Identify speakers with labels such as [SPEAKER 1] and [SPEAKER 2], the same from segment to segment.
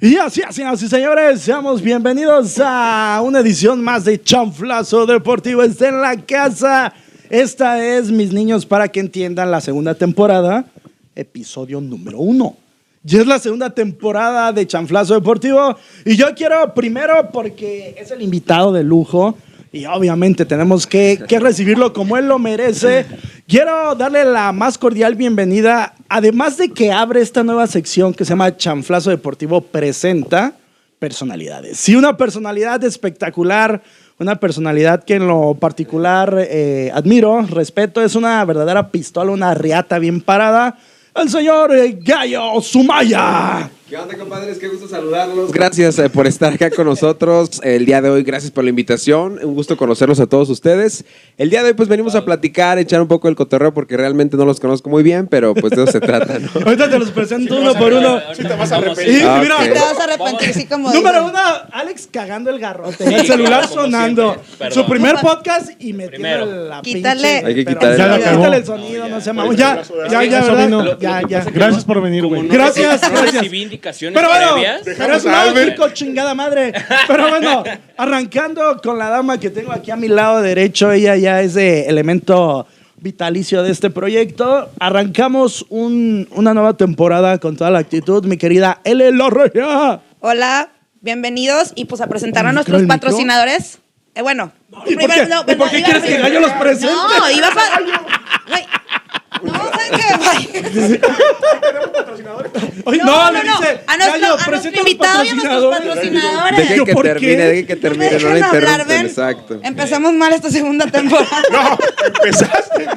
[SPEAKER 1] Y así, así, así, señores, seamos bienvenidos a una edición más de Chanflazo Deportivo. Está en la casa. Esta es, mis niños, para que entiendan la segunda temporada, episodio número uno. Ya es la segunda temporada de Chanflazo Deportivo. Y yo quiero primero, porque es el invitado de lujo. Y obviamente tenemos que, que recibirlo como él lo merece. Quiero darle la más cordial bienvenida, además de que abre esta nueva sección que se llama Chanflazo Deportivo Presenta Personalidades. Sí, una personalidad espectacular, una personalidad que en lo particular eh, admiro, respeto, es una verdadera pistola, una riata bien parada, el señor eh, Gallo Sumaya.
[SPEAKER 2] ¿Qué onda, compadres? Qué gusto saludarlos. Gracias eh, por estar acá con nosotros el día de hoy. Gracias por la invitación. Un gusto conocerlos a todos ustedes. El día de hoy, pues venimos a platicar, echar un poco el cotorreo, porque realmente no los conozco muy bien, pero pues de eso se trata, ¿no?
[SPEAKER 1] Ahorita te los presento uno por uno.
[SPEAKER 3] Sí te vas a
[SPEAKER 1] Y
[SPEAKER 3] arrepentir.
[SPEAKER 2] Ah,
[SPEAKER 1] mira,
[SPEAKER 2] ok.
[SPEAKER 4] Te vas a arrepentir, sí, como
[SPEAKER 1] Número
[SPEAKER 4] dicen.
[SPEAKER 1] uno, Alex cagando el garrote. el celular
[SPEAKER 3] como
[SPEAKER 1] sonando.
[SPEAKER 3] siempre. Perdón.
[SPEAKER 1] su primer podcast y metiendo
[SPEAKER 3] Primero.
[SPEAKER 1] la
[SPEAKER 4] Quítale.
[SPEAKER 1] pinche-
[SPEAKER 4] Hay
[SPEAKER 2] que
[SPEAKER 1] pero-
[SPEAKER 2] quitarle
[SPEAKER 1] Ya
[SPEAKER 2] la-
[SPEAKER 1] lo cagó. Quítale el sonido, no se llama. Ya, ya, ya,
[SPEAKER 5] Eso
[SPEAKER 1] ¿verdad?
[SPEAKER 5] vino.
[SPEAKER 1] Ya, ya.
[SPEAKER 5] Gracias por venir,
[SPEAKER 3] Como
[SPEAKER 5] güey.
[SPEAKER 3] no
[SPEAKER 1] Gracias,
[SPEAKER 3] recibí- no
[SPEAKER 1] gracias.
[SPEAKER 3] recibí indicaciones
[SPEAKER 1] Pero bueno,
[SPEAKER 3] previas.
[SPEAKER 1] pero es
[SPEAKER 5] a
[SPEAKER 1] nada,
[SPEAKER 5] Albert.
[SPEAKER 1] circo, chingada madre. Pero bueno, arrancando con la dama que tengo aquí a mi lado derecho, ella ya es de elemento vitalicio de este proyecto. Arrancamos un- una nueva temporada con toda la actitud, mi querida L. La Regia.
[SPEAKER 4] Hola, bienvenidos y pues a presentar a
[SPEAKER 1] ¿El
[SPEAKER 4] nuestros
[SPEAKER 1] micro, el micro?
[SPEAKER 4] patrocinadores. Eh, bueno,
[SPEAKER 1] ¿Y por
[SPEAKER 4] primero- pues,
[SPEAKER 1] qué? ¿Y por qué
[SPEAKER 4] iba
[SPEAKER 1] quieres
[SPEAKER 4] a decir-
[SPEAKER 1] que Gallo los presente?
[SPEAKER 4] No, iba a. Güey. No, ¿saben qué? Güey.
[SPEAKER 1] Ay,
[SPEAKER 4] No,
[SPEAKER 1] no, le
[SPEAKER 4] no, no.
[SPEAKER 1] dice.
[SPEAKER 4] A
[SPEAKER 1] Gallo,
[SPEAKER 4] nuestro- a nuestro
[SPEAKER 1] presenta los
[SPEAKER 4] invitado y a nuestros patrocinadores.
[SPEAKER 1] Yo,
[SPEAKER 2] Dejen que
[SPEAKER 1] ¿por qué?
[SPEAKER 2] termine, dejen que termine, no,
[SPEAKER 4] dejan
[SPEAKER 2] la
[SPEAKER 4] hablar,
[SPEAKER 2] interrumpen.
[SPEAKER 4] ven.
[SPEAKER 2] Exacto.
[SPEAKER 4] Empezamos mal esta segunda temporada.
[SPEAKER 5] No, empezaste mal.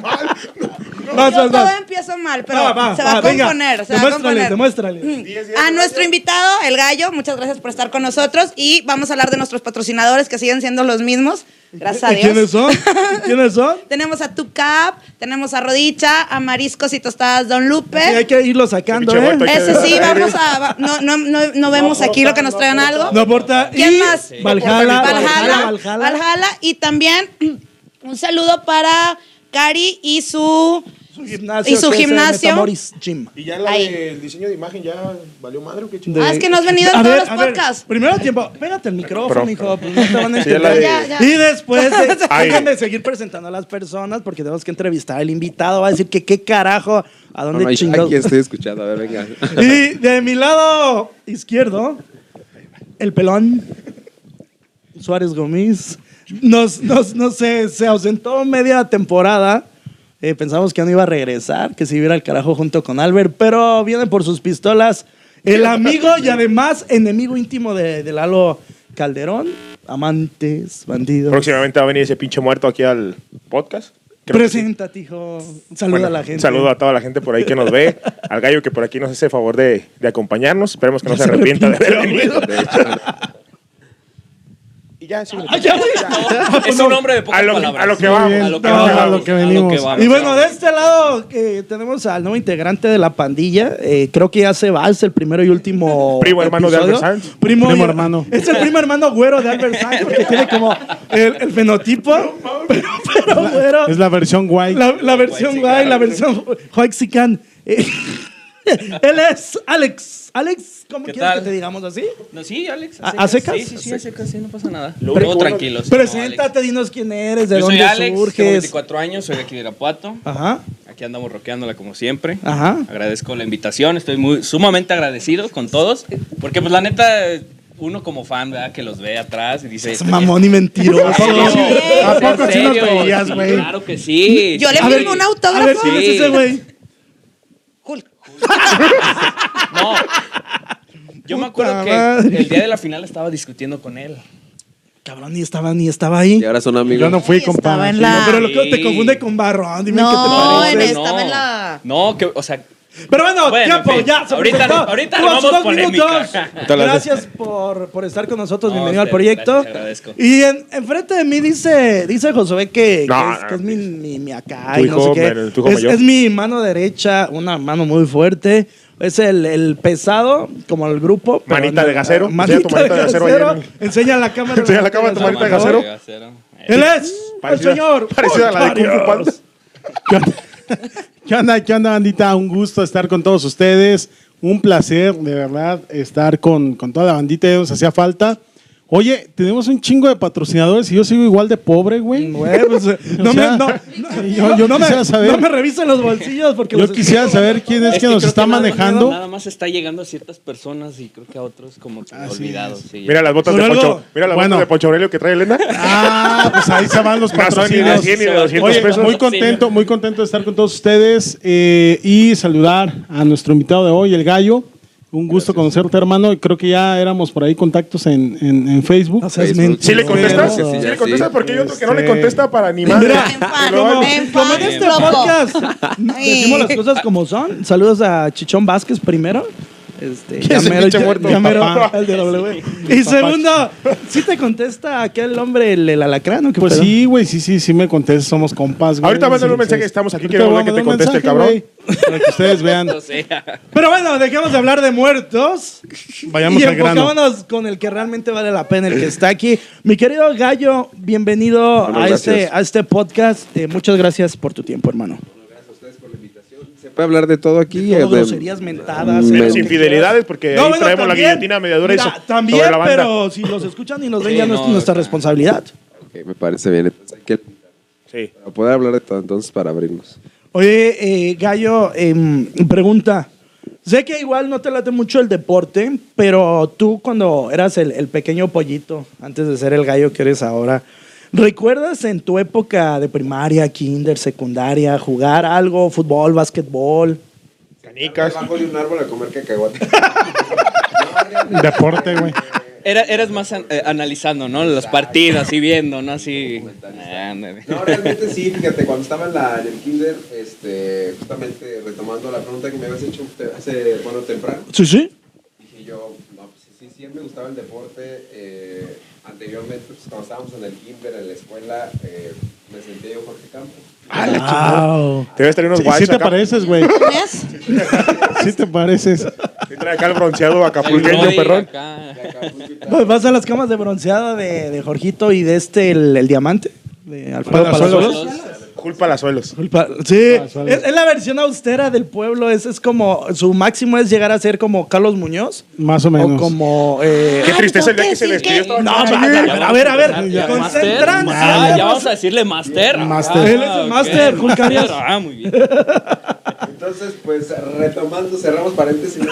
[SPEAKER 1] Vas,
[SPEAKER 4] Yo
[SPEAKER 1] vas,
[SPEAKER 4] todo
[SPEAKER 1] vas.
[SPEAKER 4] empiezo mal, pero
[SPEAKER 1] Va, va,
[SPEAKER 4] se va
[SPEAKER 1] va,
[SPEAKER 4] a
[SPEAKER 1] venga.
[SPEAKER 4] componer. Se
[SPEAKER 1] Demuéstrale,
[SPEAKER 4] va a componer.
[SPEAKER 1] demuéstrale.
[SPEAKER 4] Mm.
[SPEAKER 5] Diez, diez,
[SPEAKER 4] A
[SPEAKER 5] gracias.
[SPEAKER 4] nuestro invitado, el gallo, muchas gracias por estar con nosotros y vamos a hablar de nuestros patrocinadores que siguen siendo los mismos. Gracias a
[SPEAKER 1] ¿Y
[SPEAKER 4] Dios.
[SPEAKER 1] ¿Quiénes son? ¿Quiénes son?
[SPEAKER 4] Tenemos a Tucap, tenemos a Rodicha, a Mariscos y Tostadas Don
[SPEAKER 1] Sí, hay
[SPEAKER 4] Lupe.
[SPEAKER 1] que irlo sacando,
[SPEAKER 5] Pinche
[SPEAKER 1] ¿eh?
[SPEAKER 5] vuelta.
[SPEAKER 4] Ese sí, vamos a. va- No, no, no, no vemos aquí lo que nos traigan algo.
[SPEAKER 1] No aporta.
[SPEAKER 4] ¿Quién
[SPEAKER 1] Y
[SPEAKER 4] más?
[SPEAKER 1] Valhalla.
[SPEAKER 4] Valhalla,
[SPEAKER 1] Valhalla.
[SPEAKER 4] Valhalla. Y también un saludo para Cari y su.
[SPEAKER 1] Su gimnasio.
[SPEAKER 4] ¿Y su
[SPEAKER 1] que es el
[SPEAKER 4] gimnasio?
[SPEAKER 1] Metamoris Gym.
[SPEAKER 5] Y ya la
[SPEAKER 4] Ahí.
[SPEAKER 5] del diseño de imagen ya valió madre o qué
[SPEAKER 1] De-
[SPEAKER 5] chingada.
[SPEAKER 4] Ah, es que no has venido en
[SPEAKER 1] A
[SPEAKER 4] todos
[SPEAKER 1] ver,
[SPEAKER 4] los
[SPEAKER 1] a ver,
[SPEAKER 4] podcasts.
[SPEAKER 1] Primero tiempo, pégate el micrófono,
[SPEAKER 5] Pero-
[SPEAKER 1] hijo, pues no te van a
[SPEAKER 5] Sí, ya la
[SPEAKER 1] entender.
[SPEAKER 5] de-
[SPEAKER 4] Ya, ya.
[SPEAKER 1] Y después de,
[SPEAKER 5] Ay.
[SPEAKER 1] déjame seguir presentando a las personas porque tenemos que entrevistar al invitado. Va a decir que qué carajo, a
[SPEAKER 2] No,
[SPEAKER 1] dónde
[SPEAKER 2] no,
[SPEAKER 1] chingados.
[SPEAKER 2] aquí estoy escuchando, a ver, venga.
[SPEAKER 1] Y de mi lado izquierdo, el pelón Suárez Gómez. Nos, nos, no sé, se ausentó media temporada. Eh, pensamos que no iba a regresar, que se iba a ir al carajo junto con Albert, pero viene por sus pistolas. El amigo y además enemigo íntimo de, de Lalo Calderón. Amantes, bandidos.
[SPEAKER 5] Próximamente va a venir ese pinche muerto aquí al podcast. Creo que sí.
[SPEAKER 1] Preséntate, hijo. Saluda
[SPEAKER 5] Bueno,
[SPEAKER 1] a la gente.
[SPEAKER 5] Un saludo a toda la gente por ahí que nos ve. Al gallo que por aquí nos hace favor de, de acompañarnos. Esperemos que no, se arrepienta de haber venido.
[SPEAKER 2] De hecho,
[SPEAKER 5] Y ya, sí.
[SPEAKER 1] Ah, ya, ya. Ah, pues
[SPEAKER 3] Es
[SPEAKER 1] no.
[SPEAKER 3] un hombre de pocas
[SPEAKER 5] A lo-
[SPEAKER 3] palabras.
[SPEAKER 5] a lo que vamos.
[SPEAKER 3] A lo que
[SPEAKER 1] No,
[SPEAKER 3] vamos.
[SPEAKER 1] a
[SPEAKER 5] lo que
[SPEAKER 3] A lo
[SPEAKER 5] venimos.
[SPEAKER 3] que vamos.
[SPEAKER 1] Y bueno, de este lado eh, tenemos al nuevo integrante de la pandilla. Eh, creo que ya se va, es el primero y último.
[SPEAKER 5] Primo hermano de
[SPEAKER 1] episodio.
[SPEAKER 5] Albert Sanz.
[SPEAKER 1] Primo,
[SPEAKER 5] Primo
[SPEAKER 1] y-
[SPEAKER 5] hermano.
[SPEAKER 1] Es el primo hermano güero de Albert Sanz porque tiene como el, el fenotipo. Pero, pero güero.
[SPEAKER 5] la versión guay.
[SPEAKER 1] La, la versión guay, la versión Huaxican. Él es Alex. Alex, ¿cómo
[SPEAKER 3] ¿Qué
[SPEAKER 1] quieres
[SPEAKER 3] tal?
[SPEAKER 1] que te digamos así?
[SPEAKER 3] No, sí, Alex.
[SPEAKER 1] ¿A- a secas?
[SPEAKER 3] Sí, sí, sí, a secas, sí, no pasa nada.
[SPEAKER 5] Lo
[SPEAKER 3] Todo
[SPEAKER 5] único-
[SPEAKER 3] tranquilo. sí, no, Alex.
[SPEAKER 1] Preséntate, dinos quién eres, de
[SPEAKER 3] Yo soy
[SPEAKER 1] dónde
[SPEAKER 3] Alex, tengo
[SPEAKER 1] surges.
[SPEAKER 3] 24 años, soy de aquí de Irapuato.
[SPEAKER 1] Ajá,
[SPEAKER 3] Aquí andamos roqueándola como siempre.
[SPEAKER 1] ajá.
[SPEAKER 3] Agradezco la invitación, estoy muy sumamente agradecido con todos, porque pues la neta uno como fan, ¿verdad? Que los ve atrás y dice, "Este
[SPEAKER 1] Es mamón y mentiroso.
[SPEAKER 3] ¿A
[SPEAKER 5] poco sí los veías, güey?
[SPEAKER 3] Claro que sí.
[SPEAKER 4] Yo le
[SPEAKER 3] Sí.
[SPEAKER 1] A ver,
[SPEAKER 4] firmo un
[SPEAKER 1] A ver,
[SPEAKER 4] autógrafo.
[SPEAKER 1] ¿quién es
[SPEAKER 3] Sí.
[SPEAKER 1] ese güey?
[SPEAKER 4] Hulk.
[SPEAKER 3] No. Yo me acuerdo
[SPEAKER 1] Puta
[SPEAKER 3] que
[SPEAKER 1] madre.
[SPEAKER 3] el día de la final estaba discutiendo con él.
[SPEAKER 1] Cabrón, ni estaba, ni estaba ahí.
[SPEAKER 2] Y ahora son amigos.
[SPEAKER 5] Yo no fui,
[SPEAKER 4] Sí, estaba
[SPEAKER 5] compadre.
[SPEAKER 4] en
[SPEAKER 1] No,
[SPEAKER 4] la.
[SPEAKER 1] pero lo que
[SPEAKER 3] Sí.
[SPEAKER 1] te confunde con Barrón, dime
[SPEAKER 4] No,
[SPEAKER 1] qué te
[SPEAKER 4] en
[SPEAKER 1] parece.
[SPEAKER 4] esta vela.
[SPEAKER 3] No, que, o sea,
[SPEAKER 1] Pero bueno,
[SPEAKER 3] Bueno,
[SPEAKER 1] tiempo,
[SPEAKER 3] en fin.
[SPEAKER 1] ya. se
[SPEAKER 3] Ahorita-
[SPEAKER 1] presentó.
[SPEAKER 3] ahorita
[SPEAKER 1] Tuvo
[SPEAKER 3] nos
[SPEAKER 1] sus
[SPEAKER 3] vamos
[SPEAKER 1] dos minutos.
[SPEAKER 3] polémica.
[SPEAKER 2] Muchas gracias.
[SPEAKER 1] Gracias por, por estar con nosotros,
[SPEAKER 3] No,
[SPEAKER 1] bienvenido al
[SPEAKER 3] usted,
[SPEAKER 1] proyecto.
[SPEAKER 3] gracias, agradezco.
[SPEAKER 1] Y en- enfrente de mí dice, dice Josué que,
[SPEAKER 5] No,
[SPEAKER 1] que es,
[SPEAKER 5] no,
[SPEAKER 1] que es
[SPEAKER 5] no, pues.
[SPEAKER 1] mi, mi, mi acá
[SPEAKER 5] Tu
[SPEAKER 1] y no sé
[SPEAKER 5] hijo,
[SPEAKER 1] qué.
[SPEAKER 5] pero tu hijo
[SPEAKER 1] Es,
[SPEAKER 5] mayor.
[SPEAKER 1] es mi mano derecha, una mano muy fuerte. Es el, el pesado, como el grupo. pero
[SPEAKER 5] Manita
[SPEAKER 1] no-
[SPEAKER 5] de gasero.
[SPEAKER 1] Manita
[SPEAKER 5] Enseña tu manita
[SPEAKER 1] de
[SPEAKER 5] de gasero
[SPEAKER 1] gasero.
[SPEAKER 5] ahí
[SPEAKER 1] Enseña la cámara.
[SPEAKER 5] Enseña la cámara tu manita de gasero.
[SPEAKER 1] Él es
[SPEAKER 5] Parecida-
[SPEAKER 1] el señor.
[SPEAKER 5] Parecida a la de Kung Fu Panda.
[SPEAKER 6] ¿Qué onda? ¿Qué onda, bandita? Un gusto estar con todos ustedes. Un placer, de verdad, estar con, con toda la bandita. ya Nos hacía falta. Oye, tenemos un chingo de patrocinadores y yo sigo igual de pobre, güey.
[SPEAKER 1] Güey, pues, eh,
[SPEAKER 6] O
[SPEAKER 1] no,
[SPEAKER 6] sea,
[SPEAKER 1] me, no, no-
[SPEAKER 6] yo- yo
[SPEAKER 1] no me-
[SPEAKER 6] quisiera saber.
[SPEAKER 1] no me revisen los bolsillos porque
[SPEAKER 6] Yo
[SPEAKER 1] los-
[SPEAKER 6] quisiera saber quién es, que,
[SPEAKER 3] creo
[SPEAKER 6] nos está
[SPEAKER 3] nada-
[SPEAKER 6] manejando.
[SPEAKER 3] Nada más está llegando a ciertas personas y creo que a otros como que olvidados. sí.
[SPEAKER 5] Mira las botas
[SPEAKER 1] Por
[SPEAKER 5] de
[SPEAKER 1] algo-
[SPEAKER 5] Poncho. Mira las
[SPEAKER 6] Bueno.
[SPEAKER 5] botas de Poncho Aurelio que trae Elena.
[SPEAKER 6] Ah, pues ahí se van los
[SPEAKER 5] No son ni de
[SPEAKER 6] patrocinios.
[SPEAKER 5] 100 ni de
[SPEAKER 3] Oye,
[SPEAKER 5] 200
[SPEAKER 6] Oye,
[SPEAKER 5] pesos.
[SPEAKER 6] muy contento, muy contento de estar con todos ustedes eh, y saludar a nuestro invitado de hoy, el Gallo. Un gusto conocerte, hermano. y Creo que ya éramos por ahí contactos en, en- en Facebook.
[SPEAKER 1] No seas
[SPEAKER 2] Facebook.
[SPEAKER 1] mentiroso.
[SPEAKER 5] ¿Sí le contestas?
[SPEAKER 2] Sí, sí,
[SPEAKER 5] ¿Sí
[SPEAKER 2] ya,
[SPEAKER 5] le contestas?
[SPEAKER 2] sí.
[SPEAKER 5] Porque hay otro que no le
[SPEAKER 6] Este-
[SPEAKER 5] contesta para animar.
[SPEAKER 4] En fan, en
[SPEAKER 1] Como
[SPEAKER 4] fan,
[SPEAKER 1] en este
[SPEAKER 4] loco.
[SPEAKER 1] podcast
[SPEAKER 4] Ay.
[SPEAKER 1] decimos las cosas como son. Saludos a Chichón Vázquez primero. Este,
[SPEAKER 5] es el pinche muerto?
[SPEAKER 1] ya mero,
[SPEAKER 6] Papá.
[SPEAKER 1] el de W. Y segundo, si te contesta aquel hombre el, el alacrano que
[SPEAKER 6] Pues sí, güey, sí, sí, sí me contestas, somos compas, güey.
[SPEAKER 5] Ahorita mándale un
[SPEAKER 6] Sí,
[SPEAKER 5] mensaje,
[SPEAKER 6] sí.
[SPEAKER 5] estamos aquí,
[SPEAKER 6] Ahorita
[SPEAKER 5] queremos
[SPEAKER 6] voy a
[SPEAKER 5] ver que te
[SPEAKER 6] mandar un
[SPEAKER 5] conteste el
[SPEAKER 6] mensaje, güey, Para que ustedes vean.
[SPEAKER 3] O sea,
[SPEAKER 1] Pero bueno, dejemos de hablar de muertos.
[SPEAKER 6] Vayamos
[SPEAKER 1] y
[SPEAKER 6] al grano.
[SPEAKER 1] enfocámonos con el que realmente vale la pena, el que está aquí. Mi querido Gallo, bienvenido
[SPEAKER 2] Bueno,
[SPEAKER 1] a, este,
[SPEAKER 2] gracias.
[SPEAKER 1] a este podcast. Eh, muchas gracias por tu tiempo, hermano.
[SPEAKER 2] Se puede hablar de todo aquí.
[SPEAKER 1] Todo
[SPEAKER 2] eh, de-
[SPEAKER 1] groserías mentadas.
[SPEAKER 2] Menos
[SPEAKER 1] lo que
[SPEAKER 5] infidelidades, porque ahí traemos la guillotina media dura y so-
[SPEAKER 1] También,
[SPEAKER 5] sobre la banda.
[SPEAKER 1] pero si los escuchan y nos ven,
[SPEAKER 3] Sí,
[SPEAKER 1] ya no,
[SPEAKER 3] no,
[SPEAKER 1] es nuestra
[SPEAKER 3] o sea.
[SPEAKER 1] responsabilidad.
[SPEAKER 2] Ok, me parece bien. Entonces, hay que
[SPEAKER 5] Sí.
[SPEAKER 2] para poder hablar de todo entonces para abrirnos.
[SPEAKER 1] Oye, eh, Gallo, em, pregunta. Sé que igual no te late mucho el deporte, pero tú cuando eras el, el pequeño pollito, antes de ser el gallo que eres ahora, ¿recuerdas en tu época de primaria, kinder, secundaria, jugar algo, fútbol, básquetbol?
[SPEAKER 5] Canicas.
[SPEAKER 2] de un árbol a comer cacahuate.
[SPEAKER 6] Deporte, güey.
[SPEAKER 3] era- eras más an- eh, analizando, ¿no? Los partidos, y viendo, ¿no? Así. Ándale.
[SPEAKER 2] No, realmente sí, fíjate, cuando estaba en, la, en el kinder, este, justamente retomando la pregunta que me habías hecho te- hace, bueno, temprano,
[SPEAKER 1] Sí, sí.
[SPEAKER 2] dije yo, no, pues sí, sí, sí, me gustaba el deporte. eh, anteriormente, pues cuando estábamos en el kinder, en la escuela, eh, me sentía yo Jorge Campos.
[SPEAKER 5] Ah,
[SPEAKER 1] Wow.
[SPEAKER 5] Te debes tener unos
[SPEAKER 6] Sí,
[SPEAKER 5] guays
[SPEAKER 6] sí te
[SPEAKER 5] acá.
[SPEAKER 6] pareces, güey.
[SPEAKER 4] ¿Quién es?
[SPEAKER 6] Sí te pareces.
[SPEAKER 5] Sí trae acá el bronceado acapulqueño,
[SPEAKER 3] Roy
[SPEAKER 5] perrón.
[SPEAKER 3] acá.
[SPEAKER 1] Pues vas a las camas de bronceada de, de Jorgito y de este, el, el diamante, de Alfredo
[SPEAKER 6] Palazuelos.
[SPEAKER 1] Palazuelos.
[SPEAKER 5] Culpa a suelos.
[SPEAKER 1] Culpa- Sí,
[SPEAKER 6] Palazuelos.
[SPEAKER 1] es, es la versión austera del pueblo. Es, es como su máximo es llegar a ser como Carlos Muñoz
[SPEAKER 6] Más o
[SPEAKER 1] o
[SPEAKER 6] menos.
[SPEAKER 1] como. eh,
[SPEAKER 5] Qué tristeza el día que se
[SPEAKER 4] entonces,
[SPEAKER 5] despidió.
[SPEAKER 4] ¿qué?
[SPEAKER 5] estaba-
[SPEAKER 1] no,
[SPEAKER 5] Ay,
[SPEAKER 1] va- va- a ver, a ver,
[SPEAKER 3] Ya,
[SPEAKER 1] concéntranse.
[SPEAKER 3] master. Ah, ya vamos a decirle master.
[SPEAKER 6] Master.
[SPEAKER 3] Ah,
[SPEAKER 1] Él es el
[SPEAKER 3] ok.
[SPEAKER 1] master, Julio Carlos.
[SPEAKER 3] Ah, muy bien.
[SPEAKER 2] Entonces, pues retomando, cerramos paréntesis.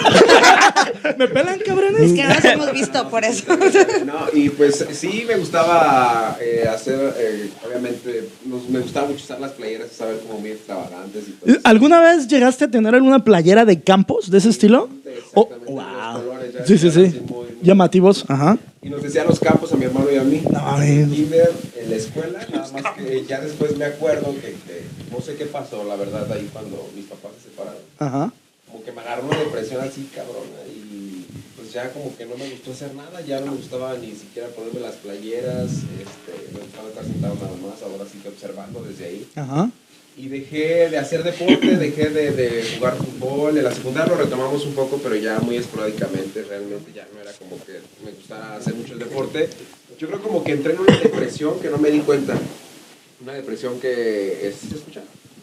[SPEAKER 1] Me pelan, cabrones.
[SPEAKER 4] Es que no nos hemos visto por eso.
[SPEAKER 2] No, y pues sí me gustaba eh, hacer, eh, obviamente, nos- me gustaba mucho usar las playeras, saber como muy extravagantes y todo.
[SPEAKER 1] ¿Alguna vez llegaste a tener alguna playera de campos de ese estilo? Oh,
[SPEAKER 2] Exactamente,
[SPEAKER 1] wow.
[SPEAKER 2] los colores ya
[SPEAKER 1] Sí, sí,
[SPEAKER 2] eran así
[SPEAKER 1] sí.
[SPEAKER 2] muy- muy-
[SPEAKER 1] Llamativos, ajá.
[SPEAKER 2] Y nos decían los campos a mi hermano y a mí.
[SPEAKER 1] No,
[SPEAKER 2] en el
[SPEAKER 1] mames.
[SPEAKER 2] kinder, en la escuela, nada más que ya después me acuerdo que, que no sé qué pasó, la verdad, ahí cuando mis papás se separaron.
[SPEAKER 1] Ajá.
[SPEAKER 2] Como que me agarró una depresión así, cabrona, y pues ya como que no me gustó hacer nada, ya no me gustaba ni siquiera ponerme las playeras, este, me gustaba estar sentado nada más, ahora sí que observando desde ahí.
[SPEAKER 1] Ajá.
[SPEAKER 2] Y dejé de hacer deporte, dejé de, de jugar fútbol. En la secundaria lo retomamos un poco, pero ya muy esporádicamente. Realmente ya no era como que me gustara hacer mucho el deporte. Yo creo como que entré en una depresión que no me di cuenta. Una depresión que... es- ¿Se escucha?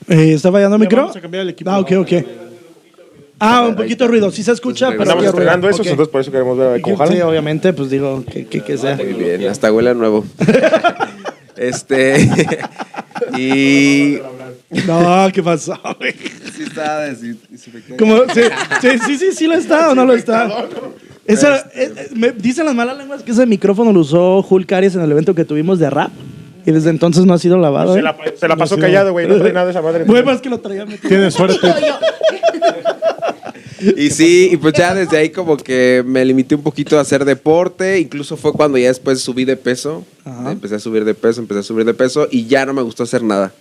[SPEAKER 1] Eh, ¿Está fallando el
[SPEAKER 6] Ya
[SPEAKER 1] micro?
[SPEAKER 6] vamos a cambiar el equipo.
[SPEAKER 1] Ah, ok, ok. Ah, un poquito de ruido. Sí se escucha,
[SPEAKER 6] Pues
[SPEAKER 1] pero
[SPEAKER 5] Andamos
[SPEAKER 1] sí hay ruido.
[SPEAKER 5] estrenando esos,
[SPEAKER 1] Ok.
[SPEAKER 5] entonces por eso queremos ver a ver cómo
[SPEAKER 1] Sí,
[SPEAKER 5] jalan.
[SPEAKER 1] obviamente, pues digo, que, que, que sea.
[SPEAKER 2] Muy bien, hasta huele nuevo. este... y...
[SPEAKER 1] No, ¿qué pasó? güey?
[SPEAKER 2] Sí está
[SPEAKER 1] Como, sí, sí, sí, sí, sí lo está o no lo está. Esa, eh, eh, me dicen las malas lenguas que ese micrófono lo usó Hulk Arias en el evento que tuvimos de rap. Y desde entonces no ha sido lavado.
[SPEAKER 5] Se
[SPEAKER 1] ¿eh?
[SPEAKER 5] la, se la pasó callado, güey. No trae nada de esa madre.
[SPEAKER 1] Güey, pues, que lo traía metido.
[SPEAKER 6] Tienes suerte.
[SPEAKER 2] Y sí, y pues ya desde ahí como que me limité un poquito a hacer deporte, incluso fue cuando ya después subí de peso,
[SPEAKER 1] Ajá.
[SPEAKER 2] empecé a subir de peso, empecé a subir de peso y ya no me gustó hacer nada.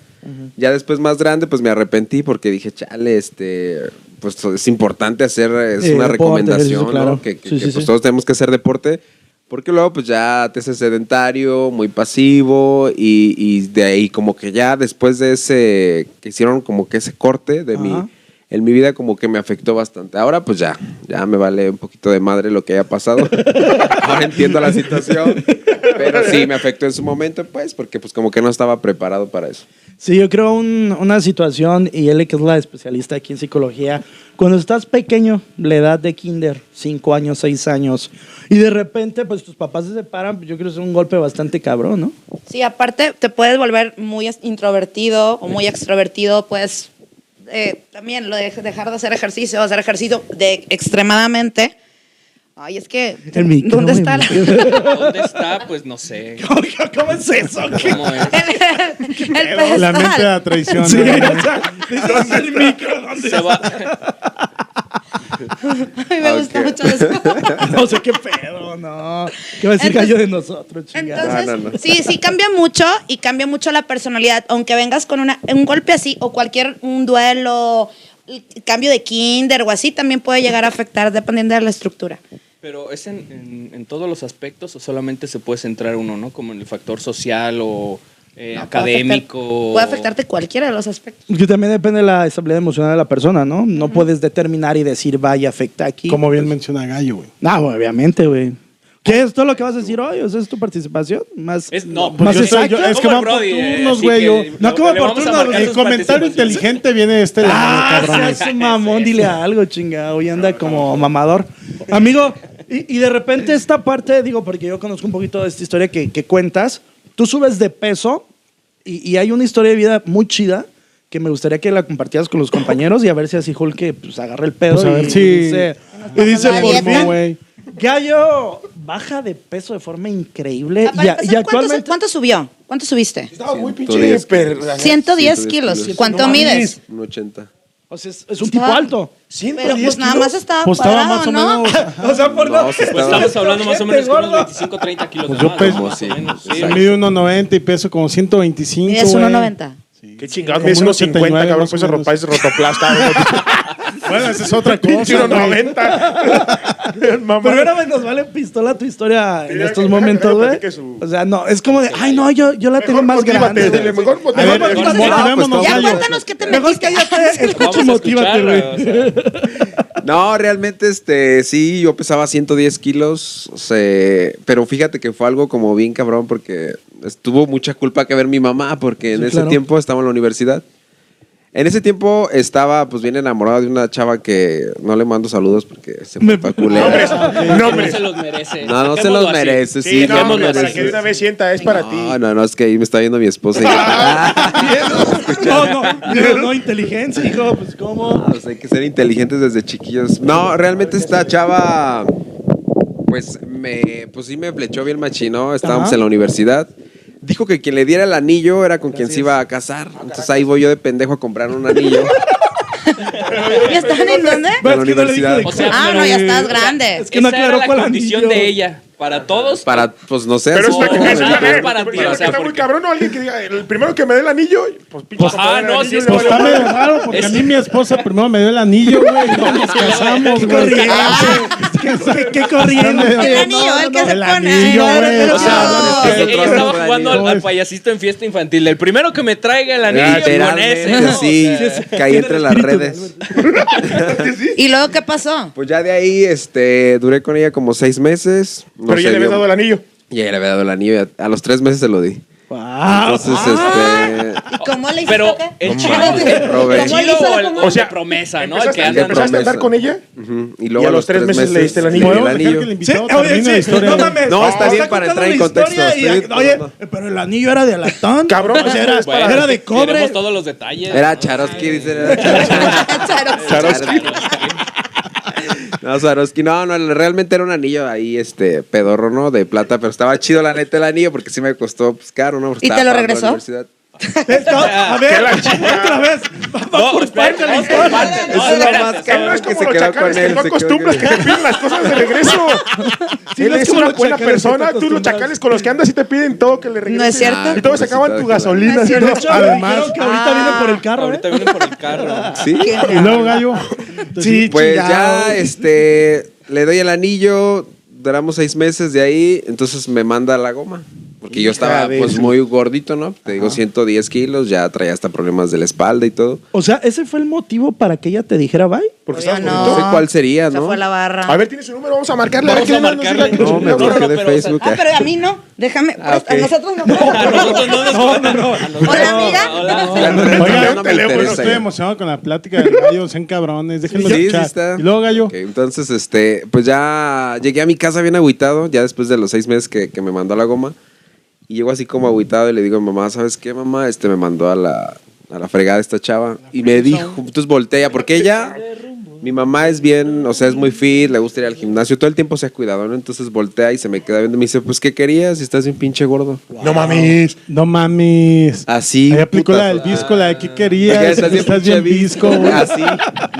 [SPEAKER 2] Ya después más grande pues me arrepentí porque dije, chale, este, pues es importante hacer, es
[SPEAKER 1] Eh,
[SPEAKER 2] una
[SPEAKER 1] deporte,
[SPEAKER 2] recomendación,
[SPEAKER 1] ejercicio,
[SPEAKER 2] ¿no?
[SPEAKER 1] claro.
[SPEAKER 2] Que, que-
[SPEAKER 1] Sí,
[SPEAKER 2] que,
[SPEAKER 1] sí,
[SPEAKER 2] pues
[SPEAKER 1] sí.
[SPEAKER 2] todos tenemos que hacer deporte. Porque luego pues ya te haces sedentario, muy pasivo y, y de ahí como que ya después de ese, que hicieron como que ese corte de
[SPEAKER 1] Ajá.
[SPEAKER 2] mi en mi vida como que me afectó bastante. Ahora pues ya, ya me vale un poquito de madre lo que haya pasado. Ahora entiendo la situación. Pero sí, me afectó en su momento, pues, porque pues como que no estaba preparado para eso.
[SPEAKER 1] Sí, yo creo un- una situación, y él que es la especialista aquí en psicología, cuando estás pequeño, la edad de kinder, 5 años, 6 años, y de repente pues tus papás se separan, pues, yo creo que es un golpe bastante cabrón, ¿no?
[SPEAKER 4] Sí, aparte te puedes volver muy es- introvertido o muy extrovertido, puedes eh, también lo de dejar de hacer ejercicio, hacer ejercicio de extremadamente. Ay, es que
[SPEAKER 1] El micro,
[SPEAKER 4] ¿dónde
[SPEAKER 1] el
[SPEAKER 4] está la-
[SPEAKER 3] ¿Dónde está? Pues no sé.
[SPEAKER 1] ¿Cómo, cómo es eso?
[SPEAKER 3] ¿Cómo es?
[SPEAKER 4] el, el
[SPEAKER 6] La mente
[SPEAKER 4] pedestal?
[SPEAKER 6] a traición.
[SPEAKER 1] Sí, o
[SPEAKER 6] ¿no?
[SPEAKER 1] sea, dices, el micro, ¿dónde
[SPEAKER 3] Se va.
[SPEAKER 4] Ay, me gusta
[SPEAKER 2] Ok.
[SPEAKER 4] mucho eso.
[SPEAKER 1] No sé qué pedo, no. ¿Qué va a decir
[SPEAKER 4] Entonces-
[SPEAKER 1] gallo de nosotros, chingada?
[SPEAKER 4] Entonces,
[SPEAKER 2] No, no, no.
[SPEAKER 4] sí, sí cambia mucho y cambia mucho la personalidad. Aunque vengas con una, un golpe así o cualquier un duelo, el cambio de kinder o así, también puede llegar a afectar dependiendo de la estructura.
[SPEAKER 3] Pero es en, en- en todos los aspectos o solamente se puede centrar uno, ¿no? Como en el factor social o eh,
[SPEAKER 4] No, puede afectar-
[SPEAKER 3] académico.
[SPEAKER 4] Puede afectarte cualquiera de los aspectos.
[SPEAKER 1] Que también depende de la estabilidad emocional de la persona, ¿no? No puedes determinar y decir, vaya, afecta aquí.
[SPEAKER 6] Como bien menciona Gallo, güey.
[SPEAKER 1] No, güey, obviamente, güey. ¿Qué es todo lo que vas a decir hoy? ¿O sea, es tu participación? Más,
[SPEAKER 3] Es- no,
[SPEAKER 1] más
[SPEAKER 6] Pues yo
[SPEAKER 3] porque-
[SPEAKER 6] soy-
[SPEAKER 1] exacta.
[SPEAKER 6] yo- es que
[SPEAKER 3] Como
[SPEAKER 6] van por
[SPEAKER 3] Brody, eh,
[SPEAKER 6] turnos,
[SPEAKER 3] así
[SPEAKER 6] güey.
[SPEAKER 3] que
[SPEAKER 6] yo-
[SPEAKER 3] le-
[SPEAKER 6] No, que van
[SPEAKER 3] le
[SPEAKER 6] por
[SPEAKER 3] vamos a
[SPEAKER 6] turnos.
[SPEAKER 3] marcar
[SPEAKER 6] El
[SPEAKER 3] sus
[SPEAKER 6] comentario
[SPEAKER 3] participaciones.
[SPEAKER 6] inteligente viene de este
[SPEAKER 1] Ah,
[SPEAKER 6] lado, cabrones.
[SPEAKER 1] seas un mamón, dile algo, chinga. Hoy anda como mamador. Amigo, y, y de repente esta parte, digo, porque yo conozco un poquito de esta historia que, que cuentas. Tú subes de peso y, y hay una historia de vida muy chida que me gustaría que la compartieras con los compañeros y a ver si así Hulk que, pues, agarra el pedo
[SPEAKER 6] Pues a ver
[SPEAKER 1] y,
[SPEAKER 6] si-
[SPEAKER 1] dice... Y dice,
[SPEAKER 4] la
[SPEAKER 1] por
[SPEAKER 4] dieta.
[SPEAKER 1] fin,
[SPEAKER 6] güey.
[SPEAKER 1] Gallo baja de peso de forma increíble
[SPEAKER 4] Ah, Para
[SPEAKER 1] y, a-
[SPEAKER 4] empezar,
[SPEAKER 1] y
[SPEAKER 4] pues, ¿cuánto,
[SPEAKER 1] Eh, actualmente...
[SPEAKER 4] ¿Cuánto subió? ¿Cuánto subiste?
[SPEAKER 5] Estaba muy pinche
[SPEAKER 2] 110
[SPEAKER 5] hiper.
[SPEAKER 4] 110,
[SPEAKER 2] 110
[SPEAKER 4] kilos.
[SPEAKER 2] kilos.
[SPEAKER 4] ¿Cuánto
[SPEAKER 1] No
[SPEAKER 4] mides?
[SPEAKER 2] Un 80.
[SPEAKER 1] O sea, es, es un tipo alto.
[SPEAKER 4] Ah, Pero pues nada
[SPEAKER 5] kilos?
[SPEAKER 4] más estaba
[SPEAKER 6] Pues estaba
[SPEAKER 4] cuadrado,
[SPEAKER 6] más o
[SPEAKER 4] ¿no?
[SPEAKER 6] menos.
[SPEAKER 1] O sea, por
[SPEAKER 2] No, sí
[SPEAKER 3] Pues
[SPEAKER 2] estaba-
[SPEAKER 3] estamos hablando más o menos
[SPEAKER 1] Gente
[SPEAKER 3] de unos
[SPEAKER 1] gorda.
[SPEAKER 3] 25, 30 kilos.
[SPEAKER 6] Pues
[SPEAKER 3] de
[SPEAKER 6] yo
[SPEAKER 3] más,
[SPEAKER 6] peso-
[SPEAKER 3] más o menos, sí.
[SPEAKER 2] Exacto.
[SPEAKER 6] Mide 1.90 y peso como 125.
[SPEAKER 4] Mides
[SPEAKER 6] güey.
[SPEAKER 4] 1.90.
[SPEAKER 5] Qué chingados,
[SPEAKER 6] Como
[SPEAKER 5] me hizo unos
[SPEAKER 6] 1.89
[SPEAKER 5] 50, cabrón.
[SPEAKER 6] más
[SPEAKER 5] Pues
[SPEAKER 6] o
[SPEAKER 5] esa ropa es
[SPEAKER 6] menos.
[SPEAKER 5] rotoplasta.
[SPEAKER 6] Bueno, esa es otra cosa.
[SPEAKER 5] Pinche
[SPEAKER 6] güey.
[SPEAKER 5] 90.
[SPEAKER 1] Pero ahora me nos vale pistola tu historia en
[SPEAKER 5] Mira,
[SPEAKER 1] estos
[SPEAKER 5] que-
[SPEAKER 1] momentos,
[SPEAKER 5] que- que
[SPEAKER 1] güey.
[SPEAKER 5] platique su-
[SPEAKER 1] O sea, no, es como de, ay, no, yo, yo la tengo más grande.
[SPEAKER 5] dile,
[SPEAKER 1] güey".
[SPEAKER 5] mejor
[SPEAKER 6] A ver,
[SPEAKER 5] motívate.
[SPEAKER 1] Mejor no,
[SPEAKER 6] mot- motivémonos,
[SPEAKER 2] pues,
[SPEAKER 4] Ya
[SPEAKER 6] Gallo.
[SPEAKER 4] cuéntanos qué te
[SPEAKER 1] Mejor
[SPEAKER 4] metiste.
[SPEAKER 1] cállate,
[SPEAKER 3] Vamos
[SPEAKER 1] escucha
[SPEAKER 3] a
[SPEAKER 1] y motívate,
[SPEAKER 3] escucharla,
[SPEAKER 1] güey.
[SPEAKER 3] o sea,
[SPEAKER 2] No, realmente, este, sí, yo pesaba 110 kilos, o sea, pero fíjate que fue algo como bien cabrón porque estuvo mucha culpa que ver mi mamá porque en
[SPEAKER 1] Sí,
[SPEAKER 2] ese
[SPEAKER 1] claro.
[SPEAKER 2] tiempo estaba en la universidad. En ese tiempo estaba pues bien enamorado de una chava que no le mando saludos porque se
[SPEAKER 1] Me-
[SPEAKER 2] fue pa' culera.
[SPEAKER 5] Nombres,
[SPEAKER 3] No
[SPEAKER 5] nombres.
[SPEAKER 3] se los merece.
[SPEAKER 2] No, no se
[SPEAKER 3] Dejémoslo
[SPEAKER 2] los
[SPEAKER 3] así.
[SPEAKER 2] merece, sí,
[SPEAKER 5] Sí, no,
[SPEAKER 2] no,
[SPEAKER 5] hombre,
[SPEAKER 2] no,
[SPEAKER 5] para
[SPEAKER 2] no,
[SPEAKER 5] que de
[SPEAKER 2] no.
[SPEAKER 5] una vez sienta, es para
[SPEAKER 2] no,
[SPEAKER 5] ti.
[SPEAKER 2] No, no, es que ahí me está viendo mi esposa. y-
[SPEAKER 1] No, no, no, no, inteligencia, hijo, pues cómo.
[SPEAKER 2] Ah, pues hay que ser inteligentes desde chiquillos. No, realmente esta chava, pues me, pues sí me flechó bien machino. Estábamos
[SPEAKER 1] Ajá.
[SPEAKER 2] en la universidad. Dijo que quien le diera el anillo era con quien se iba a casar. Entonces ahí voy yo de pendejo a comprar un anillo.
[SPEAKER 4] ¿Ya estaban en dónde?
[SPEAKER 1] Ves que no le
[SPEAKER 2] universidad.
[SPEAKER 1] dijo
[SPEAKER 3] O
[SPEAKER 1] de-
[SPEAKER 3] sea,
[SPEAKER 4] Ah,
[SPEAKER 3] pero-
[SPEAKER 4] no, ya estás
[SPEAKER 1] Es
[SPEAKER 4] grande.
[SPEAKER 1] que no
[SPEAKER 3] Esa
[SPEAKER 1] aclaró
[SPEAKER 3] era
[SPEAKER 1] cuál
[SPEAKER 3] la condición
[SPEAKER 1] anillo.
[SPEAKER 3] de ella. Para todos.
[SPEAKER 2] Para, pues no sé.
[SPEAKER 5] Pero
[SPEAKER 2] así
[SPEAKER 5] está
[SPEAKER 2] como
[SPEAKER 5] que
[SPEAKER 2] de-
[SPEAKER 5] es para,
[SPEAKER 3] nada más para ti,
[SPEAKER 5] Pero
[SPEAKER 3] o
[SPEAKER 5] es que
[SPEAKER 3] sea,
[SPEAKER 5] está muy
[SPEAKER 3] porque-
[SPEAKER 5] cabrón, ¿no? alguien que diga, el primero que me dé el anillo, pues pinche.
[SPEAKER 3] Ajá,
[SPEAKER 5] sacó el
[SPEAKER 3] no,
[SPEAKER 5] anillo
[SPEAKER 3] sí,
[SPEAKER 5] y
[SPEAKER 3] es
[SPEAKER 5] le vale
[SPEAKER 6] Pues está
[SPEAKER 5] madre.
[SPEAKER 6] medio raro porque a mí mi esposa primero me dio el anillo, güey. y Nos casamos,
[SPEAKER 1] Qué
[SPEAKER 6] güey.
[SPEAKER 1] corriente, qué- qué corriente.
[SPEAKER 4] El anillo, el que se
[SPEAKER 6] El
[SPEAKER 4] pone.
[SPEAKER 6] anillo,
[SPEAKER 4] Ay,
[SPEAKER 6] güey.
[SPEAKER 4] pero
[SPEAKER 2] O sea,
[SPEAKER 4] no.
[SPEAKER 2] es que-
[SPEAKER 3] Ah, Ella estaba jugando al,
[SPEAKER 6] No,
[SPEAKER 3] al
[SPEAKER 6] es-
[SPEAKER 3] payasito en fiesta infantil. El primero que me traiga el anillo con
[SPEAKER 2] Literalmente,
[SPEAKER 3] ese. ¿no?
[SPEAKER 2] sí,
[SPEAKER 3] O sea,
[SPEAKER 2] caí entre las
[SPEAKER 1] espíritu,
[SPEAKER 2] redes.
[SPEAKER 4] ¿Y luego qué pasó?
[SPEAKER 2] Pues ya de ahí, este, duré con ella como seis meses. No
[SPEAKER 5] Pero
[SPEAKER 2] sé,
[SPEAKER 5] ya le habías
[SPEAKER 2] yo-
[SPEAKER 5] dado el anillo.
[SPEAKER 2] Ya le había dado el anillo. y A a los tres meses se lo di.
[SPEAKER 5] Ah,
[SPEAKER 1] Wow.
[SPEAKER 2] Entonces, este.
[SPEAKER 4] ¿Y cómo le hiciste?
[SPEAKER 3] Pero
[SPEAKER 4] qué?
[SPEAKER 3] el
[SPEAKER 2] No
[SPEAKER 3] chido,
[SPEAKER 2] mames,
[SPEAKER 4] ¿Cómo le
[SPEAKER 2] Robert.
[SPEAKER 4] hizo
[SPEAKER 3] el chido o
[SPEAKER 4] la
[SPEAKER 3] el,
[SPEAKER 4] comadre?
[SPEAKER 3] o
[SPEAKER 5] O sea,
[SPEAKER 3] sea, promesa, ¿no? El
[SPEAKER 5] ¿Empezaste
[SPEAKER 3] que
[SPEAKER 2] andan-
[SPEAKER 5] empezaste a andar con ella?
[SPEAKER 2] Ujú, Y luego
[SPEAKER 5] Y a los tres meses le diste el anillo.
[SPEAKER 2] di
[SPEAKER 6] ¿Podemos dejar que el invitado termine la historia,
[SPEAKER 1] no
[SPEAKER 6] güey?
[SPEAKER 1] mames.
[SPEAKER 2] No, está bien para
[SPEAKER 1] contando
[SPEAKER 2] entrar en
[SPEAKER 1] la historia
[SPEAKER 2] contexto,
[SPEAKER 1] y-
[SPEAKER 2] estoy-
[SPEAKER 1] oye,
[SPEAKER 2] no,
[SPEAKER 1] pero el anillo era de alatón.
[SPEAKER 5] Cabrón,
[SPEAKER 1] O sea, era,
[SPEAKER 5] bueno,
[SPEAKER 1] era de cobre.
[SPEAKER 3] pues, Tenemos todos los detalles.
[SPEAKER 2] Era
[SPEAKER 3] ¿no?
[SPEAKER 2] Charosky, dice. era Charos- Charos-
[SPEAKER 4] Charos.
[SPEAKER 2] No, Swarovski, no, no, realmente era un anillo ahí, este, pedorro, ¿no? De plata, pero estaba chido la neta el anillo porque sí me costó, pues, caro, ¿no? Porque
[SPEAKER 4] ¿Y te
[SPEAKER 2] estaba
[SPEAKER 4] lo
[SPEAKER 2] pagando la
[SPEAKER 4] regresó?
[SPEAKER 2] universidad.
[SPEAKER 1] No, a ver, otra vez. Va
[SPEAKER 3] No,
[SPEAKER 1] por
[SPEAKER 3] espérate,
[SPEAKER 1] parte la
[SPEAKER 3] no,
[SPEAKER 1] historia.
[SPEAKER 3] espérate,
[SPEAKER 2] Eso
[SPEAKER 3] no,
[SPEAKER 2] es lo
[SPEAKER 3] espérate,
[SPEAKER 2] más
[SPEAKER 3] espérate.
[SPEAKER 5] Él no
[SPEAKER 2] cabrón
[SPEAKER 5] es
[SPEAKER 2] que
[SPEAKER 5] como
[SPEAKER 2] se
[SPEAKER 5] los
[SPEAKER 2] quedó con
[SPEAKER 5] chacales que
[SPEAKER 2] él.
[SPEAKER 5] no
[SPEAKER 2] se quedó con
[SPEAKER 5] acostumbras que
[SPEAKER 2] él.
[SPEAKER 5] te piden las cosas de regreso.
[SPEAKER 1] Sí,
[SPEAKER 5] Él
[SPEAKER 1] no es
[SPEAKER 5] es
[SPEAKER 1] como
[SPEAKER 5] una
[SPEAKER 1] los
[SPEAKER 5] buena
[SPEAKER 1] chacales que
[SPEAKER 5] persona.
[SPEAKER 1] te
[SPEAKER 5] Tú los chacales con los que andas y te piden todo que le regresen.
[SPEAKER 4] No es cierto.
[SPEAKER 5] Y todos se acaban tu gasolina. ¿sí o no?
[SPEAKER 1] De hecho,
[SPEAKER 6] Además-
[SPEAKER 1] dijeron que ahorita viene por el carro. ¿eh?
[SPEAKER 3] Ahorita viene por el carro.
[SPEAKER 2] Sí,
[SPEAKER 6] Y luego, Gallo.
[SPEAKER 1] Sí,
[SPEAKER 2] Pues
[SPEAKER 1] chingado.
[SPEAKER 2] ya, este, le doy el anillo, duramos seis meses de ahí, entonces me manda la goma. Porque yo estaba
[SPEAKER 1] Híjale.
[SPEAKER 2] pues muy gordito, ¿no? Te digo, 110 kilos, ya traía hasta problemas de la espalda y todo.
[SPEAKER 1] O sea, ¿ese fue el motivo para que ella te dijera bye?
[SPEAKER 5] Porque
[SPEAKER 4] Obvio
[SPEAKER 5] estás
[SPEAKER 4] no.
[SPEAKER 2] No sé cuál sería,
[SPEAKER 4] Se
[SPEAKER 2] ¿no?
[SPEAKER 4] fue a la barra.
[SPEAKER 5] A ver, tiene su número, vamos a marcarle.
[SPEAKER 3] Vamos
[SPEAKER 5] a
[SPEAKER 3] a
[SPEAKER 5] ver qué
[SPEAKER 3] marcarle.
[SPEAKER 5] nos dice la-
[SPEAKER 2] No, me
[SPEAKER 3] No, no,
[SPEAKER 2] bloqueé
[SPEAKER 3] no,
[SPEAKER 2] de
[SPEAKER 3] pero, o sea,
[SPEAKER 2] Facebook.
[SPEAKER 4] Ah, pero a mí no. Déjame. pues,
[SPEAKER 2] Ah,
[SPEAKER 4] A
[SPEAKER 2] ok.
[SPEAKER 4] nosotros no.
[SPEAKER 3] A nosotros no nos-
[SPEAKER 4] Hola, amiga.
[SPEAKER 2] Ya no- ya
[SPEAKER 6] Oiga,
[SPEAKER 2] no me
[SPEAKER 5] teléfono,
[SPEAKER 2] interesa
[SPEAKER 6] estoy
[SPEAKER 2] ya.
[SPEAKER 6] emocionado con la plática del gallo, sean cabrones, déjenme
[SPEAKER 2] Sí, sí
[SPEAKER 6] escuchar.
[SPEAKER 2] está.
[SPEAKER 6] Y luego gallo,
[SPEAKER 2] Ok, entonces, este, pues ya llegué a mi casa bien agüitado, ya después de los seis meses que, que me mandó a la goma. Y llego así como agüitado y le digo, mamá, ¿sabes qué, mamá? Este me mandó a la, a la fregada esta chava. Y me dijo, entonces voltea, porque ella, mi mamá es bien, o sea, es muy fit, le gusta ir al gimnasio, todo el tiempo se ha cuidado, ¿no? Entonces voltea y se me queda viendo y me dice, pues, ¿qué querías? Si estás bien pinche gordo.
[SPEAKER 5] No mames.
[SPEAKER 6] no mames.
[SPEAKER 2] Así.
[SPEAKER 6] Ahí aplicó la del
[SPEAKER 2] putazo.
[SPEAKER 6] disco, la de qué
[SPEAKER 2] Ya
[SPEAKER 6] querías, estás, bien
[SPEAKER 2] pinche
[SPEAKER 6] disco.
[SPEAKER 2] visco. Así,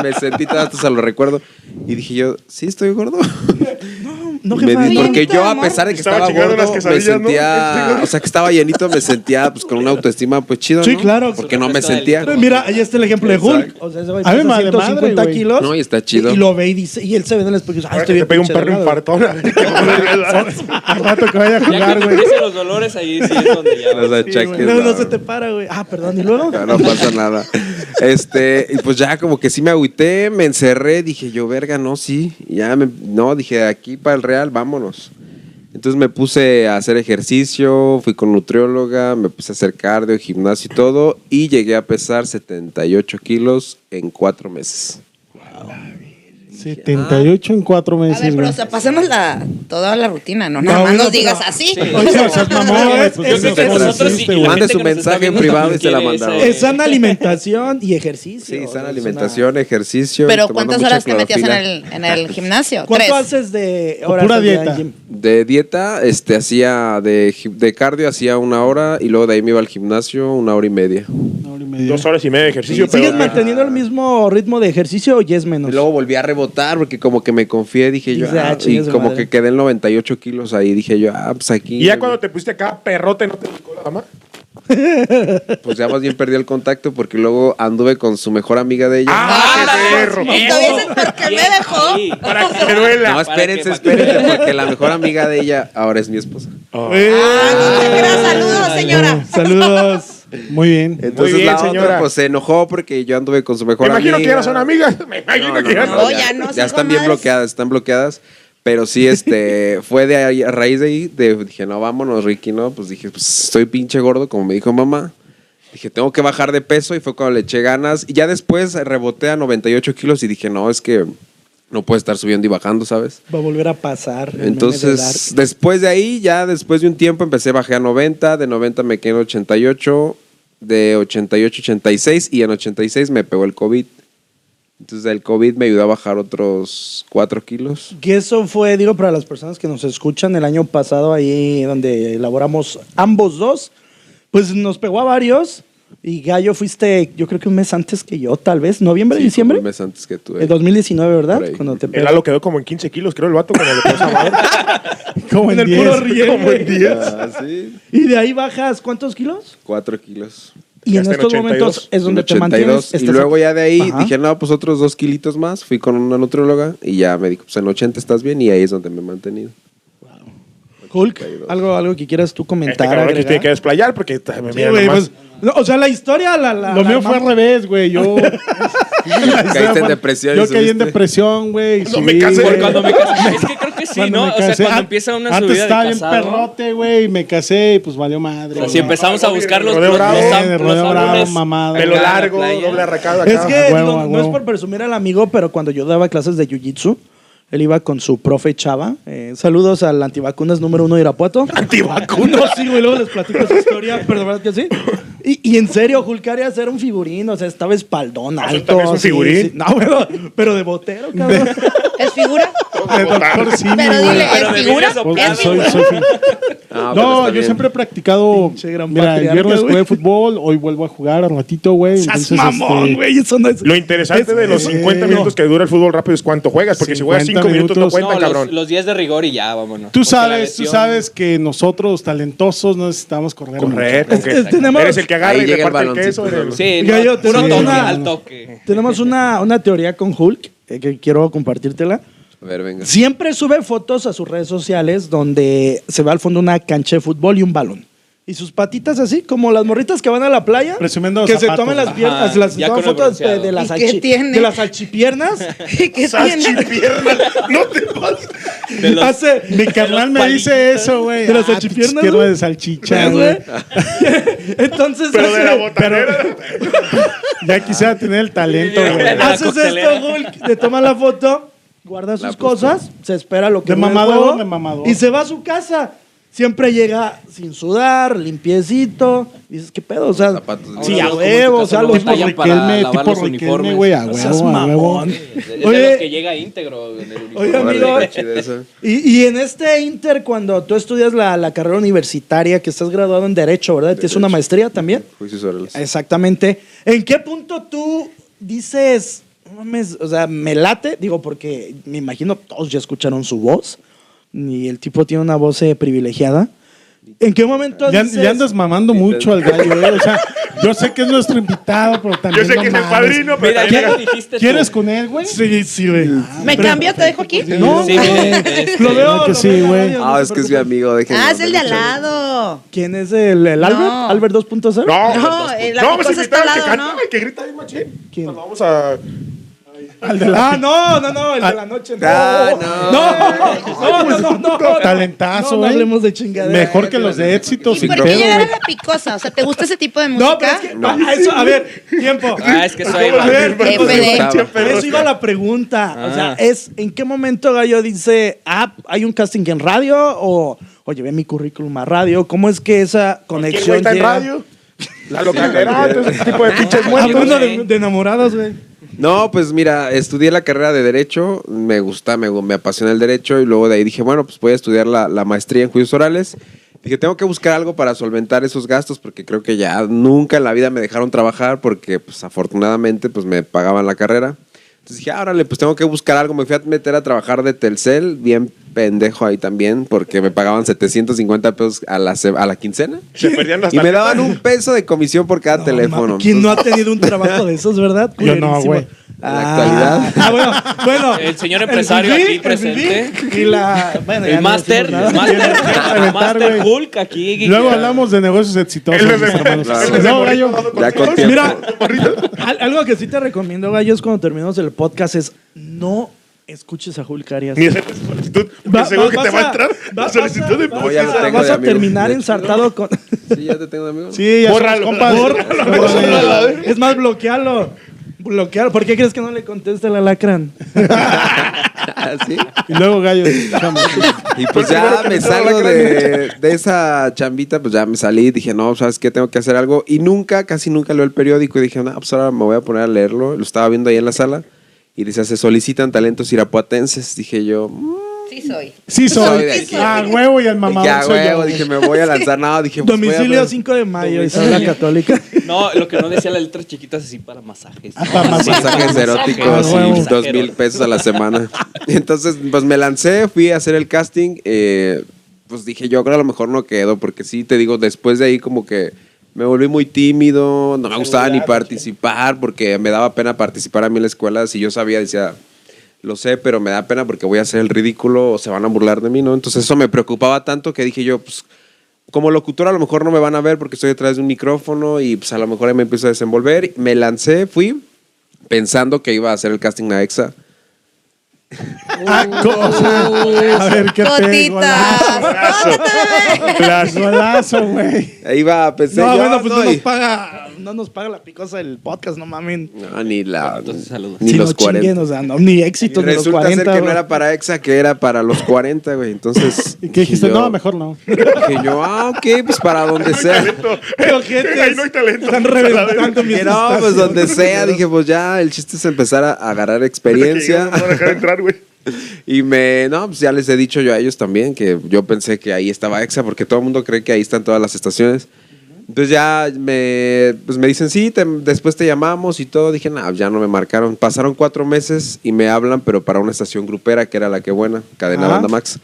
[SPEAKER 2] me sentí todo hasta se lo recuerdo. Y dije yo, sí, estoy gordo.
[SPEAKER 1] No,
[SPEAKER 2] Y me
[SPEAKER 1] jefa.
[SPEAKER 2] di- porque
[SPEAKER 4] Lento,
[SPEAKER 2] yo, a
[SPEAKER 4] amor.
[SPEAKER 2] pesar de que
[SPEAKER 5] Estaba
[SPEAKER 2] estaba,
[SPEAKER 5] chingando
[SPEAKER 2] gordo,
[SPEAKER 5] unas
[SPEAKER 2] me
[SPEAKER 5] quesadillas, ¿no?
[SPEAKER 2] sentía, o sea, que estaba llenito, me sentía pues con una autoestima pues chido,
[SPEAKER 1] Sí,
[SPEAKER 2] ¿no?
[SPEAKER 1] claro.
[SPEAKER 2] Porque no me
[SPEAKER 3] Refresco del
[SPEAKER 2] sentía.
[SPEAKER 3] litro.
[SPEAKER 1] Mira, ahí está el ejemplo de Hulk.
[SPEAKER 2] Exacto.
[SPEAKER 1] O sea, ese güey
[SPEAKER 6] A mí
[SPEAKER 1] pesa
[SPEAKER 6] me vale madre,
[SPEAKER 1] 150
[SPEAKER 6] güey.
[SPEAKER 1] kilos.
[SPEAKER 2] No, y está chido.
[SPEAKER 1] Y, y lo ve y dice, y él se ve en el espejo y dice, ah,
[SPEAKER 5] Ahora
[SPEAKER 1] estoy
[SPEAKER 5] que te
[SPEAKER 1] bien
[SPEAKER 5] pega un
[SPEAKER 1] pinche
[SPEAKER 5] perro
[SPEAKER 1] delgado".
[SPEAKER 5] infartón. a ver qué onda.
[SPEAKER 6] Al rato que vaya a
[SPEAKER 3] Ya que
[SPEAKER 6] jugar,
[SPEAKER 3] te
[SPEAKER 6] güey.
[SPEAKER 3] empiecen los dolores ahí, sí es donde ya.
[SPEAKER 2] Los
[SPEAKER 3] vas.
[SPEAKER 2] achaques,
[SPEAKER 1] No, no
[SPEAKER 2] no.
[SPEAKER 1] se te para, güey. Ah, perdón, ¿y luego?
[SPEAKER 2] No, no pasa nada. Este, y pues ya como que sí me agüité, me encerré, dije yo, verga, no, sí. Y Ya me, no, dije, aquí para el Real, vámonos. Entonces me puse a hacer ejercicio, fui con nutrióloga, me puse a hacer cardio, gimnasio y todo, y llegué a pesar 78 kilos en cuatro meses.
[SPEAKER 6] 78 en 4
[SPEAKER 4] A ver,
[SPEAKER 6] meses,
[SPEAKER 4] pero o
[SPEAKER 6] güey.
[SPEAKER 4] sea, pasemos la, toda la rutina, ¿no? Nada
[SPEAKER 6] No,
[SPEAKER 4] más
[SPEAKER 6] bueno,
[SPEAKER 4] nos digas
[SPEAKER 6] pero-
[SPEAKER 4] así.
[SPEAKER 6] Oye, o sea, mamón, güey,
[SPEAKER 1] Yo creo
[SPEAKER 6] pues, eso
[SPEAKER 2] que
[SPEAKER 6] es lo
[SPEAKER 2] nosotros
[SPEAKER 6] hiciste,
[SPEAKER 2] sí-
[SPEAKER 6] güey.
[SPEAKER 2] Mande su mensaje en privado y se la mandamos.
[SPEAKER 1] Es sana alimentación y ejercicio. O
[SPEAKER 2] Sí,
[SPEAKER 1] sea,
[SPEAKER 2] sana
[SPEAKER 1] es
[SPEAKER 2] alimentación, ejercicio. y
[SPEAKER 4] Pero
[SPEAKER 2] tomando
[SPEAKER 4] ¿cuántas
[SPEAKER 2] mucha
[SPEAKER 4] horas te metías en
[SPEAKER 2] clorofila.
[SPEAKER 4] el, en el gimnasio?
[SPEAKER 1] una- ¿Cuánto
[SPEAKER 4] Tres.
[SPEAKER 1] haces de
[SPEAKER 6] O
[SPEAKER 1] horas
[SPEAKER 6] pura
[SPEAKER 1] al día
[SPEAKER 6] dieta.
[SPEAKER 1] en gym?
[SPEAKER 2] De dieta, este, hacía de, gi- de cardio, hacía una hora y luego de ahí me iba al gimnasio una hora y media.
[SPEAKER 6] Una hora y media.
[SPEAKER 5] Dos horas y media de ejercicio,
[SPEAKER 1] ¿Sigues
[SPEAKER 5] pero.
[SPEAKER 1] manteniendo el mismo ritmo de ejercicio o ya es menos?
[SPEAKER 2] Y luego volví a rebotar porque como que me confié, dije yo,
[SPEAKER 1] Dices,
[SPEAKER 2] ah,
[SPEAKER 1] Pues ah,
[SPEAKER 2] y
[SPEAKER 1] chingue su
[SPEAKER 2] como
[SPEAKER 1] madre.
[SPEAKER 2] que quedé en 98 kilos ahí, dije yo, ah, pues aquí.
[SPEAKER 5] Y ya cuando te pusiste acá perrote, ¿no te picó la mamá?
[SPEAKER 2] Pues ya más bien perdí el contacto porque luego anduve con su mejor amiga de ella.
[SPEAKER 5] ¡Ah, qué perro!
[SPEAKER 4] ¿Y tú dices por qué me dejó?
[SPEAKER 3] Sí.
[SPEAKER 5] Para que te duela.
[SPEAKER 2] no, espérense, espérense, porque la mejor amiga de ella ahora es mi esposa.
[SPEAKER 4] Ah, no te creas, saludos, señora.
[SPEAKER 6] Ah, Saludos. Muy bien.
[SPEAKER 2] Entonces
[SPEAKER 5] bien,
[SPEAKER 2] la otra
[SPEAKER 5] señora.
[SPEAKER 2] pues se enojó porque yo anduve con su
[SPEAKER 5] Me
[SPEAKER 2] mejor amiga.
[SPEAKER 5] imagino que ya no son amigas. Me imagino que ya no.
[SPEAKER 4] no. ya no,
[SPEAKER 2] Ya
[SPEAKER 4] esas
[SPEAKER 2] están bien
[SPEAKER 4] mamadas.
[SPEAKER 2] bloqueadas, están bloqueadas. Pero sí, este, fue de ahí, a raíz de ahí, de- dije, no, vámonos, Ricky, ¿no? Pues dije, pues estoy pinche gordo, como me dijo mamá. Dije, tengo que bajar de peso y fue cuando le eché ganas. Y ya después reboté a 98 kilos y dije, no, es que no puedo estar subiendo y bajando, ¿sabes?
[SPEAKER 1] Va a volver a pasar. el meme de
[SPEAKER 2] Entonces,
[SPEAKER 1] Dark.
[SPEAKER 2] después de ahí, ya después de un tiempo, empecé a bajar a 90, de 90 me quedé en 88, de 88 86 y en 86 me pegó el COVID. Entonces el COVID me ayudó a bajar otros 4 kilos.
[SPEAKER 1] Que eso fue, digo, para las personas que nos escuchan el año pasado ahí donde elaboramos ambos dos, pues nos pegó a varios y Gallo fuiste, yo creo que un mes antes que yo, tal vez, noviembre,
[SPEAKER 2] Sí,
[SPEAKER 1] diciembre.
[SPEAKER 2] como Un mes antes que tú. eh.
[SPEAKER 1] El 2019, ¿verdad?
[SPEAKER 2] Por ahí.
[SPEAKER 1] Cuando te
[SPEAKER 5] El
[SPEAKER 1] pegó.
[SPEAKER 5] halo quedó como en 15 kilos, creo, el vato, como lo puso a Mauro.
[SPEAKER 6] Como en
[SPEAKER 1] En el puro
[SPEAKER 6] 10.
[SPEAKER 1] riel, güey.
[SPEAKER 2] Ah, sí,
[SPEAKER 1] Y de ahí bajas, ¿cuántos kilos?
[SPEAKER 2] 4 kilos.
[SPEAKER 1] Y
[SPEAKER 5] Ya
[SPEAKER 1] en
[SPEAKER 5] está en
[SPEAKER 1] estos
[SPEAKER 5] 82.
[SPEAKER 1] momentos es donde
[SPEAKER 2] En
[SPEAKER 1] te mantienes.
[SPEAKER 2] Y
[SPEAKER 1] estás
[SPEAKER 2] luego
[SPEAKER 1] aquí.
[SPEAKER 2] ya de ahí
[SPEAKER 1] Ajá.
[SPEAKER 2] dije, no, pues otros 2 kilitos más. Fui con una nutrióloga y ya me dijo, pues en 80 estás bien y ahí es donde me he mantenido.
[SPEAKER 1] Hulk, algo, algo que quieras tú
[SPEAKER 5] Este
[SPEAKER 1] comentar.
[SPEAKER 5] cabrón aquí
[SPEAKER 1] agregar.
[SPEAKER 5] tiene que desplayar porque ta- me
[SPEAKER 6] Sí,
[SPEAKER 5] mira
[SPEAKER 6] güey,
[SPEAKER 5] nomás.
[SPEAKER 6] pues,
[SPEAKER 1] No, o sea, la historia, la. la
[SPEAKER 6] Lo
[SPEAKER 1] la
[SPEAKER 6] mío fue al
[SPEAKER 1] armamos.
[SPEAKER 6] revés, güey. Yo.
[SPEAKER 2] Caíste en depresión. y
[SPEAKER 6] Yo caí en
[SPEAKER 2] subiste.
[SPEAKER 6] depresión, güey.
[SPEAKER 5] Cuando me
[SPEAKER 6] subí,
[SPEAKER 5] casé.
[SPEAKER 6] güey.
[SPEAKER 3] Por cuando me casé. Es que creo que sí,
[SPEAKER 6] Cuando
[SPEAKER 3] ¿no?
[SPEAKER 6] me
[SPEAKER 3] O sea,
[SPEAKER 6] casé,
[SPEAKER 3] cuando
[SPEAKER 6] an-
[SPEAKER 3] empieza una
[SPEAKER 6] Antes
[SPEAKER 3] subida de
[SPEAKER 6] estaba bien
[SPEAKER 3] casado.
[SPEAKER 6] perrote, güey, y me casé y pues valió madre.
[SPEAKER 3] O sea,
[SPEAKER 6] güey.
[SPEAKER 3] si empezamos a buscar los,
[SPEAKER 5] Rodeo
[SPEAKER 3] los,
[SPEAKER 5] bravo,
[SPEAKER 3] los
[SPEAKER 6] eh,
[SPEAKER 3] am- los
[SPEAKER 6] rodeo bravo,
[SPEAKER 3] árboles
[SPEAKER 6] mamada.
[SPEAKER 3] acá en
[SPEAKER 5] Pelo
[SPEAKER 3] la
[SPEAKER 5] largo,
[SPEAKER 3] playa.
[SPEAKER 5] doble arracado acá.
[SPEAKER 1] Es que
[SPEAKER 6] A huevo,
[SPEAKER 1] no,
[SPEAKER 6] a
[SPEAKER 1] no
[SPEAKER 6] huevo.
[SPEAKER 1] es por presumir al amigo, pero cuando yo daba clases de jiu-jitsu, él iba con su profe Chava. Eh, saludos al antivacunas número uno de Irapuato. ¿Antivacunas? sí, güey, luego les platico esa historia, pero de verdad que sí. Y, y en serio, Hulk Arias era un figurín, o sea, estaba espaldón,
[SPEAKER 5] Ah, ¿tú
[SPEAKER 1] alto.
[SPEAKER 5] también es un
[SPEAKER 1] sí,
[SPEAKER 5] figurín?
[SPEAKER 1] sí. No, pero, pero de botero, cabrón.
[SPEAKER 4] ¿Es figura?
[SPEAKER 6] De doctor Simi,
[SPEAKER 4] Pero
[SPEAKER 6] güey.
[SPEAKER 4] dile,
[SPEAKER 3] Pero
[SPEAKER 4] ¿es
[SPEAKER 3] me
[SPEAKER 4] figura?
[SPEAKER 3] vienes a
[SPEAKER 6] Porque
[SPEAKER 3] Claro,
[SPEAKER 4] ¿Es
[SPEAKER 6] soy,
[SPEAKER 4] figura?
[SPEAKER 6] soy fin-
[SPEAKER 2] Ah, pero
[SPEAKER 6] No,
[SPEAKER 2] está
[SPEAKER 6] yo
[SPEAKER 2] bien.
[SPEAKER 6] siempre he practicado.
[SPEAKER 1] Pinche gran
[SPEAKER 6] Mira, el
[SPEAKER 1] patriarca,
[SPEAKER 6] viernes
[SPEAKER 1] güey.
[SPEAKER 6] jugué fútbol, hoy vuelvo a jugar al ratito, güey.
[SPEAKER 1] Seas
[SPEAKER 6] entonces,
[SPEAKER 1] mamón,
[SPEAKER 6] este,
[SPEAKER 1] güey, eso no es.
[SPEAKER 5] Lo interesante de los
[SPEAKER 6] Eh,
[SPEAKER 5] 50 minutos que dura el fútbol rápido es cuánto juegas, porque si juegas
[SPEAKER 6] 50
[SPEAKER 5] 5 minutos no
[SPEAKER 6] minutos.
[SPEAKER 5] cuentan,
[SPEAKER 3] No, los-
[SPEAKER 5] cabrón.
[SPEAKER 3] los 10 de rigor y ya, vámonos.
[SPEAKER 6] Tú
[SPEAKER 3] Porque la
[SPEAKER 6] sabes, tú
[SPEAKER 3] lesión-
[SPEAKER 6] sabes que nosotros, talentosos, no necesitamos correr.
[SPEAKER 5] Correr, con
[SPEAKER 6] mucho.
[SPEAKER 5] que
[SPEAKER 1] es- tenemos-
[SPEAKER 5] eres el que agarra
[SPEAKER 2] Ahí
[SPEAKER 5] y
[SPEAKER 2] llega el
[SPEAKER 5] reparte el,
[SPEAKER 2] baloncito,
[SPEAKER 5] queso. en el-
[SPEAKER 3] Sí,
[SPEAKER 1] Ya
[SPEAKER 3] Eh, no,
[SPEAKER 1] yo te-
[SPEAKER 3] puro
[SPEAKER 1] Sí,
[SPEAKER 3] toque
[SPEAKER 1] ya.
[SPEAKER 3] al toque.
[SPEAKER 1] Tenemos una, una teoría con Hulk eh, que quiero compartírtela.
[SPEAKER 2] A ver, venga.
[SPEAKER 1] Siempre sube fotos a sus redes sociales donde se ve al fondo una cancha de fútbol y un balón. Y sus patitas así, como las morritas que van a la playa.
[SPEAKER 6] Presumiendo
[SPEAKER 1] Que se
[SPEAKER 6] zapatos.
[SPEAKER 1] tomen las
[SPEAKER 3] Ajá,
[SPEAKER 1] piernas, las
[SPEAKER 3] ya
[SPEAKER 1] toman
[SPEAKER 3] con el
[SPEAKER 1] fotos de, de
[SPEAKER 3] bronceado.
[SPEAKER 1] las
[SPEAKER 4] ¿Y qué
[SPEAKER 1] salchi-
[SPEAKER 4] tiene?
[SPEAKER 1] de las salchipiernas.
[SPEAKER 4] ¿Qué tiene?
[SPEAKER 5] Pierna, no te pases.
[SPEAKER 3] De los-
[SPEAKER 1] Hace
[SPEAKER 6] Mi carnal me dice eso, güey.
[SPEAKER 1] ¿De las
[SPEAKER 6] Ah,
[SPEAKER 1] salchipiernas,
[SPEAKER 6] pinches piernas
[SPEAKER 1] güey?
[SPEAKER 6] de salchicha,
[SPEAKER 1] güey.
[SPEAKER 6] güey.
[SPEAKER 1] Entonces
[SPEAKER 5] Pero de la
[SPEAKER 1] hace-
[SPEAKER 5] botanera.
[SPEAKER 6] Ya quisiera tener el talento,
[SPEAKER 3] Sí,
[SPEAKER 6] güey.
[SPEAKER 3] güey.
[SPEAKER 1] haces
[SPEAKER 3] coctelera.
[SPEAKER 1] esto, Hulk, te toma la foto, guarda sus
[SPEAKER 2] La postre.
[SPEAKER 1] cosas, se espera lo que
[SPEAKER 6] De
[SPEAKER 1] dure el
[SPEAKER 6] mamador,
[SPEAKER 1] juego,
[SPEAKER 6] de mamador.
[SPEAKER 1] y se va a su casa. Siempre llega sin sudar, limpiecito. Dices, ¿qué pedo? O sea,
[SPEAKER 2] Zapatos de
[SPEAKER 1] sí,
[SPEAKER 2] mamador.
[SPEAKER 1] a
[SPEAKER 2] Como
[SPEAKER 1] huevo,
[SPEAKER 2] que
[SPEAKER 1] o sea,
[SPEAKER 2] no
[SPEAKER 1] los
[SPEAKER 2] batallan
[SPEAKER 1] morri-
[SPEAKER 2] para
[SPEAKER 6] Riquelme,
[SPEAKER 2] lavar
[SPEAKER 6] tipo
[SPEAKER 2] los
[SPEAKER 6] Riquelme,
[SPEAKER 2] uniformes.
[SPEAKER 6] güey, a
[SPEAKER 1] No seas
[SPEAKER 6] huevo, a huevo.
[SPEAKER 1] mamón.
[SPEAKER 3] Es de
[SPEAKER 1] Oye.
[SPEAKER 3] los que llega íntegro en el
[SPEAKER 1] Oye,
[SPEAKER 3] uniforme.
[SPEAKER 1] amigo,
[SPEAKER 2] Órale, qué chido eso.
[SPEAKER 1] y, y en este Inter, cuando tú estudias la, la carrera universitaria, que estás graduado en Derecho, ¿verdad? ¿Tienes una maestría también?
[SPEAKER 2] Juicios orales.
[SPEAKER 1] Exactamente. ¿En qué punto tú dices, "No mames, o sea, me late? Digo, porque me imagino todos ya escucharon su voz y el tipo tiene una voz eh, privilegiada. ¿En qué momento
[SPEAKER 6] Ya,
[SPEAKER 1] dices,
[SPEAKER 6] ya andas mamando mucho al gallo, güey. O sea, yo sé que es nuestro invitado, pero también.
[SPEAKER 5] Yo sé
[SPEAKER 6] no
[SPEAKER 5] que es el
[SPEAKER 6] mames.
[SPEAKER 5] padrino, pero
[SPEAKER 3] Mira,
[SPEAKER 5] también-
[SPEAKER 3] ya lo dijiste tú.
[SPEAKER 6] ¿Quieres con él, güey?
[SPEAKER 1] Sí, sí, güey.
[SPEAKER 4] ¿Me cambio? ¿Te dejo aquí?
[SPEAKER 1] No,
[SPEAKER 3] Sí,
[SPEAKER 1] güey.
[SPEAKER 3] mira, este,
[SPEAKER 1] Lo veo,
[SPEAKER 6] que
[SPEAKER 1] lo
[SPEAKER 6] sí,
[SPEAKER 1] veo en la
[SPEAKER 6] güey.
[SPEAKER 1] radio, no
[SPEAKER 2] Ah,
[SPEAKER 1] se
[SPEAKER 2] es que es mi
[SPEAKER 1] preocupe.
[SPEAKER 2] amigo. déjenme
[SPEAKER 4] Ah, es el de al
[SPEAKER 2] darle chance.
[SPEAKER 4] lado.
[SPEAKER 1] ¿Quién es el, el Albert? ¿Albert 2.0?
[SPEAKER 5] No,
[SPEAKER 4] No, eh, la
[SPEAKER 5] no, vamos a
[SPEAKER 4] cosa está
[SPEAKER 5] invitar
[SPEAKER 4] al
[SPEAKER 5] al que
[SPEAKER 4] lado,
[SPEAKER 5] canta,
[SPEAKER 4] ¿no?
[SPEAKER 5] al que grita ahí, machín.
[SPEAKER 1] ¿Quién?
[SPEAKER 5] Nos vamos a.
[SPEAKER 6] Al de la-
[SPEAKER 1] Ah, no, no, no, el de la noche. No,
[SPEAKER 2] Ah,
[SPEAKER 1] no, no, no, no, no, no.
[SPEAKER 6] Talentazo,
[SPEAKER 1] No, no
[SPEAKER 6] güey.
[SPEAKER 1] hablemos de chingadera.
[SPEAKER 6] Mejor que los de éxito,
[SPEAKER 4] ¿Y
[SPEAKER 6] sin
[SPEAKER 4] por
[SPEAKER 6] pedo,
[SPEAKER 4] qué ella
[SPEAKER 6] güey.
[SPEAKER 4] era la picosa? O sea, ¿te gusta ese tipo de música?
[SPEAKER 1] No, pero es que. a eso- a ver, tiempo.
[SPEAKER 3] Ah, es que soy
[SPEAKER 5] ¿Cómo
[SPEAKER 3] Barbie.
[SPEAKER 5] ver, Alberto
[SPEAKER 4] FD.
[SPEAKER 5] Sánchez,
[SPEAKER 2] Estaba.
[SPEAKER 1] Pero
[SPEAKER 5] perro?
[SPEAKER 1] eso iba la pregunta. O sea,
[SPEAKER 3] Ah.
[SPEAKER 1] es ¿en qué momento Gallo dice, ah, hay un casting en radio? O, oye, ve mi currículum a radio. ¿Cómo es que esa
[SPEAKER 5] ¿Quién
[SPEAKER 1] conexión
[SPEAKER 5] güey está en
[SPEAKER 1] llega? Ah,
[SPEAKER 5] radio? La localidad, todo ese tipo de pinches muertos.
[SPEAKER 1] Hablando de, de enamoradas, güey.
[SPEAKER 2] No, pues mira, estudié la carrera de Derecho, me gusta, me, me apasiona el Derecho y luego de ahí dije, bueno, pues voy a estudiar la, la maestría en Juicios Orales. Dije, tengo que buscar algo para solventar esos gastos porque creo que ya nunca en la vida me dejaron trabajar porque pues afortunadamente pues me pagaban la carrera. Entonces dije, ah, órale, pues tengo que buscar algo. Me fui a meter a trabajar de Telcel, bien pendejo ahí también, porque me pagaban 750 pesos a la, se- a la quincena.
[SPEAKER 5] Se perdían las
[SPEAKER 2] Y me
[SPEAKER 5] tarjetas.
[SPEAKER 2] daban un peso de comisión por cada teléfono.
[SPEAKER 1] ¿Quién no ha tenido un trabajo de esos, verdad?
[SPEAKER 6] Yo no,
[SPEAKER 1] Culerísimo.
[SPEAKER 6] güey.
[SPEAKER 2] En la actualidad.
[SPEAKER 1] Ah, bueno, bueno.
[SPEAKER 3] El señor empresario
[SPEAKER 1] Fifi,
[SPEAKER 3] aquí
[SPEAKER 1] el
[SPEAKER 3] presente.
[SPEAKER 1] Fifi Y la. Bueno, ya
[SPEAKER 3] El
[SPEAKER 1] no
[SPEAKER 3] máster,
[SPEAKER 1] decimos
[SPEAKER 3] el
[SPEAKER 1] nada.
[SPEAKER 3] máster,
[SPEAKER 6] Aventar,
[SPEAKER 3] el máster
[SPEAKER 6] güey.
[SPEAKER 3] Hulk aquí.
[SPEAKER 6] Luego hablamos de negocios
[SPEAKER 5] Él
[SPEAKER 6] exitosos,
[SPEAKER 5] es de-
[SPEAKER 6] mis hermanos.
[SPEAKER 5] él es de
[SPEAKER 6] No,
[SPEAKER 5] morrito,
[SPEAKER 6] gallo.
[SPEAKER 5] todo
[SPEAKER 2] Ya
[SPEAKER 5] control.
[SPEAKER 2] con tiempo.
[SPEAKER 1] Mira,
[SPEAKER 5] Morrito.
[SPEAKER 1] Al- algo que sí te recomiendo, Gallo, es cuando terminamos el podcast es no escuches a Hulk Arias.
[SPEAKER 5] Ni aceptes solicitud, porque
[SPEAKER 1] Va-
[SPEAKER 5] seguro
[SPEAKER 1] va-
[SPEAKER 5] que
[SPEAKER 1] vas
[SPEAKER 5] te va a
[SPEAKER 1] a-
[SPEAKER 5] entrar la
[SPEAKER 1] vas
[SPEAKER 5] solicitud de
[SPEAKER 1] vas
[SPEAKER 2] No, ya lo
[SPEAKER 1] a-
[SPEAKER 2] tengo
[SPEAKER 1] vas
[SPEAKER 2] de
[SPEAKER 1] a
[SPEAKER 2] amigo.
[SPEAKER 1] terminar
[SPEAKER 2] De hecho.
[SPEAKER 1] ensartado con.
[SPEAKER 2] Sí, ya te tengo, amigo.
[SPEAKER 6] Sí, ya somos
[SPEAKER 5] Bórralo.
[SPEAKER 6] compas.
[SPEAKER 5] Bórralo.
[SPEAKER 1] Bórralo. Es más, bloquealo. Bloquealo. ¿Por qué crees que no le conteste el alacrán?
[SPEAKER 2] ¿Sí?
[SPEAKER 6] Y luego gallo. escuchamos.
[SPEAKER 2] Y pues
[SPEAKER 5] Pero
[SPEAKER 2] ya me
[SPEAKER 5] primero que me
[SPEAKER 2] salgo
[SPEAKER 5] estaba
[SPEAKER 2] de, de esa chambita, pues ya me salí, dije, no, ¿sabes qué? Tengo que hacer algo. Y nunca, casi nunca leo el periódico y dije, no, pues ahora me voy a poner a leerlo. Lo estaba viendo ahí en la sala y dice, se solicitan talentos irapuatenses. Dije yo, "Mm,
[SPEAKER 4] Sí soy.
[SPEAKER 6] Sí,
[SPEAKER 2] Soy
[SPEAKER 6] soy.
[SPEAKER 2] de aquí.
[SPEAKER 6] Ah, huevo y el
[SPEAKER 2] dije,
[SPEAKER 6] mamador
[SPEAKER 2] "Ah,
[SPEAKER 6] soy yo.
[SPEAKER 2] huevo", dije, me voy a lanzar. nada dije, pues, voy a
[SPEAKER 1] Domicilio
[SPEAKER 2] ver.
[SPEAKER 1] 5 de mayo, Isabela Católica.
[SPEAKER 3] No, lo que no decía la letra chiquita es así para masajes.
[SPEAKER 6] Ah, para
[SPEAKER 3] Así,
[SPEAKER 2] Masajes eróticos
[SPEAKER 6] Ah,
[SPEAKER 2] y
[SPEAKER 6] huevo.
[SPEAKER 2] dos mil pesos a la semana. Entonces, pues me lancé, fui a hacer el casting. eh, pues dije, yo creo que a lo mejor no quedo, porque sí, te digo, después de ahí como que me volví muy tímido, no me gustaba ni participar, porque me daba pena participar a mí en la escuela. Si yo sabía, decía, lo sé, pero me da pena porque voy a hacer el ridículo o se van a burlar de mí, ¿no? Entonces eso me preocupaba tanto que dije yo, pues como locutor a lo mejor no me van a ver porque estoy detrás de un micrófono y pues a lo mejor ahí me empiezo a desenvolver. Me lancé, fui pensando que iba a hacer el casting a EXA.
[SPEAKER 6] Ah, co- o
[SPEAKER 2] "Uh,
[SPEAKER 6] sea, a ver qué pedo.
[SPEAKER 4] Cotitas.
[SPEAKER 6] Golazo, golazo, güey.
[SPEAKER 2] Ahí va, pensé
[SPEAKER 1] No,
[SPEAKER 2] yo,
[SPEAKER 1] bueno, pues no
[SPEAKER 2] soy-
[SPEAKER 1] nos paga. No nos paga la picosa del podcast, no mamen.
[SPEAKER 2] No, ni la,
[SPEAKER 3] Ah, Entonces, saludos.
[SPEAKER 2] ni
[SPEAKER 1] Sí,
[SPEAKER 2] los
[SPEAKER 1] no chinguen,
[SPEAKER 2] 40.
[SPEAKER 1] o sea, no, ni éxito ni los
[SPEAKER 2] Resulta
[SPEAKER 1] 40.
[SPEAKER 2] ser que no
[SPEAKER 1] güey.
[SPEAKER 2] era para EXA, que era para los 40, güey. Entonces.
[SPEAKER 6] ¿Y qué dijiste?
[SPEAKER 2] yo-
[SPEAKER 6] No, mejor no.
[SPEAKER 2] Dije yo, ah, ok, pues para donde sea.
[SPEAKER 1] Pero gente,
[SPEAKER 5] Ahí no hay talento.
[SPEAKER 1] están reventando mis
[SPEAKER 2] Que no,
[SPEAKER 1] estaciones.
[SPEAKER 2] pues donde sea, dije, pues ya, el chiste es empezar a, a agarrar experiencia.
[SPEAKER 5] No van a dejar entrar, güey.
[SPEAKER 2] y me, no, pues ya les he dicho yo a ellos también que yo pensé que ahí estaba EXA, porque todo el mundo cree que ahí están todas las estaciones. Entonces ya me, pues me dicen, sí, te- después te llamamos y todo. Dije, no, ya no me marcaron. Pasaron cuatro meses y me hablan, pero para una estación grupera, que era la que buena, Cadena
[SPEAKER 1] Ajá.
[SPEAKER 2] Banda Max.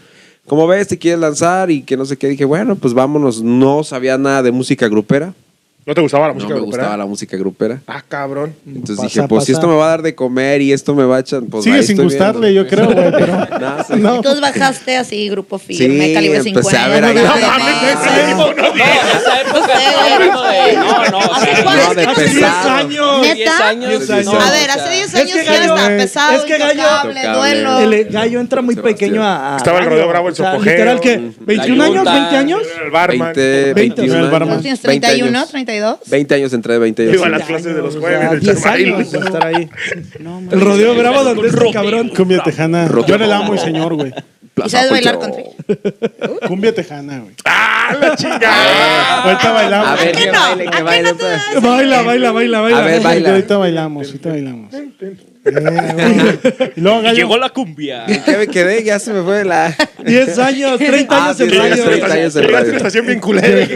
[SPEAKER 2] Como ves, te quieres lanzar y que no sé qué. Dije, bueno, pues vámonos. No sabía nada de música grupera.
[SPEAKER 5] ¿No te gustaba la
[SPEAKER 2] No
[SPEAKER 5] música
[SPEAKER 2] me
[SPEAKER 5] grupera?
[SPEAKER 2] gustaba la música grupera.
[SPEAKER 5] Ah, cabrón.
[SPEAKER 2] Entonces
[SPEAKER 6] Pasa,
[SPEAKER 2] dije, pues si
[SPEAKER 6] pasa.
[SPEAKER 2] esto me va a dar de comer y esto me va a echar. Pues,
[SPEAKER 6] Sigue
[SPEAKER 2] ahí
[SPEAKER 6] sin
[SPEAKER 2] estoy
[SPEAKER 6] gustarle,
[SPEAKER 2] viendo.
[SPEAKER 6] yo creo, güey, pero-
[SPEAKER 2] No, sí.
[SPEAKER 6] No.
[SPEAKER 4] Entonces bajaste así, grupo firme,
[SPEAKER 2] Sí,
[SPEAKER 4] calibre
[SPEAKER 2] empecé
[SPEAKER 4] 50.
[SPEAKER 2] a ver ahí.
[SPEAKER 4] no,
[SPEAKER 2] No
[SPEAKER 4] no,
[SPEAKER 2] mames,
[SPEAKER 4] no,
[SPEAKER 2] ese
[SPEAKER 4] no.
[SPEAKER 5] tipo no
[SPEAKER 3] No, en esa época estaba hablando de. No, no, o
[SPEAKER 4] ¿Hace
[SPEAKER 3] sea,
[SPEAKER 4] cuánto?
[SPEAKER 2] no, de
[SPEAKER 4] Hace
[SPEAKER 1] Hace 10
[SPEAKER 2] pesado.
[SPEAKER 1] años.
[SPEAKER 4] Neta.
[SPEAKER 3] 10 años.
[SPEAKER 2] 10 años.
[SPEAKER 3] no,
[SPEAKER 4] A
[SPEAKER 3] o
[SPEAKER 4] ver,
[SPEAKER 3] sea,
[SPEAKER 4] hace 10
[SPEAKER 1] es
[SPEAKER 4] años
[SPEAKER 1] que
[SPEAKER 4] ya
[SPEAKER 1] Gallo- eh,
[SPEAKER 4] está pesado,
[SPEAKER 1] es que Gallo-
[SPEAKER 4] intocable,
[SPEAKER 2] Intocable.
[SPEAKER 4] duelo.
[SPEAKER 2] El-
[SPEAKER 1] El e- gallo entra muy
[SPEAKER 2] Sebastián.
[SPEAKER 1] pequeño a. a
[SPEAKER 5] Estaba el
[SPEAKER 1] radio.
[SPEAKER 5] Rodeo Bravo en su apogeo.
[SPEAKER 1] Literal que. ¿21
[SPEAKER 3] La
[SPEAKER 1] años?
[SPEAKER 3] Yunta.
[SPEAKER 1] ¿20 años?
[SPEAKER 5] Era El barman.
[SPEAKER 2] 20,
[SPEAKER 1] 20,
[SPEAKER 2] 21
[SPEAKER 6] el barman.
[SPEAKER 2] años.
[SPEAKER 4] ¿Tienes
[SPEAKER 2] 20
[SPEAKER 4] 31,
[SPEAKER 2] años.
[SPEAKER 4] 32?
[SPEAKER 2] 20 años entré de 20 años.
[SPEAKER 5] Iba a las
[SPEAKER 2] Sí.
[SPEAKER 5] clases de los
[SPEAKER 1] O sea,
[SPEAKER 5] jueves. del
[SPEAKER 1] 10
[SPEAKER 5] Chamail.
[SPEAKER 1] años de estar ahí.
[SPEAKER 4] No,
[SPEAKER 1] El rodeo
[SPEAKER 3] mames.
[SPEAKER 1] bravo donde este
[SPEAKER 3] Rodeo.
[SPEAKER 1] cabrón.
[SPEAKER 6] Cumbia tejana.
[SPEAKER 2] Rock
[SPEAKER 6] Yo
[SPEAKER 2] and
[SPEAKER 6] era el amo y
[SPEAKER 2] roll.
[SPEAKER 6] señor, güey.
[SPEAKER 2] Ah,
[SPEAKER 4] ¿Y sabes bailar country?
[SPEAKER 6] Cumbia tejana, güey.
[SPEAKER 5] ¡Ah, la chingada!
[SPEAKER 6] Ahorita
[SPEAKER 2] Ah, A
[SPEAKER 6] bailamos.
[SPEAKER 2] ver,
[SPEAKER 4] ¿A qué
[SPEAKER 2] que
[SPEAKER 4] no?
[SPEAKER 2] baile,
[SPEAKER 4] ¿A
[SPEAKER 2] que
[SPEAKER 4] qué
[SPEAKER 2] baile.
[SPEAKER 4] no te das?
[SPEAKER 1] Baila, baila, baila, baila.
[SPEAKER 2] A ver,
[SPEAKER 6] Ahorita-
[SPEAKER 2] baila.
[SPEAKER 6] Ahorita bailamos, ahorita bailamos. Eh, güey. Y luego
[SPEAKER 3] Y
[SPEAKER 6] Gallo,
[SPEAKER 3] llegó la cumbia.
[SPEAKER 2] Ya me quedé, ya se me fue la...
[SPEAKER 1] 10 años, 30
[SPEAKER 2] Ah,
[SPEAKER 1] años en
[SPEAKER 2] sí,
[SPEAKER 1] radio. eh.
[SPEAKER 2] 30 años en
[SPEAKER 5] Llegaste a
[SPEAKER 2] radio.
[SPEAKER 5] una estación bien culera.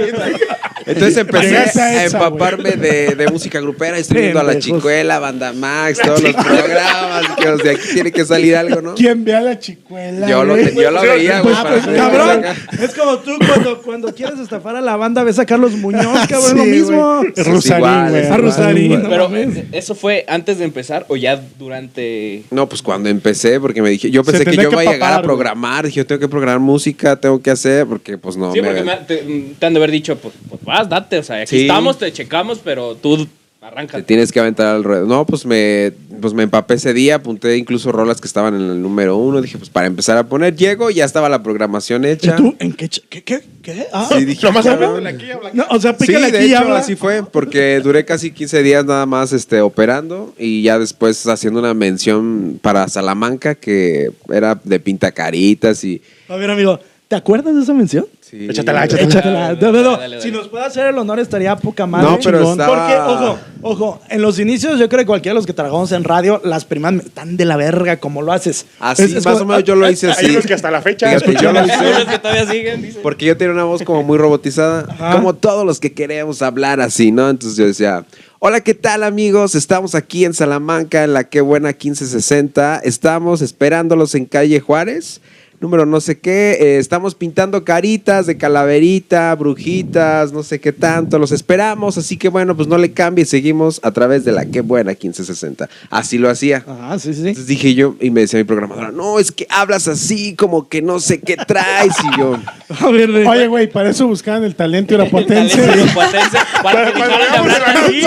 [SPEAKER 2] Entonces empecé
[SPEAKER 6] Llegaste a
[SPEAKER 2] a
[SPEAKER 6] esa,
[SPEAKER 2] empaparme de, de música grupera, estoy viendo a la
[SPEAKER 1] Pendejos.
[SPEAKER 2] chicuela, banda Max, todos los programas, que o sea, aquí tiene que salir algo, ¿no?
[SPEAKER 6] ¿quién ve a la chicuela?
[SPEAKER 2] Yo lo,
[SPEAKER 6] güey?
[SPEAKER 2] yo lo veía, güey.
[SPEAKER 6] Pues,
[SPEAKER 2] para
[SPEAKER 6] pues,
[SPEAKER 2] hacer
[SPEAKER 1] Cabrón,
[SPEAKER 2] acá.
[SPEAKER 1] es como tú cuando, cuando quieres estafar a la banda, ves a Carlos Muñoz, cabrón,
[SPEAKER 6] Sí,
[SPEAKER 1] lo mismo.
[SPEAKER 6] güey.
[SPEAKER 2] Es
[SPEAKER 6] Rusarín,
[SPEAKER 2] igual,
[SPEAKER 6] güey.
[SPEAKER 2] es
[SPEAKER 1] A Rusarín,
[SPEAKER 2] igual.
[SPEAKER 1] no
[SPEAKER 3] Pero, eh,
[SPEAKER 1] mames.
[SPEAKER 3] ¿eso fue antes de empezar o ya durante.?
[SPEAKER 2] No, pues cuando empecé, porque me dije, yo
[SPEAKER 6] Se
[SPEAKER 2] pensé que
[SPEAKER 6] tenía
[SPEAKER 2] yo
[SPEAKER 6] que
[SPEAKER 2] iba a llegar a
[SPEAKER 6] papar, güey.
[SPEAKER 2] programar, dije, yo tengo que programar música, tengo que hacer, porque pues no
[SPEAKER 3] sí,
[SPEAKER 2] me-
[SPEAKER 3] porque me- te, te han de haber dicho, pues, pues vas, date. O sea, aquí
[SPEAKER 2] Sí.
[SPEAKER 3] estamos, te checamos, pero tú arrancas.
[SPEAKER 2] te tienes que aventar al ruedo. No, pues me, pues me empapé ese día, apunté incluso rolas que estaban en el número uno, dije, pues para empezar a poner, llego, ya estaba la programación
[SPEAKER 1] ¿Y
[SPEAKER 2] hecha.
[SPEAKER 1] tú en qué? ch- ¿Qué? ¿Qué? qué? Ah,
[SPEAKER 2] Sí, dije,
[SPEAKER 5] Nomás
[SPEAKER 2] cabrón.
[SPEAKER 5] hablándole aquí, habla-
[SPEAKER 1] no, o sea,
[SPEAKER 2] Sí,
[SPEAKER 1] pícale
[SPEAKER 2] de
[SPEAKER 1] aquí y
[SPEAKER 2] hecho,
[SPEAKER 1] habla.
[SPEAKER 2] así fue, porque duré casi 15 días nada más este, operando y ya después haciendo una mención para Salamanca que era de pintacaritas y...
[SPEAKER 1] A ver, amigo, ¿te acuerdas de esa mención?
[SPEAKER 2] Sí.
[SPEAKER 5] Échatela, échatela.
[SPEAKER 1] Échatela. No, no, no.
[SPEAKER 3] Dale, dale.
[SPEAKER 1] Si nos puede hacer el honor, estaría poca madre.
[SPEAKER 2] No, pero
[SPEAKER 1] Chingón.
[SPEAKER 2] estaba-
[SPEAKER 1] Porque, ojo, ojo, en los inicios, yo creo que cualquiera de los que trabajamos en radio, las primas me- tan de la verga como lo haces.
[SPEAKER 2] Así,
[SPEAKER 1] Es- es
[SPEAKER 2] más
[SPEAKER 1] como-
[SPEAKER 2] o menos yo lo hice así.
[SPEAKER 5] Hay unos que hasta la fecha
[SPEAKER 2] Fíjate, yo lo
[SPEAKER 5] escuchan.
[SPEAKER 2] hice-
[SPEAKER 3] Unos que todavía siguen, dice.
[SPEAKER 2] Porque yo tenía una voz como muy robotizada, como todos los que queremos hablar así, ¿no? Entonces yo decía, hola, ¿qué tal amigos? Estamos aquí en Salamanca, en la Qué Buena 1560. Estamos esperándolos en Calle Juárez, número no sé qué. Eh, estamos pintando caritas de calaverita, brujitas, no sé qué tanto. Los esperamos, así que bueno, pues no le cambie. Seguimos a través de la Qué Buena 1560. Así lo hacía.
[SPEAKER 1] Ajá, Ah, sí, sí. sí.
[SPEAKER 2] Entonces dije yo, y me decía mi programadora, no, es que hablas así, como que no sé qué traes. Y yo,
[SPEAKER 1] A ver, de-
[SPEAKER 6] Oye, güey, para eso buscaban el talento irapuatense.
[SPEAKER 3] Talento
[SPEAKER 6] güey.
[SPEAKER 3] irapuatense, Para que
[SPEAKER 5] Para-
[SPEAKER 3] dejaran de
[SPEAKER 5] para-
[SPEAKER 3] hablar
[SPEAKER 5] para-
[SPEAKER 3] así.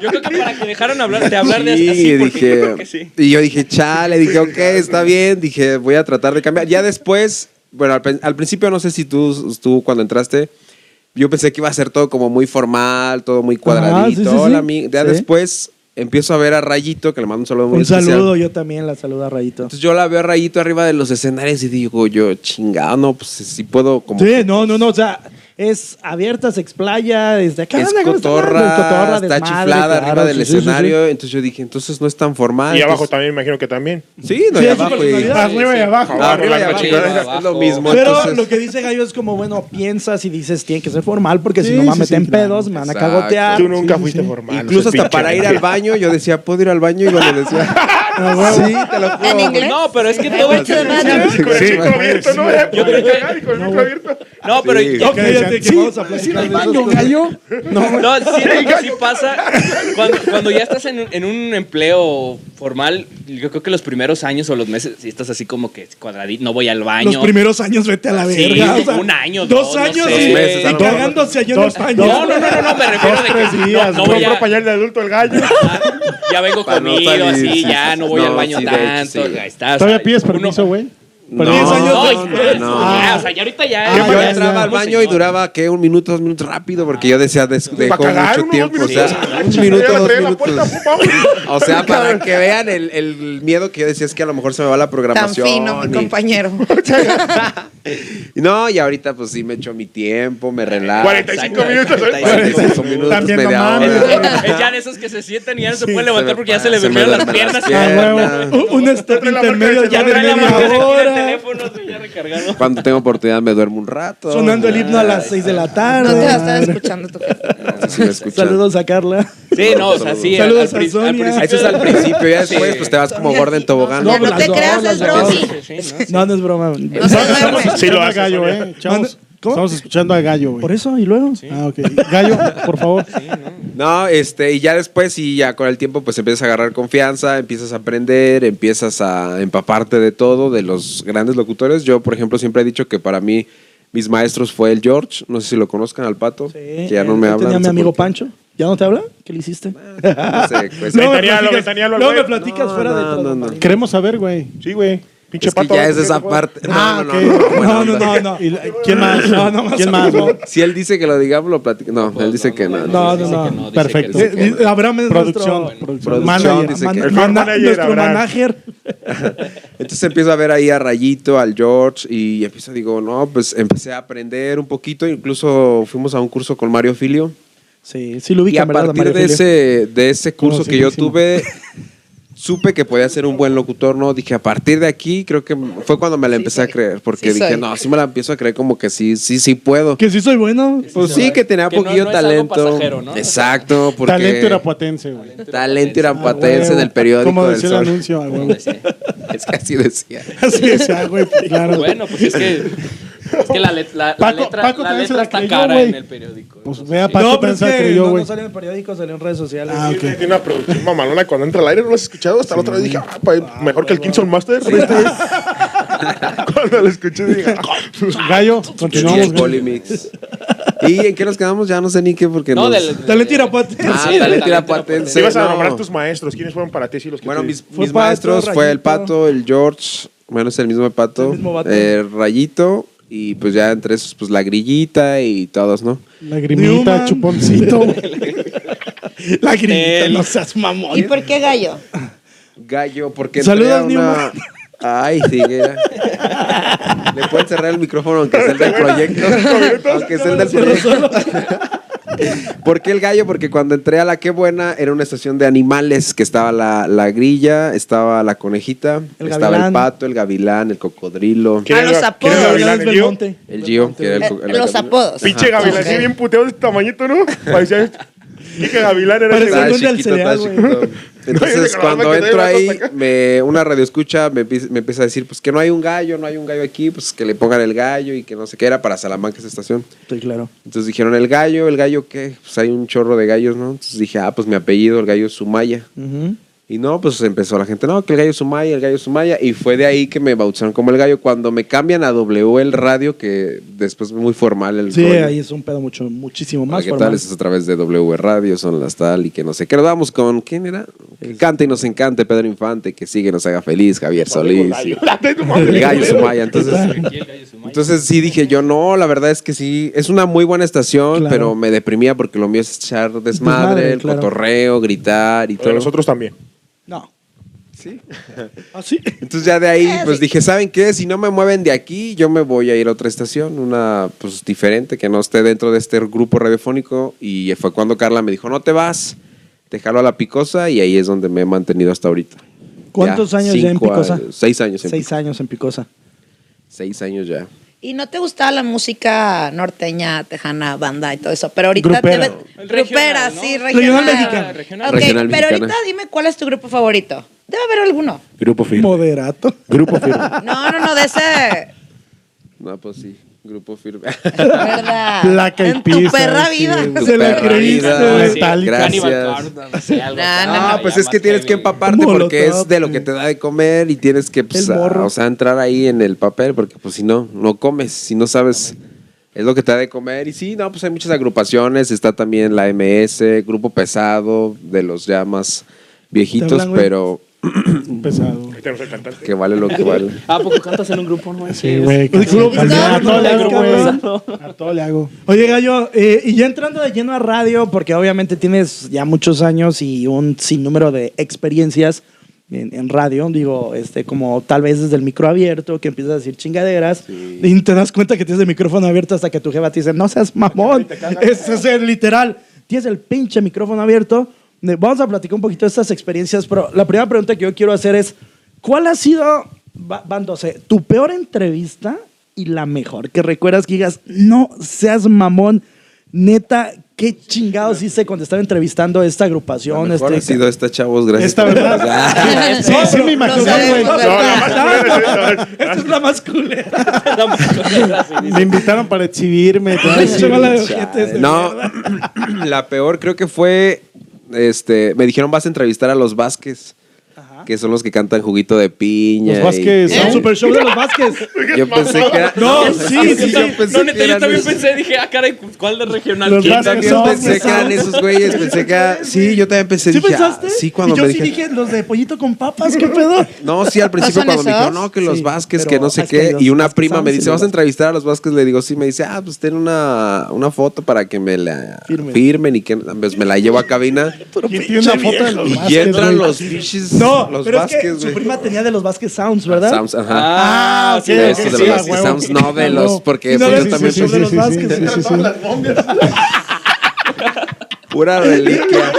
[SPEAKER 3] Yo creo que para que dejaron hablar, de hablar de
[SPEAKER 2] Sí,
[SPEAKER 3] así. porque
[SPEAKER 2] dije-
[SPEAKER 3] yo creo que sí.
[SPEAKER 2] Y yo dije, chale, dije, ok, está bien, dije, voy a tratar de cambiar. Ya después, bueno, al, prin- al principio no sé si tú, tú cuando entraste, yo pensé que iba a ser todo como muy formal, todo muy cuadradito.
[SPEAKER 1] sí, sí, sí.
[SPEAKER 2] Hola, ami- Ya
[SPEAKER 1] Sí.
[SPEAKER 2] después empiezo a ver a Rayito, que le mando un saludo muy
[SPEAKER 1] un
[SPEAKER 2] especial.
[SPEAKER 1] saludo, yo también la saludo a Rayito.
[SPEAKER 2] Entonces yo la veo a Rayito arriba de los escenarios y digo, yo, chingado, no, pues sí puedo como...
[SPEAKER 1] Sí, no, no, no, o sea, es abierta, se explaya, desde acá.
[SPEAKER 2] es cotorra, está chiflada arriba del escenario. Entonces yo dije, entonces no es tan formal.
[SPEAKER 5] Y abajo
[SPEAKER 2] entonces-
[SPEAKER 5] también, me imagino que también.
[SPEAKER 2] Sí, no,
[SPEAKER 1] Sí,
[SPEAKER 2] y
[SPEAKER 1] es su
[SPEAKER 2] abajo. y-
[SPEAKER 1] personalidad.
[SPEAKER 6] Arriba y abajo.
[SPEAKER 5] Abajo,
[SPEAKER 2] Arriba y
[SPEAKER 5] la
[SPEAKER 2] abajo,
[SPEAKER 5] chingadera.
[SPEAKER 2] es lo mismo.
[SPEAKER 1] Pero
[SPEAKER 2] entonces-
[SPEAKER 1] lo que dice Gallo es como, bueno, piensas y dices, tiene que ser formal, porque si
[SPEAKER 6] Sí,
[SPEAKER 1] no me
[SPEAKER 6] sí,
[SPEAKER 1] meten
[SPEAKER 6] sí, claro.
[SPEAKER 1] pedos, me van a
[SPEAKER 2] Exacto.
[SPEAKER 1] cagotear.
[SPEAKER 5] Tú nunca
[SPEAKER 1] Ah, Sí,
[SPEAKER 5] fuiste
[SPEAKER 1] sí.
[SPEAKER 5] formal.
[SPEAKER 2] Incluso
[SPEAKER 5] ese
[SPEAKER 2] hasta para
[SPEAKER 5] pinche.
[SPEAKER 2] ir al baño, yo decía, ¿puedo ir al baño? Y cuando le decía, sí, te lo juro.
[SPEAKER 4] ¿En inglés?
[SPEAKER 3] No, pero es que
[SPEAKER 4] I
[SPEAKER 3] todo-
[SPEAKER 4] went to the bathroom.
[SPEAKER 5] Con el
[SPEAKER 2] Sí,
[SPEAKER 5] micro abierto, ¿no? Yo
[SPEAKER 3] creo que-
[SPEAKER 5] Con el micro abierto.
[SPEAKER 3] No, pero
[SPEAKER 2] Sí.
[SPEAKER 3] yo-
[SPEAKER 1] Ok, fíjate que vamos a platicar de esas cosas.
[SPEAKER 3] No, sí, no, sí pasa. Cuando, cuando ya estás en un, en un empleo formal, yo creo que los primeros años o los meses, si estás así como que cuadradito, no voy al baño.
[SPEAKER 1] Los primeros años vete a la
[SPEAKER 3] Sí,
[SPEAKER 1] verga. o sea,
[SPEAKER 3] un año,
[SPEAKER 1] Dos
[SPEAKER 3] dos, no
[SPEAKER 1] años
[SPEAKER 3] sé.
[SPEAKER 1] y,
[SPEAKER 2] Meses,
[SPEAKER 1] y
[SPEAKER 2] a lo mejor.
[SPEAKER 1] cagándose allá en
[SPEAKER 6] Dos-
[SPEAKER 1] España.
[SPEAKER 3] no, no, no, no, no, me refiero de
[SPEAKER 6] tres
[SPEAKER 3] que
[SPEAKER 6] días,
[SPEAKER 3] no, no
[SPEAKER 5] Compró
[SPEAKER 3] voy a,
[SPEAKER 5] pañal de adulto el gallo.
[SPEAKER 3] ya vengo
[SPEAKER 2] Para no
[SPEAKER 3] comido,
[SPEAKER 2] salir,
[SPEAKER 3] así,
[SPEAKER 2] sí,
[SPEAKER 3] ya
[SPEAKER 2] sí,
[SPEAKER 3] no voy
[SPEAKER 2] sí.
[SPEAKER 3] al
[SPEAKER 2] No,
[SPEAKER 3] baño
[SPEAKER 2] sí, de hecho,
[SPEAKER 3] tanto.
[SPEAKER 2] sí.
[SPEAKER 3] ahí está, o
[SPEAKER 6] ¿Todavía
[SPEAKER 3] sea,
[SPEAKER 6] pides
[SPEAKER 3] uno-
[SPEAKER 6] permiso, güey?
[SPEAKER 2] No,
[SPEAKER 1] diez años
[SPEAKER 3] No,
[SPEAKER 1] después.
[SPEAKER 2] no, no. Pues,
[SPEAKER 3] ya, o sea, ya ahorita ya.
[SPEAKER 6] Ah,
[SPEAKER 3] ya
[SPEAKER 2] yo
[SPEAKER 6] ya,
[SPEAKER 3] estamos,
[SPEAKER 2] entraba al baño y
[SPEAKER 3] señor.
[SPEAKER 2] duraba, ¿qué? Un minuto, dos minutos rápido, porque yo decía, des- dejó
[SPEAKER 5] Pues cagar,
[SPEAKER 2] mucho
[SPEAKER 5] unos
[SPEAKER 2] tiempo. O
[SPEAKER 5] dos
[SPEAKER 2] sea,
[SPEAKER 5] minutos.
[SPEAKER 2] un minuto,
[SPEAKER 5] Ya la
[SPEAKER 2] dos
[SPEAKER 5] traía en la
[SPEAKER 2] minutos.
[SPEAKER 5] puerta, pum, pum.
[SPEAKER 2] O sea, para que vean el, el miedo que yo decía, es que a lo mejor se me va la
[SPEAKER 4] Tan
[SPEAKER 2] programación.
[SPEAKER 4] fino, mi
[SPEAKER 2] y-
[SPEAKER 4] compañero.
[SPEAKER 2] y no, y ahorita pues sí me echo mi tiempo, me relajo.
[SPEAKER 5] 45 minutos. ¿eh?
[SPEAKER 2] 45 minutos,
[SPEAKER 6] También no
[SPEAKER 2] media
[SPEAKER 6] mames,
[SPEAKER 2] hora.
[SPEAKER 6] güey.
[SPEAKER 3] Es ya de esos que se sientan y ya no se pueden
[SPEAKER 2] Se
[SPEAKER 3] levantar
[SPEAKER 2] me
[SPEAKER 3] porque ya
[SPEAKER 2] pa-
[SPEAKER 3] se le
[SPEAKER 2] me
[SPEAKER 3] durmieron las
[SPEAKER 2] duermen
[SPEAKER 3] piernas.
[SPEAKER 6] Ah, huevo.
[SPEAKER 2] piernas.
[SPEAKER 1] Un, un step
[SPEAKER 5] Otra la marca
[SPEAKER 1] intermedio
[SPEAKER 5] del
[SPEAKER 1] ya de
[SPEAKER 5] celular,
[SPEAKER 3] Traen
[SPEAKER 1] media
[SPEAKER 3] la mano aquí en el
[SPEAKER 1] hora.
[SPEAKER 3] teléfono, sí, ya recargado.
[SPEAKER 2] Cuando tengo oportunidad me duermo un rato.
[SPEAKER 1] Sonando el himno a las 6 de la
[SPEAKER 4] No te vas a estar
[SPEAKER 1] tarde.
[SPEAKER 4] escuchando tu jefe.
[SPEAKER 2] No, sí me escuchan.
[SPEAKER 1] Saludos a Carla.
[SPEAKER 3] Sí, no, o sea, sí.
[SPEAKER 1] Saludos
[SPEAKER 3] al
[SPEAKER 1] a
[SPEAKER 3] pri- al
[SPEAKER 1] Sonia.
[SPEAKER 3] principio-
[SPEAKER 2] Eso es al principio, ya después pues te vas como gorda en tobogán.
[SPEAKER 1] No,
[SPEAKER 4] Ya
[SPEAKER 1] pues
[SPEAKER 4] no
[SPEAKER 1] las
[SPEAKER 4] te
[SPEAKER 1] dos,
[SPEAKER 4] creas,
[SPEAKER 1] las
[SPEAKER 4] es
[SPEAKER 1] dos.
[SPEAKER 4] Brosi.
[SPEAKER 3] Sí, sí, ¿no?
[SPEAKER 1] No, no es broma.
[SPEAKER 4] No se duerme.
[SPEAKER 5] Sí lo
[SPEAKER 6] Chama
[SPEAKER 5] hace,
[SPEAKER 6] gallo,
[SPEAKER 5] Sonia.
[SPEAKER 6] eh. Chavos,
[SPEAKER 1] ¿Cómo?
[SPEAKER 6] Estamos escuchando a Gallo, güey.
[SPEAKER 1] Por eso, y luego.
[SPEAKER 6] Ah, ok. Gallo, por favor.
[SPEAKER 2] No, este, y ya después, y ya con el tiempo, pues empiezas a agarrar confianza, empiezas a aprender, empiezas a empaparte de todo, de los grandes locutores. Yo, por ejemplo, siempre he dicho que para mí, mis maestros fue el George, no sé si lo conozcan al pato, que ya no
[SPEAKER 1] eh,
[SPEAKER 2] me
[SPEAKER 1] yo
[SPEAKER 2] hablan.
[SPEAKER 1] Tenía a mi
[SPEAKER 2] no sé
[SPEAKER 1] amigo
[SPEAKER 2] por
[SPEAKER 1] Pancho. ¿Ya no te habla? ¿Qué le hiciste?
[SPEAKER 2] qué. No sé, pues,
[SPEAKER 5] No,
[SPEAKER 1] me
[SPEAKER 5] Ventanealo,
[SPEAKER 1] platicas-
[SPEAKER 5] ventanealo al
[SPEAKER 1] luego me
[SPEAKER 5] güey.
[SPEAKER 1] platicas
[SPEAKER 2] No,
[SPEAKER 1] fuera
[SPEAKER 2] no,
[SPEAKER 1] de todo.
[SPEAKER 2] no, no.
[SPEAKER 1] Marín.
[SPEAKER 6] Queremos saber, güey.
[SPEAKER 5] Sí, güey. Pinche
[SPEAKER 2] es que
[SPEAKER 5] pato.
[SPEAKER 2] ya es
[SPEAKER 5] ¿qué
[SPEAKER 2] esa
[SPEAKER 5] te-
[SPEAKER 2] parte. No,
[SPEAKER 6] Ah,
[SPEAKER 2] no,
[SPEAKER 6] ok.
[SPEAKER 2] no, no,
[SPEAKER 1] No,
[SPEAKER 2] buena
[SPEAKER 1] no, no,
[SPEAKER 2] onda.
[SPEAKER 1] no.
[SPEAKER 6] ¿Y la- ¿Quién más? No, no, ¿Quién más? no?
[SPEAKER 2] Si él dice que lo digamos, lo platicamos. No, él dice que no.
[SPEAKER 1] No,
[SPEAKER 3] Dice
[SPEAKER 1] no,
[SPEAKER 3] que
[SPEAKER 1] no.
[SPEAKER 3] dice que
[SPEAKER 6] Perfecto.
[SPEAKER 3] dice que no.
[SPEAKER 1] Eh, Abraham es
[SPEAKER 6] Producción,
[SPEAKER 1] nuestro-
[SPEAKER 6] producción.
[SPEAKER 2] Producción,
[SPEAKER 1] Manager,
[SPEAKER 2] dice
[SPEAKER 1] man-
[SPEAKER 2] que-
[SPEAKER 5] El
[SPEAKER 1] mana-
[SPEAKER 5] manager,
[SPEAKER 1] nuestro
[SPEAKER 5] Abraham.
[SPEAKER 1] manager.
[SPEAKER 2] Entonces empiezo a ver ahí a Rayito, al George, y empiezo, digo, no, pues empecé a aprender un poquito. Incluso fuimos a un curso con Mario Filio.
[SPEAKER 1] Sí, sí lo
[SPEAKER 2] Y
[SPEAKER 1] ubica.
[SPEAKER 2] a partir de ese, de ese curso que yo tuve, supe que podía ser un buen locutor, ¿no? Dije, a partir de aquí, creo que fue cuando me la empecé a creer, porque
[SPEAKER 4] Sí
[SPEAKER 2] dije,
[SPEAKER 4] soy.
[SPEAKER 2] no, sí me la empiezo a creer como que sí, sí, sí puedo.
[SPEAKER 1] Que sí soy bueno.
[SPEAKER 2] Pues sí, que tenía
[SPEAKER 3] Que no-
[SPEAKER 2] poquillo
[SPEAKER 3] no es algo
[SPEAKER 2] talento.
[SPEAKER 3] pasajero, ¿no?
[SPEAKER 2] Exacto, porque
[SPEAKER 6] Talento irapuatense, güey.
[SPEAKER 2] talento
[SPEAKER 6] Ah,
[SPEAKER 2] irapuatense
[SPEAKER 6] güey,
[SPEAKER 2] en el periódico
[SPEAKER 6] Como
[SPEAKER 2] del
[SPEAKER 6] decía el
[SPEAKER 2] Sol.
[SPEAKER 6] anuncio, ah, güey.
[SPEAKER 2] Es que así decía.
[SPEAKER 6] Así es, ah, güey, pues, claro.
[SPEAKER 3] Bueno, pues es que, es que la, let- la- la
[SPEAKER 6] Paco-
[SPEAKER 3] letra,
[SPEAKER 6] Paco
[SPEAKER 3] la
[SPEAKER 6] también
[SPEAKER 3] letra
[SPEAKER 6] se la
[SPEAKER 3] está
[SPEAKER 6] creyó,
[SPEAKER 3] cara
[SPEAKER 6] güey.
[SPEAKER 3] en el periódico.
[SPEAKER 6] Pues
[SPEAKER 3] No sé
[SPEAKER 6] vea,
[SPEAKER 3] si-
[SPEAKER 6] Paco
[SPEAKER 1] No, pero
[SPEAKER 6] también
[SPEAKER 1] es
[SPEAKER 6] se la
[SPEAKER 1] que
[SPEAKER 6] creyó,
[SPEAKER 1] no,
[SPEAKER 6] güey.
[SPEAKER 1] no salió en el periódico, salió en redes sociales.
[SPEAKER 6] Ah, ok.
[SPEAKER 5] Tiene una producción mamalona cuando entra al aire, ¿no lo has escuchado? Hasta la otra vez dije, ah, pa, mejor que el Kingston Master. cuando lo escuché dije, ah,
[SPEAKER 6] Gallo,
[SPEAKER 2] Y
[SPEAKER 6] continuamos.
[SPEAKER 2] el
[SPEAKER 6] güey.
[SPEAKER 2] Polimix. ¿Y en qué nos quedamos? Ya no sé ni qué, porque
[SPEAKER 3] No,
[SPEAKER 2] nos-
[SPEAKER 3] del-
[SPEAKER 1] Talento
[SPEAKER 6] pues,
[SPEAKER 1] irapuatense.
[SPEAKER 2] Ah,
[SPEAKER 3] Sí,
[SPEAKER 2] talento
[SPEAKER 3] talento pues,
[SPEAKER 2] irapuatense.
[SPEAKER 5] te ibas a
[SPEAKER 2] no.
[SPEAKER 5] nombrar tus maestros. ¿Quiénes fueron para ti? Sí, los que
[SPEAKER 2] Bueno,
[SPEAKER 5] te-
[SPEAKER 2] mis,
[SPEAKER 1] Fue
[SPEAKER 2] mis
[SPEAKER 1] Pato,
[SPEAKER 2] maestros fue el
[SPEAKER 1] Rayito.
[SPEAKER 2] Pato, el George, bueno, es el mismo Pato,
[SPEAKER 1] El mismo vato.
[SPEAKER 2] eh, Rayito, y pues ya entre esos, pues la grillita y todos, ¿no?
[SPEAKER 6] Lagrimita,
[SPEAKER 1] Newman.
[SPEAKER 6] chuponcito.
[SPEAKER 1] La grita,
[SPEAKER 3] Tel.
[SPEAKER 1] no seas mamón.
[SPEAKER 4] ¿Y por qué gallo?
[SPEAKER 2] Gallo, porque
[SPEAKER 1] Saluda
[SPEAKER 2] Saludos,
[SPEAKER 1] al
[SPEAKER 2] una... Ay, Tiguera. Le pueden cerrar el micrófono aunque sea el del proyecto. aunque sea el del proyecto. ¿Por qué el gallo? Porque cuando entré a la Qué Buena era una estación de animales que estaba la, la grilla, estaba la conejita,
[SPEAKER 1] El
[SPEAKER 2] estaba
[SPEAKER 1] gavilán.
[SPEAKER 2] el pato, el gavilán, el cocodrilo.
[SPEAKER 5] ¿Quién
[SPEAKER 4] A
[SPEAKER 5] era-
[SPEAKER 4] los
[SPEAKER 5] quién era
[SPEAKER 4] apodos.
[SPEAKER 5] el
[SPEAKER 1] Gavilán es
[SPEAKER 5] gavilán, el Gio?
[SPEAKER 1] Belmonte.
[SPEAKER 2] El Gio, que era el, co-
[SPEAKER 4] Eh,
[SPEAKER 2] el
[SPEAKER 4] los
[SPEAKER 2] gavilán.
[SPEAKER 4] apodos.
[SPEAKER 5] Pinche gavilán,
[SPEAKER 4] Ok.
[SPEAKER 5] así bien puteado de este tamañito, ¿no? Parecía. Pinche gavilán era ese
[SPEAKER 1] Parecía
[SPEAKER 2] Estaba
[SPEAKER 5] güey.
[SPEAKER 1] el duende del
[SPEAKER 2] chiquito, estaba
[SPEAKER 1] cereal, güey.
[SPEAKER 2] chiquito. Entonces,
[SPEAKER 5] No, yo
[SPEAKER 2] cuando
[SPEAKER 5] recordaba que
[SPEAKER 2] entro
[SPEAKER 5] todavía
[SPEAKER 2] ahí,
[SPEAKER 5] ibas acá.
[SPEAKER 2] me, una radio escucha me, empie- me empieza a decir, pues que no hay un gallo, no hay un gallo aquí, pues que le pongan el gallo y que no sé qué era para Salamanca esa estación.
[SPEAKER 1] Sí, claro.
[SPEAKER 2] Entonces dijeron, el gallo, el gallo qué, pues hay un chorro de gallos, ¿no? Entonces dije, ah, pues mi apellido, el gallo es Sumaya.
[SPEAKER 1] Ujú.
[SPEAKER 2] Y no, pues empezó la gente, no, que el gallo Sumaya, el gallo Sumaya. Y fue de ahí que me bautizaron como el gallo. Cuando me cambian a W el radio, que después muy formal el
[SPEAKER 1] Sí,
[SPEAKER 2] rollo.
[SPEAKER 1] ahí es un pedo mucho, muchísimo más
[SPEAKER 2] ¿Qué
[SPEAKER 1] formal.
[SPEAKER 2] tal? Eso es a través de W Radio, son las tal y que no sé qué. Nos vamos con, ¿quién era? Que cante y nos encante Pedro Infante, que sigue y nos haga feliz Javier Solís. y- el gallo Sumaya. Entonces,
[SPEAKER 3] Aquí el gallo Sumaya.
[SPEAKER 2] entonces sí dije yo, no, la verdad es que sí, es una muy buena estación,
[SPEAKER 1] Claro.
[SPEAKER 2] pero me deprimía porque lo mío es echar desmadre,
[SPEAKER 1] Desmadre,
[SPEAKER 2] el
[SPEAKER 1] claro.
[SPEAKER 2] cotorreo, gritar y todo.
[SPEAKER 5] Pero nosotros también.
[SPEAKER 1] No.
[SPEAKER 2] Sí.
[SPEAKER 1] ¿Ah, sí?
[SPEAKER 2] Entonces ya de ahí pues dije, ¿saben qué? Si no me mueven de aquí, yo me voy a ir a otra estación, una pues diferente, que no esté dentro de este grupo radiofónico. Y fue cuando Carla me dijo, no te vas, te jalo a la picosa y ahí es donde me he mantenido hasta ahorita.
[SPEAKER 1] ¿Cuántos años ya en
[SPEAKER 2] cinco
[SPEAKER 1] Picosa?
[SPEAKER 2] años- seis años en
[SPEAKER 1] Seis
[SPEAKER 2] Picosa.
[SPEAKER 1] años en Picosa.
[SPEAKER 2] Seis años ya.
[SPEAKER 4] Y no te gustaba la música norteña, tejana, banda y todo eso, pero ahorita
[SPEAKER 6] Grupera.
[SPEAKER 4] te
[SPEAKER 3] El
[SPEAKER 4] ves-
[SPEAKER 3] regional,
[SPEAKER 4] grupera,
[SPEAKER 3] ¿no?
[SPEAKER 4] sí,
[SPEAKER 1] Regional
[SPEAKER 4] regional.
[SPEAKER 1] mexicana.
[SPEAKER 3] Regional.
[SPEAKER 4] Ok,
[SPEAKER 2] Regional
[SPEAKER 4] pero
[SPEAKER 2] mexicana.
[SPEAKER 4] ahorita dime cuál es tu grupo favorito. Debe haber alguno.
[SPEAKER 5] Grupo firme.
[SPEAKER 1] Moderato.
[SPEAKER 5] Grupo firme.
[SPEAKER 4] No, no, no, de ese.
[SPEAKER 2] No, pues sí, grupo firme.
[SPEAKER 4] ¿Verdad?
[SPEAKER 6] Placa y
[SPEAKER 4] en tu
[SPEAKER 6] pizza,
[SPEAKER 4] perra
[SPEAKER 6] sí,
[SPEAKER 4] vida.
[SPEAKER 6] güey.
[SPEAKER 1] Se la
[SPEAKER 2] Perra
[SPEAKER 1] creíste.
[SPEAKER 2] vida.
[SPEAKER 6] Metallica.
[SPEAKER 2] Gracias.
[SPEAKER 4] No, no,
[SPEAKER 2] No,
[SPEAKER 4] no,
[SPEAKER 2] pues es que tienes que empaparte
[SPEAKER 1] Molotov, mm.
[SPEAKER 2] porque es de lo que te da de comer y tienes que, pues,
[SPEAKER 1] El
[SPEAKER 2] a-
[SPEAKER 1] morro.
[SPEAKER 2] o sea, entrar ahí en el papel porque, pues, si no, no comes, si no sabes, es lo que te da de comer. Y sí, no, pues hay muchas agrupaciones, está también la MS, Grupo Pesado, de los ya más
[SPEAKER 1] ¿Te
[SPEAKER 2] viejitos,
[SPEAKER 1] hablan, güey?
[SPEAKER 2] pero
[SPEAKER 6] Pesado.
[SPEAKER 5] Tenemos el cantante.
[SPEAKER 2] que vale lo que vale.
[SPEAKER 3] ¿A Ah, poco cantas en un grupo? No,
[SPEAKER 6] Sí, güey.
[SPEAKER 1] Uy, club,
[SPEAKER 6] cabrón. A todo le hago,
[SPEAKER 1] cabrón.
[SPEAKER 6] güey. A todo le hago.
[SPEAKER 1] Oye, Gallo, eh, y ya entrando de lleno a radio, porque obviamente tienes ya muchos años y un sinnúmero de experiencias en, en radio, digo, este, como tal vez desde el micro abierto, que empiezas a decir chingaderas, y te das cuenta que tienes el micrófono abierto hasta que tu jefa te dice, no seas mamón, ese es el literal, tienes el pinche micrófono abierto. Ne- Vamos a platicar un poquito de estas experiencias, pero la primera pregunta que yo quiero hacer es, ¿cuál ha sido, va- van 12, tu peor entrevista y la mejor que recuerdas que digas, no seas mamón, neta, qué chingados hice cuando estaba entrevistando a esta agrupación.
[SPEAKER 2] Mejor ha
[SPEAKER 1] este,
[SPEAKER 2] sido esta, chavos, gracias.
[SPEAKER 6] Esta,
[SPEAKER 2] por-
[SPEAKER 6] ¿verdad? Sí,
[SPEAKER 4] No,
[SPEAKER 6] sí,
[SPEAKER 4] pero
[SPEAKER 6] me imagino,
[SPEAKER 4] no sé,
[SPEAKER 6] güey.
[SPEAKER 4] no sé.
[SPEAKER 5] No, la más culera es esta.
[SPEAKER 1] Esta es la más culera.
[SPEAKER 6] Me invitaron para exhibirme. todo
[SPEAKER 1] Ay,
[SPEAKER 6] eso.
[SPEAKER 1] se va la de ojetes de
[SPEAKER 2] No,
[SPEAKER 1] mierda.
[SPEAKER 2] la peor creo que fue, este, me dijeron vas a entrevistar a los Vázquez, que son los que cantan juguito de piña.
[SPEAKER 6] Los
[SPEAKER 2] y-
[SPEAKER 6] Vázquez,
[SPEAKER 2] y-
[SPEAKER 6] ¿no?
[SPEAKER 1] El super show de los Vázquez.
[SPEAKER 2] Yo pensé que era...
[SPEAKER 1] No, sí,
[SPEAKER 2] yo
[SPEAKER 1] sí,
[SPEAKER 2] también
[SPEAKER 1] sí.
[SPEAKER 2] pensé
[SPEAKER 3] No,
[SPEAKER 2] que
[SPEAKER 3] neta, Ah, yo
[SPEAKER 2] eran
[SPEAKER 3] también
[SPEAKER 2] esos-
[SPEAKER 3] pensé, dije, ah, caray, ¿cuál de regional?
[SPEAKER 6] Los
[SPEAKER 3] ¿Quién?
[SPEAKER 6] Vázquez.
[SPEAKER 2] también
[SPEAKER 6] son,
[SPEAKER 2] pensé que eran esos güeyes, pensé que era- Sí, yo también pensé,
[SPEAKER 1] ¿Sí
[SPEAKER 2] dije, ah,
[SPEAKER 1] pensaste?
[SPEAKER 2] sí, cuando
[SPEAKER 1] y yo
[SPEAKER 2] me
[SPEAKER 1] sí
[SPEAKER 2] dijeron-
[SPEAKER 1] dije, los de pollito con papas, ¿qué pedo?
[SPEAKER 2] No, sí, al principio
[SPEAKER 4] ¿No ¿Ah, son
[SPEAKER 2] cuando me dijo,
[SPEAKER 4] esos?
[SPEAKER 2] no, que los
[SPEAKER 1] Sí,
[SPEAKER 2] Vázquez,
[SPEAKER 1] pero
[SPEAKER 2] que no sé
[SPEAKER 1] es que
[SPEAKER 2] qué.
[SPEAKER 1] los
[SPEAKER 2] Y una
[SPEAKER 1] Vázquez
[SPEAKER 2] prima
[SPEAKER 1] saben
[SPEAKER 2] me
[SPEAKER 1] si
[SPEAKER 2] dice,
[SPEAKER 1] los
[SPEAKER 2] ¿vas a
[SPEAKER 1] Vázquez-
[SPEAKER 2] entrevistar a los Vázquez? Le digo, sí. Me dice, ah, pues ten una, una foto para que me la
[SPEAKER 1] Firmen.
[SPEAKER 2] firmen y que pues, me la llevo a cabina.
[SPEAKER 6] ¿Quién tiene una foto de los
[SPEAKER 2] Y
[SPEAKER 6] Vázquez,
[SPEAKER 2] ya entran
[SPEAKER 6] güey?
[SPEAKER 2] los bichis,
[SPEAKER 1] No,
[SPEAKER 2] los
[SPEAKER 1] pero
[SPEAKER 2] Vázquez,
[SPEAKER 1] es que su
[SPEAKER 2] güey.
[SPEAKER 1] prima tenía de los Vázquez Sounds, ¿verdad?
[SPEAKER 2] Sounds, ajá.
[SPEAKER 1] Ah,
[SPEAKER 3] Ah,
[SPEAKER 1] ok,
[SPEAKER 3] sí,
[SPEAKER 2] de
[SPEAKER 1] ok,
[SPEAKER 2] esos de
[SPEAKER 1] sí,
[SPEAKER 2] los
[SPEAKER 1] a
[SPEAKER 2] Vázquez
[SPEAKER 1] huevo.
[SPEAKER 2] Sounds, no de los, porque
[SPEAKER 1] No,
[SPEAKER 2] pues,
[SPEAKER 1] sí,
[SPEAKER 2] yo también
[SPEAKER 1] sí,
[SPEAKER 2] soy
[SPEAKER 1] sí,
[SPEAKER 2] de
[SPEAKER 1] los Vázquez,
[SPEAKER 6] sí, sí, sí, sí.
[SPEAKER 2] pura reliquia.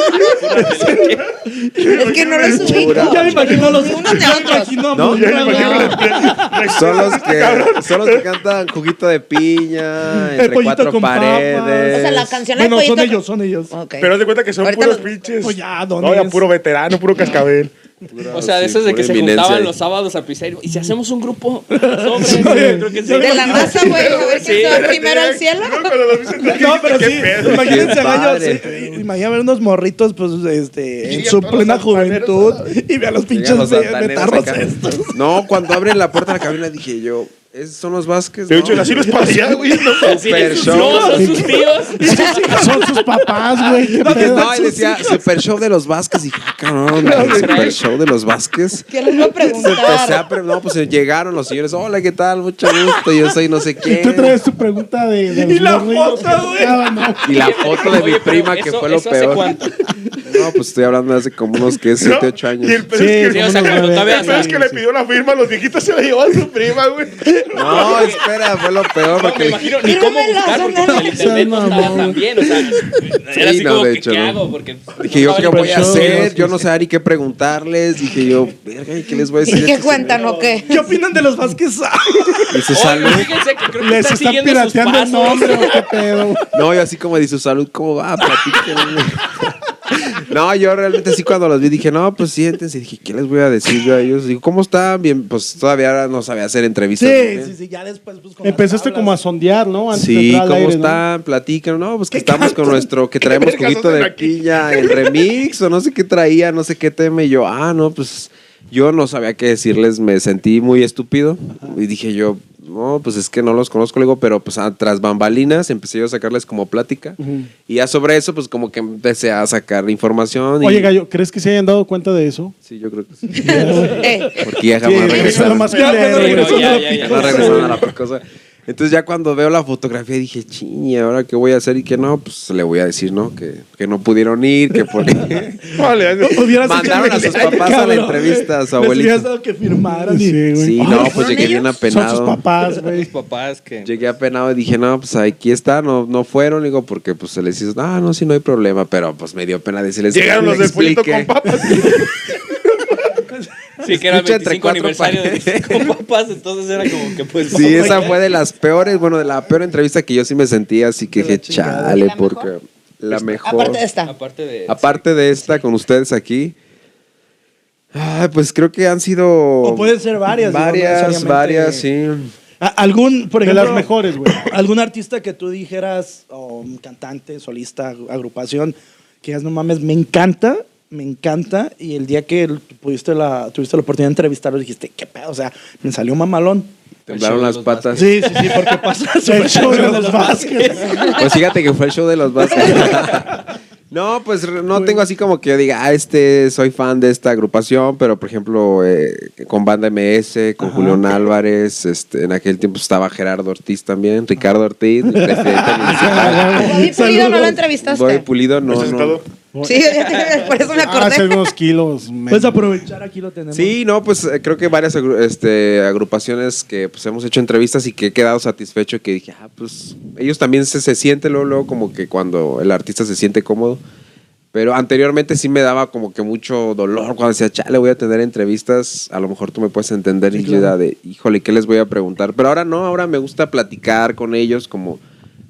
[SPEAKER 4] Es que no los ubico.
[SPEAKER 1] Ya me imagino los
[SPEAKER 4] Uno de
[SPEAKER 1] ya me
[SPEAKER 4] otros.
[SPEAKER 1] imagino a
[SPEAKER 2] No,
[SPEAKER 1] Monra,
[SPEAKER 5] Ya me imagino
[SPEAKER 1] güey.
[SPEAKER 5] la- la- la-
[SPEAKER 2] Son los que, son los que cantan juguito de piña,
[SPEAKER 1] El
[SPEAKER 2] entre
[SPEAKER 1] pollito
[SPEAKER 2] cuatro
[SPEAKER 1] con papas.
[SPEAKER 2] paredes.
[SPEAKER 4] O sea, la canción
[SPEAKER 1] Bueno,
[SPEAKER 4] del
[SPEAKER 1] son
[SPEAKER 4] pollito-
[SPEAKER 1] ellos, son ellos.
[SPEAKER 4] Ok.
[SPEAKER 5] Pero haz de cuenta que son
[SPEAKER 4] Ahorita
[SPEAKER 5] puros
[SPEAKER 4] lo-
[SPEAKER 5] pinches.
[SPEAKER 1] Pues ya, ¿dónde
[SPEAKER 5] no, ya
[SPEAKER 1] es?
[SPEAKER 5] puro veterano, puro cascabel.
[SPEAKER 6] Ah,
[SPEAKER 3] O sea, de
[SPEAKER 2] Sí,
[SPEAKER 3] esos de que
[SPEAKER 2] pura
[SPEAKER 3] se
[SPEAKER 2] eminencia
[SPEAKER 3] juntaban
[SPEAKER 2] ahí.
[SPEAKER 3] los sábados a pisar y si hacemos un grupo sobre creo que sí.
[SPEAKER 4] De la raza, güey. A ver quién se va primero al cielo.
[SPEAKER 5] No, cuando los dicen, ¿qué-
[SPEAKER 1] No, pero
[SPEAKER 5] qué
[SPEAKER 1] sí,
[SPEAKER 5] pedo?
[SPEAKER 1] imagínense
[SPEAKER 2] Qué
[SPEAKER 1] a gallos,
[SPEAKER 2] padre.
[SPEAKER 1] sí, imagínate ver unos morritos, pues, este, en
[SPEAKER 7] Llegan
[SPEAKER 1] su
[SPEAKER 7] todos los
[SPEAKER 1] plena
[SPEAKER 7] alfaneros,
[SPEAKER 1] juventud, y ve a los
[SPEAKER 2] Llegan
[SPEAKER 1] pinches
[SPEAKER 2] los
[SPEAKER 1] de-
[SPEAKER 2] altaneros
[SPEAKER 1] betarros
[SPEAKER 2] acá.
[SPEAKER 1] estos.
[SPEAKER 2] No, cuando abren la puerta de la cabina dije yo, ¿esos son los Vázquez?
[SPEAKER 5] De
[SPEAKER 2] ¿no?
[SPEAKER 5] hecho, el asilo es para allá, güey. no mames.
[SPEAKER 2] Super
[SPEAKER 3] sus-
[SPEAKER 2] show.
[SPEAKER 3] No, son sus tíos.
[SPEAKER 6] Son sus papás, güey. qué
[SPEAKER 2] Dije,
[SPEAKER 6] pedo.
[SPEAKER 2] no, y decía Super Show de los Vázquez. Dije, ah, cabrón, el Super Show de los Vázquez.
[SPEAKER 4] ¿Quién les va a
[SPEAKER 2] Empecé a
[SPEAKER 4] preguntar?
[SPEAKER 2] pre- no, pues llegaron los señores. Hola, ¿qué tal? Mucho gusto. Yo soy no sé
[SPEAKER 6] Y tú
[SPEAKER 2] quién.
[SPEAKER 6] traes tu pregunta de. de
[SPEAKER 1] Y la
[SPEAKER 6] los
[SPEAKER 1] foto,
[SPEAKER 6] morros.
[SPEAKER 1] güey.
[SPEAKER 6] Ah, no.
[SPEAKER 2] Y la foto de
[SPEAKER 3] Oye,
[SPEAKER 2] mi
[SPEAKER 3] pero
[SPEAKER 2] prima, que
[SPEAKER 3] eso-
[SPEAKER 2] fue lo
[SPEAKER 3] ¿eso hace
[SPEAKER 2] peor.
[SPEAKER 3] cuánto?
[SPEAKER 2] No, pues estoy hablando de hace como unos que
[SPEAKER 5] No,
[SPEAKER 2] 7, 8 años.
[SPEAKER 5] Y el pedo
[SPEAKER 6] Sí,
[SPEAKER 5] es
[SPEAKER 3] Sí,
[SPEAKER 5] que,
[SPEAKER 3] o sea,
[SPEAKER 6] ¿cómo no,
[SPEAKER 3] cuando
[SPEAKER 6] güey?
[SPEAKER 5] el
[SPEAKER 3] todavía
[SPEAKER 5] pedo es que le pidió la firma, los viejitos se la llevó a su prima, güey.
[SPEAKER 2] No, espera, fue lo peor.
[SPEAKER 3] No, me
[SPEAKER 2] Porque
[SPEAKER 3] imagino ni cómo
[SPEAKER 4] Fírmamela,
[SPEAKER 3] buscar porque
[SPEAKER 4] Fernando.
[SPEAKER 3] el internet no estaba tan bien. O sea, era
[SPEAKER 2] Sí,
[SPEAKER 3] así
[SPEAKER 2] no,
[SPEAKER 3] como
[SPEAKER 2] de
[SPEAKER 3] que,
[SPEAKER 2] hecho,
[SPEAKER 3] ¿qué
[SPEAKER 2] no.
[SPEAKER 3] hago? Porque
[SPEAKER 2] Dije yo, ¿qué
[SPEAKER 3] no,
[SPEAKER 2] voy a
[SPEAKER 6] show,
[SPEAKER 2] hacer?
[SPEAKER 6] sí,
[SPEAKER 2] Yo no sabía ni qué preguntarles. Dije yo, verga, ¿y ¿qué les voy a decir?
[SPEAKER 4] ¿Y
[SPEAKER 2] a
[SPEAKER 4] qué
[SPEAKER 2] estos señores?
[SPEAKER 4] cuentan o qué?
[SPEAKER 1] ¿Qué opinan de los Vázquez?
[SPEAKER 2] Y su
[SPEAKER 3] Oye,
[SPEAKER 2] salud.
[SPEAKER 3] fíjense que creo que
[SPEAKER 6] Les
[SPEAKER 3] están
[SPEAKER 6] están
[SPEAKER 3] siguiendo sus
[SPEAKER 6] pirateando el
[SPEAKER 3] pasos.
[SPEAKER 6] nombre, güey, qué pedo.
[SPEAKER 2] No, yo así como de su salud, ¿cómo va? Platíquenme. No, yo realmente sí cuando los vi dije, no, pues siéntense. Y dije, ¿qué les voy a decir yo a ellos? Digo, ¿cómo están? Bien, pues todavía no sabía hacer entrevistas.
[SPEAKER 1] Sí,
[SPEAKER 2] bien.
[SPEAKER 1] sí, sí, ya después, pues, con las
[SPEAKER 6] Empezaste
[SPEAKER 1] tablas.
[SPEAKER 6] como a sondear, ¿no? Antes de
[SPEAKER 2] Sí,
[SPEAKER 6] entrar al
[SPEAKER 2] ¿cómo
[SPEAKER 6] aire, ¿no?
[SPEAKER 2] están? Platican. No, pues que
[SPEAKER 1] ¿Qué
[SPEAKER 2] estamos con
[SPEAKER 1] cantan?
[SPEAKER 2] nuestro, que traemos
[SPEAKER 5] vergas
[SPEAKER 2] juguito
[SPEAKER 5] hacen
[SPEAKER 2] de
[SPEAKER 5] aquí?
[SPEAKER 2] piña, el remix, o no sé qué traía, no sé qué tema. Y yo, ah, no, pues yo no sabía qué decirles, me sentí muy estúpido. Y dije yo, no, pues es que no los conozco, luego, pero pues ah, tras bambalinas empecé yo a sacarles como plática. Y ya sobre eso, pues como que empecé a sacar información. y-
[SPEAKER 6] Oye, Gallo, ¿crees que se hayan dado cuenta de eso?
[SPEAKER 2] Sí, yo creo que sí.
[SPEAKER 4] Eh,
[SPEAKER 2] Porque ya
[SPEAKER 6] Sí,
[SPEAKER 2] jamás
[SPEAKER 6] eso es lo
[SPEAKER 2] regresaron.
[SPEAKER 6] más
[SPEAKER 1] Ya,
[SPEAKER 6] culero,
[SPEAKER 1] cuando
[SPEAKER 6] güey.
[SPEAKER 1] regresó,
[SPEAKER 3] ya,
[SPEAKER 1] no
[SPEAKER 3] ya,
[SPEAKER 1] lo
[SPEAKER 3] ya.
[SPEAKER 2] No
[SPEAKER 1] picó.
[SPEAKER 2] regresaron a la picosa. Entonces ya cuando veo la fotografía dije, ching, ¿y ahora qué voy a hacer? Y que no, pues le voy a decir, ¿no? Que, que no pudieron ir, que por...
[SPEAKER 5] Vale, así-
[SPEAKER 1] Hubieras
[SPEAKER 2] Mandaron
[SPEAKER 1] hecho-
[SPEAKER 2] a sus papás a la
[SPEAKER 1] Cabrón.
[SPEAKER 2] entrevista, a su
[SPEAKER 1] Les hubieras
[SPEAKER 2] abuelita.
[SPEAKER 1] dado que firmaran. y-
[SPEAKER 6] Sí, güey.
[SPEAKER 2] Sí,
[SPEAKER 6] Ay,
[SPEAKER 2] no, pues llegué bien
[SPEAKER 4] ellos?
[SPEAKER 6] Son sus
[SPEAKER 2] apenado.
[SPEAKER 6] papás, güey.
[SPEAKER 3] Mis papás que...
[SPEAKER 2] Llegué apenado y dije, no, pues aquí está, no, no fueron, digo, porque pues se les hizo, ah, no, sí, no hay problema, pero pues me dio pena decirles.
[SPEAKER 5] Llegaron
[SPEAKER 2] que
[SPEAKER 5] los
[SPEAKER 2] les
[SPEAKER 5] del pollito con
[SPEAKER 2] explique.
[SPEAKER 5] papas.
[SPEAKER 3] Sí, que era el
[SPEAKER 2] Escucha entre
[SPEAKER 3] 25
[SPEAKER 2] cuatro
[SPEAKER 3] aniversario de mis
[SPEAKER 2] paredes.
[SPEAKER 3] cinco papás, entonces era como que pues...
[SPEAKER 2] Sí, esa fue de las peores, bueno, de la peor entrevista que yo sí me sentía, así que dije, chale,
[SPEAKER 4] ¿La Este,
[SPEAKER 2] porque la mejor.
[SPEAKER 4] aparte de esta.
[SPEAKER 3] Aparte de...
[SPEAKER 2] Aparte de esta, con ustedes aquí. Ay, pues creo que han sido.
[SPEAKER 1] O pueden ser varias, digo, no
[SPEAKER 2] Varias,
[SPEAKER 1] necesariamente-
[SPEAKER 2] varias, sí.
[SPEAKER 1] A- Algún, por
[SPEAKER 6] De
[SPEAKER 1] ejemplo,
[SPEAKER 6] las mejores, güey.
[SPEAKER 1] algún artista que tú dijeras, o un cantante, solista, agru- agrupación, que digas, no mames, me encanta, me encanta, y el día que l- pudiste la, tuviste la oportunidad de entrevistarlo, dijiste, qué pedo, o sea, me salió mamalón.
[SPEAKER 2] Temblaron las patas.
[SPEAKER 1] Sí, sí, sí, porque pasa
[SPEAKER 6] El show de los Vázquez.
[SPEAKER 2] Pues fíjate que fue el show de los Vázquez. No, pues re- no tengo así como que yo diga, ah, este, soy fan de esta agrupación, pero por ejemplo, eh, con Banda MS, con Julián Álvarez, este, en aquel tiempo estaba Gerardo Ortiz también, Ricardo Ortiz, el presidente municipal.
[SPEAKER 4] Bobby Pulido no lo
[SPEAKER 2] Bobby
[SPEAKER 4] entrevistaste.
[SPEAKER 2] Pulido, no,
[SPEAKER 5] Eso es
[SPEAKER 2] no.
[SPEAKER 5] todo.
[SPEAKER 4] Sí, por eso me
[SPEAKER 1] Ah,
[SPEAKER 6] Ah, Hace
[SPEAKER 4] acordé.
[SPEAKER 6] unos
[SPEAKER 2] Pues
[SPEAKER 6] kilos. men.
[SPEAKER 1] Puedes aprovechar, aquí lo tenemos.
[SPEAKER 2] Sí, no, pues eh, creo que varias agru- este, agrupaciones que pues, hemos hecho entrevistas y que he quedado satisfecho que dije, ah, pues ellos también se, se siente luego, luego como que cuando el artista se siente cómodo. Pero anteriormente sí me daba como que mucho dolor cuando decía, chale, voy a tener entrevistas, a lo mejor tú me puedes entender y yo era de, híjole, ¿qué les voy a preguntar? Pero ahora no, ahora me gusta platicar con ellos como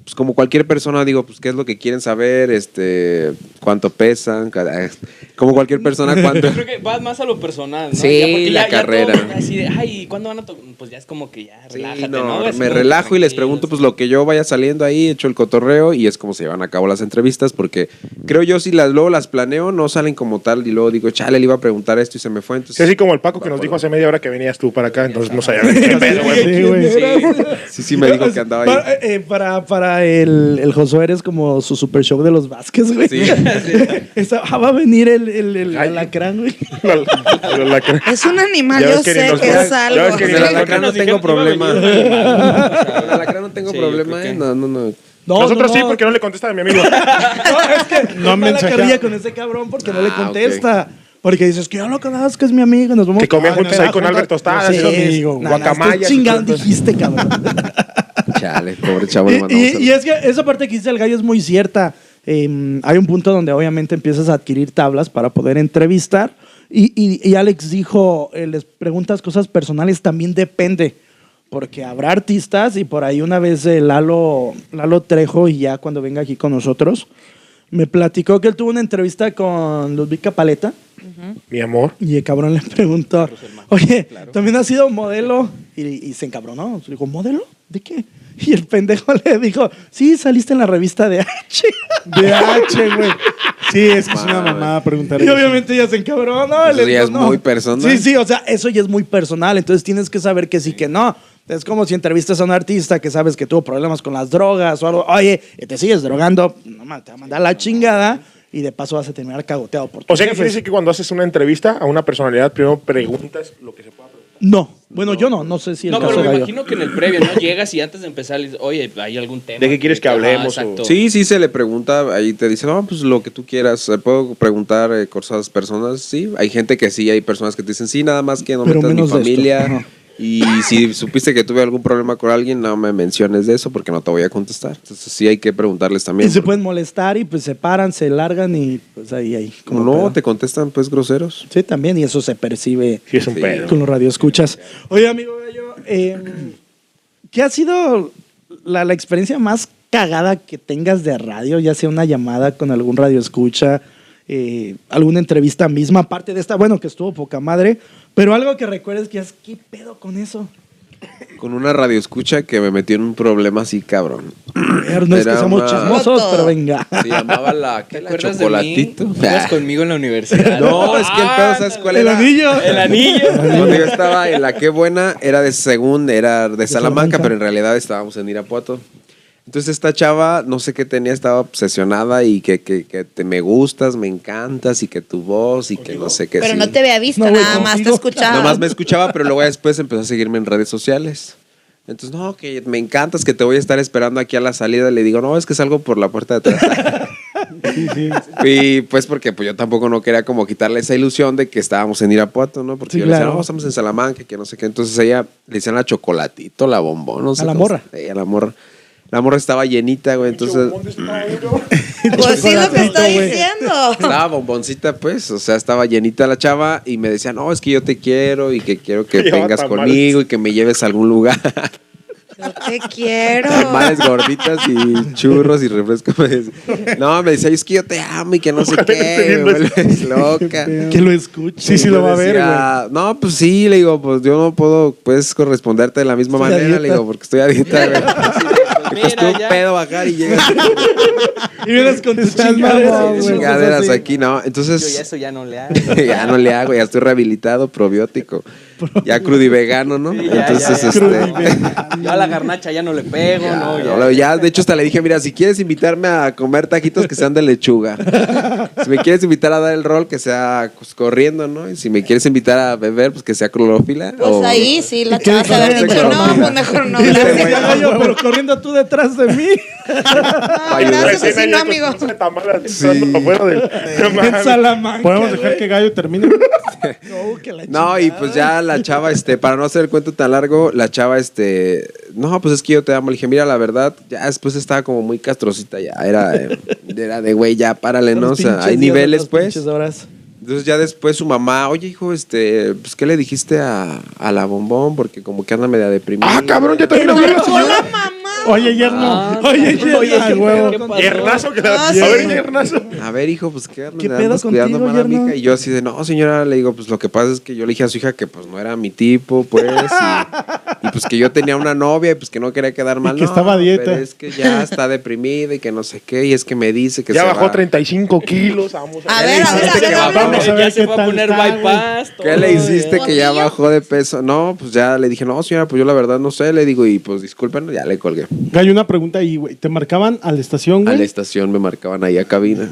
[SPEAKER 2] pues como cualquier persona, digo, pues qué es lo que quieren saber, este, cuánto pesan, ca- como cualquier persona, cuánto...
[SPEAKER 3] Yo creo que vas más a lo personal, ¿no?
[SPEAKER 2] Sí,
[SPEAKER 3] Ya porque
[SPEAKER 2] la
[SPEAKER 3] ya- ya
[SPEAKER 2] carrera.
[SPEAKER 3] todo es así de, ay, ¿cuándo van a tocar? Pues ya es como que ya,
[SPEAKER 2] Sí,
[SPEAKER 3] relájate,
[SPEAKER 2] no,
[SPEAKER 3] ¿no? Es
[SPEAKER 2] me
[SPEAKER 3] como
[SPEAKER 2] relajo y les pregunto pues
[SPEAKER 3] tranquilo,
[SPEAKER 2] lo que yo vaya saliendo ahí, echo el cotorreo y es como se llevan a cabo las entrevistas porque creo yo si las luego las planeo no salen como tal y luego digo, chale, le iba a preguntar esto y se me fue,
[SPEAKER 5] Sí,
[SPEAKER 2] entonces
[SPEAKER 5] así como el Paco que nos dijo hace media hora que venías tú para acá, entonces no sabía qué pedo, güey.
[SPEAKER 6] Sí, güey.
[SPEAKER 2] sí, sí me dijo que andaba
[SPEAKER 1] Para,
[SPEAKER 2] ahí.
[SPEAKER 1] eh, para, para el, el Josué eres como su super show de los Vázquez, güey.
[SPEAKER 2] Sí.
[SPEAKER 1] Esa- ah, va a venir el, el, el
[SPEAKER 5] Ay.
[SPEAKER 1] alacrán, güey.
[SPEAKER 5] La- la- la- la-
[SPEAKER 4] Es un animal,
[SPEAKER 5] Ya
[SPEAKER 4] yo
[SPEAKER 5] ves que ni
[SPEAKER 4] sé
[SPEAKER 5] los-
[SPEAKER 4] que
[SPEAKER 5] ya-
[SPEAKER 4] es
[SPEAKER 5] ya
[SPEAKER 4] algo.
[SPEAKER 5] ves que
[SPEAKER 2] Con
[SPEAKER 5] ni
[SPEAKER 2] el
[SPEAKER 5] los-
[SPEAKER 2] alacrán no
[SPEAKER 3] Nos
[SPEAKER 2] tengo
[SPEAKER 3] dijeron que iba a
[SPEAKER 2] problema. Con
[SPEAKER 3] venir.
[SPEAKER 2] el alacrán no tengo
[SPEAKER 3] Sí, yo
[SPEAKER 2] problema,
[SPEAKER 3] creo que-
[SPEAKER 2] eh, no, no, no.
[SPEAKER 1] No,
[SPEAKER 5] Nosotros
[SPEAKER 1] no,
[SPEAKER 5] sí,
[SPEAKER 1] no.
[SPEAKER 5] porque no le contesta a mi amigo.
[SPEAKER 1] No, es que
[SPEAKER 6] No han
[SPEAKER 1] no me la
[SPEAKER 6] mensajeado.
[SPEAKER 1] carrilla con ese cabrón porque no le
[SPEAKER 2] Ah,
[SPEAKER 1] contesta. Porque dices que yo lo conozco, es mi amigo. Nos vamos
[SPEAKER 5] Que comían
[SPEAKER 1] Ah,
[SPEAKER 5] juntos
[SPEAKER 1] no,
[SPEAKER 5] ahí con
[SPEAKER 1] juntos.
[SPEAKER 5] Albert Tostadas,
[SPEAKER 1] No,
[SPEAKER 5] es
[SPEAKER 1] sí,
[SPEAKER 5] lo mismo.
[SPEAKER 1] no, no, estás
[SPEAKER 5] Guacamayas y
[SPEAKER 1] chingando,
[SPEAKER 5] todo eso.
[SPEAKER 1] dijiste, cabrón.
[SPEAKER 2] Chale, pobre chavo, le
[SPEAKER 1] Y,
[SPEAKER 2] mandamos
[SPEAKER 1] y-
[SPEAKER 2] el-
[SPEAKER 1] y es que esa parte que dice el gallo es muy cierta. Eh, hay un punto donde obviamente empiezas a adquirir tablas para poder entrevistar. Y, y- y Alex dijo, eh, les preguntas cosas personales, también depende. Porque habrá artistas y por ahí una vez eh, Lalo, Lalo Trejo, y ya cuando venga aquí con nosotros, me platicó que él tuvo una entrevista con Ludvica Paleta.
[SPEAKER 5] mi amor.
[SPEAKER 1] Y el cabrón le preguntó, oye, también has sido modelo. Y, y se encabronó. Le dijo, ¿modelo? ¿De qué? Y el pendejo le dijo, sí, saliste en la revista de H.
[SPEAKER 6] De H, güey. Sí, es que es una mamada preguntar
[SPEAKER 1] Y
[SPEAKER 6] eso.
[SPEAKER 1] obviamente ella se encabronó.
[SPEAKER 2] Eso
[SPEAKER 1] le dijo,
[SPEAKER 2] ya es muy personal.
[SPEAKER 1] Sí, sí, o sea, eso ya es muy personal. Entonces tienes que saber que sí, que no. Es como si entrevistas a un artista que sabes que tuvo problemas con las drogas o algo. Oye, te sigues drogando, no mames, te va a mandar la chingada y de paso vas a terminar cagoteado por tu
[SPEAKER 5] O sea, que
[SPEAKER 1] jefe.
[SPEAKER 5] quiere decir que cuando haces una entrevista a una personalidad, primero preguntas lo que se pueda preguntar.
[SPEAKER 1] No, bueno, yo no, no sé si el
[SPEAKER 3] No,
[SPEAKER 1] caso
[SPEAKER 3] pero me
[SPEAKER 1] Gallo.
[SPEAKER 3] imagino que en el previo, ¿no? Llegas y antes de empezar le dices, oye, ¿hay algún tema?
[SPEAKER 5] ¿De qué quieres que
[SPEAKER 3] Ajá,
[SPEAKER 5] hablemos o-
[SPEAKER 3] exacto.
[SPEAKER 2] Sí, sí se le pregunta, ahí te dicen, no, pues lo que tú quieras, eh, puedo preguntar eh, cosas personas, sí, hay gente que sí, hay personas que te dicen, sí, nada más que no
[SPEAKER 1] Pero
[SPEAKER 2] metas mi
[SPEAKER 1] menos de esto.
[SPEAKER 2] familia.
[SPEAKER 1] Ajá.
[SPEAKER 2] Y si supiste que tuve algún problema con alguien, no me menciones de eso porque no te voy a contestar. Entonces sí hay que preguntarles también.
[SPEAKER 1] Y se
[SPEAKER 2] porque
[SPEAKER 1] pueden molestar y pues se paran, se largan y pues ahí, ahí.
[SPEAKER 2] como no, te contestan pues groseros.
[SPEAKER 1] Sí, también, y eso se percibe
[SPEAKER 5] Sí, es un
[SPEAKER 2] Sí.
[SPEAKER 5] pedo.
[SPEAKER 1] con los radioescuchas. Oye, amigo Gallo, eh, ¿qué ha sido la, la experiencia más cagada que tengas de radio? Ya sea una llamada con algún radioescucha, eh, alguna entrevista misma, aparte de esta, bueno, que estuvo poca madre, pero algo que recuerdes que es, ¿qué pedo con eso?
[SPEAKER 2] Con una radio escucha que me metió en un problema así cabrón.
[SPEAKER 1] Ver, No es que
[SPEAKER 2] Era
[SPEAKER 1] somos
[SPEAKER 2] una-
[SPEAKER 1] chismosos, pero venga.
[SPEAKER 2] Se llamaba la, ¿qué?
[SPEAKER 3] ¿Te
[SPEAKER 2] La
[SPEAKER 3] acuerdas
[SPEAKER 2] chocolatito.
[SPEAKER 3] de mí? Ibas conmigo en la universidad.
[SPEAKER 2] No, es que el pedo, ¿sabes cuál
[SPEAKER 1] El
[SPEAKER 2] era?
[SPEAKER 1] anillo.
[SPEAKER 3] El anillo.
[SPEAKER 2] Cuando yo estaba en la Qué Buena, era de según, era de Salamanca, pero en realidad estábamos en Irapuato. Entonces esta chava, no sé qué tenía, estaba obsesionada y que, que, que te me gustas, me encantas y que tu voz y que no sé qué.
[SPEAKER 4] Pero
[SPEAKER 2] sí.
[SPEAKER 4] no te había visto,
[SPEAKER 1] No, güey,
[SPEAKER 4] nada más te
[SPEAKER 1] contigo.
[SPEAKER 4] escuchaba.
[SPEAKER 2] Nomás me escuchaba, pero luego ya después empezó a seguirme en redes sociales. Entonces, no, que me encantas, que te voy a estar esperando aquí a la salida. Le digo, no, es que salgo por la puerta de atrás.
[SPEAKER 6] Sí, sí.
[SPEAKER 2] Y pues porque pues yo tampoco no quería como quitarle esa ilusión de que estábamos en Irapuato, ¿no? Porque
[SPEAKER 1] Sí,
[SPEAKER 2] yo le
[SPEAKER 1] claro.
[SPEAKER 2] decía, no, estamos en Salamanca, que no sé qué. Entonces ella le decían la chocolatito, la bombón, no sé.
[SPEAKER 1] la
[SPEAKER 2] cómo
[SPEAKER 1] morra.
[SPEAKER 2] se- Ella, la morra. La morra estaba llenita, güey. Entonces
[SPEAKER 4] Pues sí, lo que
[SPEAKER 1] Chocolatito,
[SPEAKER 4] estoy
[SPEAKER 1] güey.
[SPEAKER 4] diciendo.
[SPEAKER 2] estaba bomboncita, pues. O sea, estaba llenita la chava y me decía, no, es que yo te quiero y que quiero que
[SPEAKER 5] Llevaba
[SPEAKER 2] vengas
[SPEAKER 5] tamales.
[SPEAKER 2] conmigo y que me lleves a algún lugar.
[SPEAKER 4] Yo te quiero.
[SPEAKER 2] Tamales gorditas y churros y refrescos. Me decía. No, me decía, es que yo te amo y que no sé qué. Me
[SPEAKER 5] Teniendo eso.
[SPEAKER 2] vuelves loca.
[SPEAKER 1] Que lo escuche.
[SPEAKER 6] Sí, sí,
[SPEAKER 2] Y
[SPEAKER 6] lo
[SPEAKER 2] yo
[SPEAKER 6] va a ver,
[SPEAKER 2] decía, No, pues sí, le digo, pues yo no puedo pues corresponderte de la misma
[SPEAKER 1] Estoy a
[SPEAKER 2] manera, le
[SPEAKER 1] dieta.
[SPEAKER 2] digo, porque estoy a dieta, güey. Me
[SPEAKER 3] Mira,
[SPEAKER 2] costó un
[SPEAKER 3] ya.
[SPEAKER 2] pedo bajar y llegas
[SPEAKER 1] Y vienes con tus
[SPEAKER 6] Estás
[SPEAKER 1] chingaderas. y
[SPEAKER 6] mamón,
[SPEAKER 2] de
[SPEAKER 1] cosas
[SPEAKER 2] chingaderas
[SPEAKER 1] pues así.
[SPEAKER 2] aquí, ¿no?
[SPEAKER 3] Yo ya
[SPEAKER 2] Entonces,
[SPEAKER 3] eso ya no le hago.
[SPEAKER 2] ya no le hago, ya estoy rehabilitado, probiótico. Ya crudivegano, ¿no?
[SPEAKER 3] Sí, ya,
[SPEAKER 2] Entonces,
[SPEAKER 3] ya, ya.
[SPEAKER 2] este.
[SPEAKER 3] Yo a la garnacha ya no le pego,
[SPEAKER 2] Ya,
[SPEAKER 3] no, ya.
[SPEAKER 2] no, ya, de hecho, hasta le dije, mira, si quieres invitarme a comer taquitos que sean de lechuga. Si me quieres invitar a dar el rol, que sea pues, corriendo, ¿no? Y si me quieres invitar a beber, pues que sea clorofila.
[SPEAKER 4] Pues
[SPEAKER 2] o-
[SPEAKER 4] ahí sí, la
[SPEAKER 1] ¿Qué
[SPEAKER 4] chava se haber
[SPEAKER 1] dijo?
[SPEAKER 4] dicho,
[SPEAKER 2] Mira.
[SPEAKER 4] no, pues mejor no,
[SPEAKER 1] Y le
[SPEAKER 4] gracias.
[SPEAKER 1] decía, "Gallo, pero corriendo tú detrás de mí.
[SPEAKER 4] No,
[SPEAKER 2] ayudar.
[SPEAKER 4] gracias,
[SPEAKER 5] Recién
[SPEAKER 4] así no,
[SPEAKER 5] ayer con
[SPEAKER 4] amigo.
[SPEAKER 5] un bolso de tamales entrando para afuera del- No
[SPEAKER 1] en
[SPEAKER 5] mames.
[SPEAKER 1] Salamanca.
[SPEAKER 6] ¿Podemos dejar que Gallo termine?
[SPEAKER 1] No, que la
[SPEAKER 2] No,
[SPEAKER 1] chingada.
[SPEAKER 2] y pues ya la chava, este, para no hacer el cuento tan largo, la chava, este, no, pues es que yo te amo. Le dije, mira, la verdad, ya después estaba como muy castrocita, ya era, eh, era de güey, ya párale,
[SPEAKER 1] Son los
[SPEAKER 2] ¿no? O sea,
[SPEAKER 1] pinches
[SPEAKER 2] hay
[SPEAKER 1] días,
[SPEAKER 2] niveles,
[SPEAKER 1] las
[SPEAKER 2] pues.
[SPEAKER 1] pinches horas.
[SPEAKER 2] Entonces ya después su mamá, oye, hijo, este, pues, ¿qué le dijiste a, a la bombón? Porque como que anda media deprimida.
[SPEAKER 5] Ah, cabrón, ya
[SPEAKER 4] Pero
[SPEAKER 5] también habló la
[SPEAKER 4] marcó
[SPEAKER 5] señora.
[SPEAKER 4] la mamá.
[SPEAKER 6] Oye, yerno. oye, yerno.
[SPEAKER 1] Oye,
[SPEAKER 6] Ah,
[SPEAKER 1] ¿qué
[SPEAKER 6] huevo.
[SPEAKER 1] pedo?
[SPEAKER 5] Yernazo que la-
[SPEAKER 4] Ah,
[SPEAKER 5] a
[SPEAKER 4] sí.
[SPEAKER 5] ver, yernazo.
[SPEAKER 2] A ver, hijo, pues qué
[SPEAKER 1] ¿Qué
[SPEAKER 2] andas
[SPEAKER 1] pedo contigo,
[SPEAKER 2] cuidando mal a mi
[SPEAKER 1] yerno?
[SPEAKER 2] hija. Y yo así de, no, señora, le digo, pues lo que pasa es que yo le dije a su hija que pues no era mi tipo, pues. Y, y, pues que yo tenía una novia y pues que no quería quedar mal.
[SPEAKER 6] que
[SPEAKER 2] No,
[SPEAKER 6] estaba a dieta.
[SPEAKER 2] Pero es que ya está deprimida y que no sé qué. Y es que me dice que
[SPEAKER 5] Ya
[SPEAKER 2] se
[SPEAKER 5] bajó
[SPEAKER 2] va.
[SPEAKER 5] 35 kilos. Vamos
[SPEAKER 4] A ver, a ver, a ver, a ver.
[SPEAKER 6] Vamos a ver
[SPEAKER 3] ya se
[SPEAKER 6] qué
[SPEAKER 3] va a
[SPEAKER 6] tal
[SPEAKER 3] poner
[SPEAKER 6] está,
[SPEAKER 3] bypass. todo,
[SPEAKER 2] ¿Qué le hiciste
[SPEAKER 5] ¿eh?
[SPEAKER 3] ya.
[SPEAKER 2] que ya
[SPEAKER 4] Poquillo.
[SPEAKER 2] bajó de peso? No, pues ya le dije, no, señora, pues yo la verdad no sé. Le digo, y pues disculpen, ya le colgué.
[SPEAKER 6] Hay una pregunta ahí, güey. ¿Te marcaban a la estación,
[SPEAKER 2] a la
[SPEAKER 6] güey?
[SPEAKER 2] estación me marcaban ahí a cabina.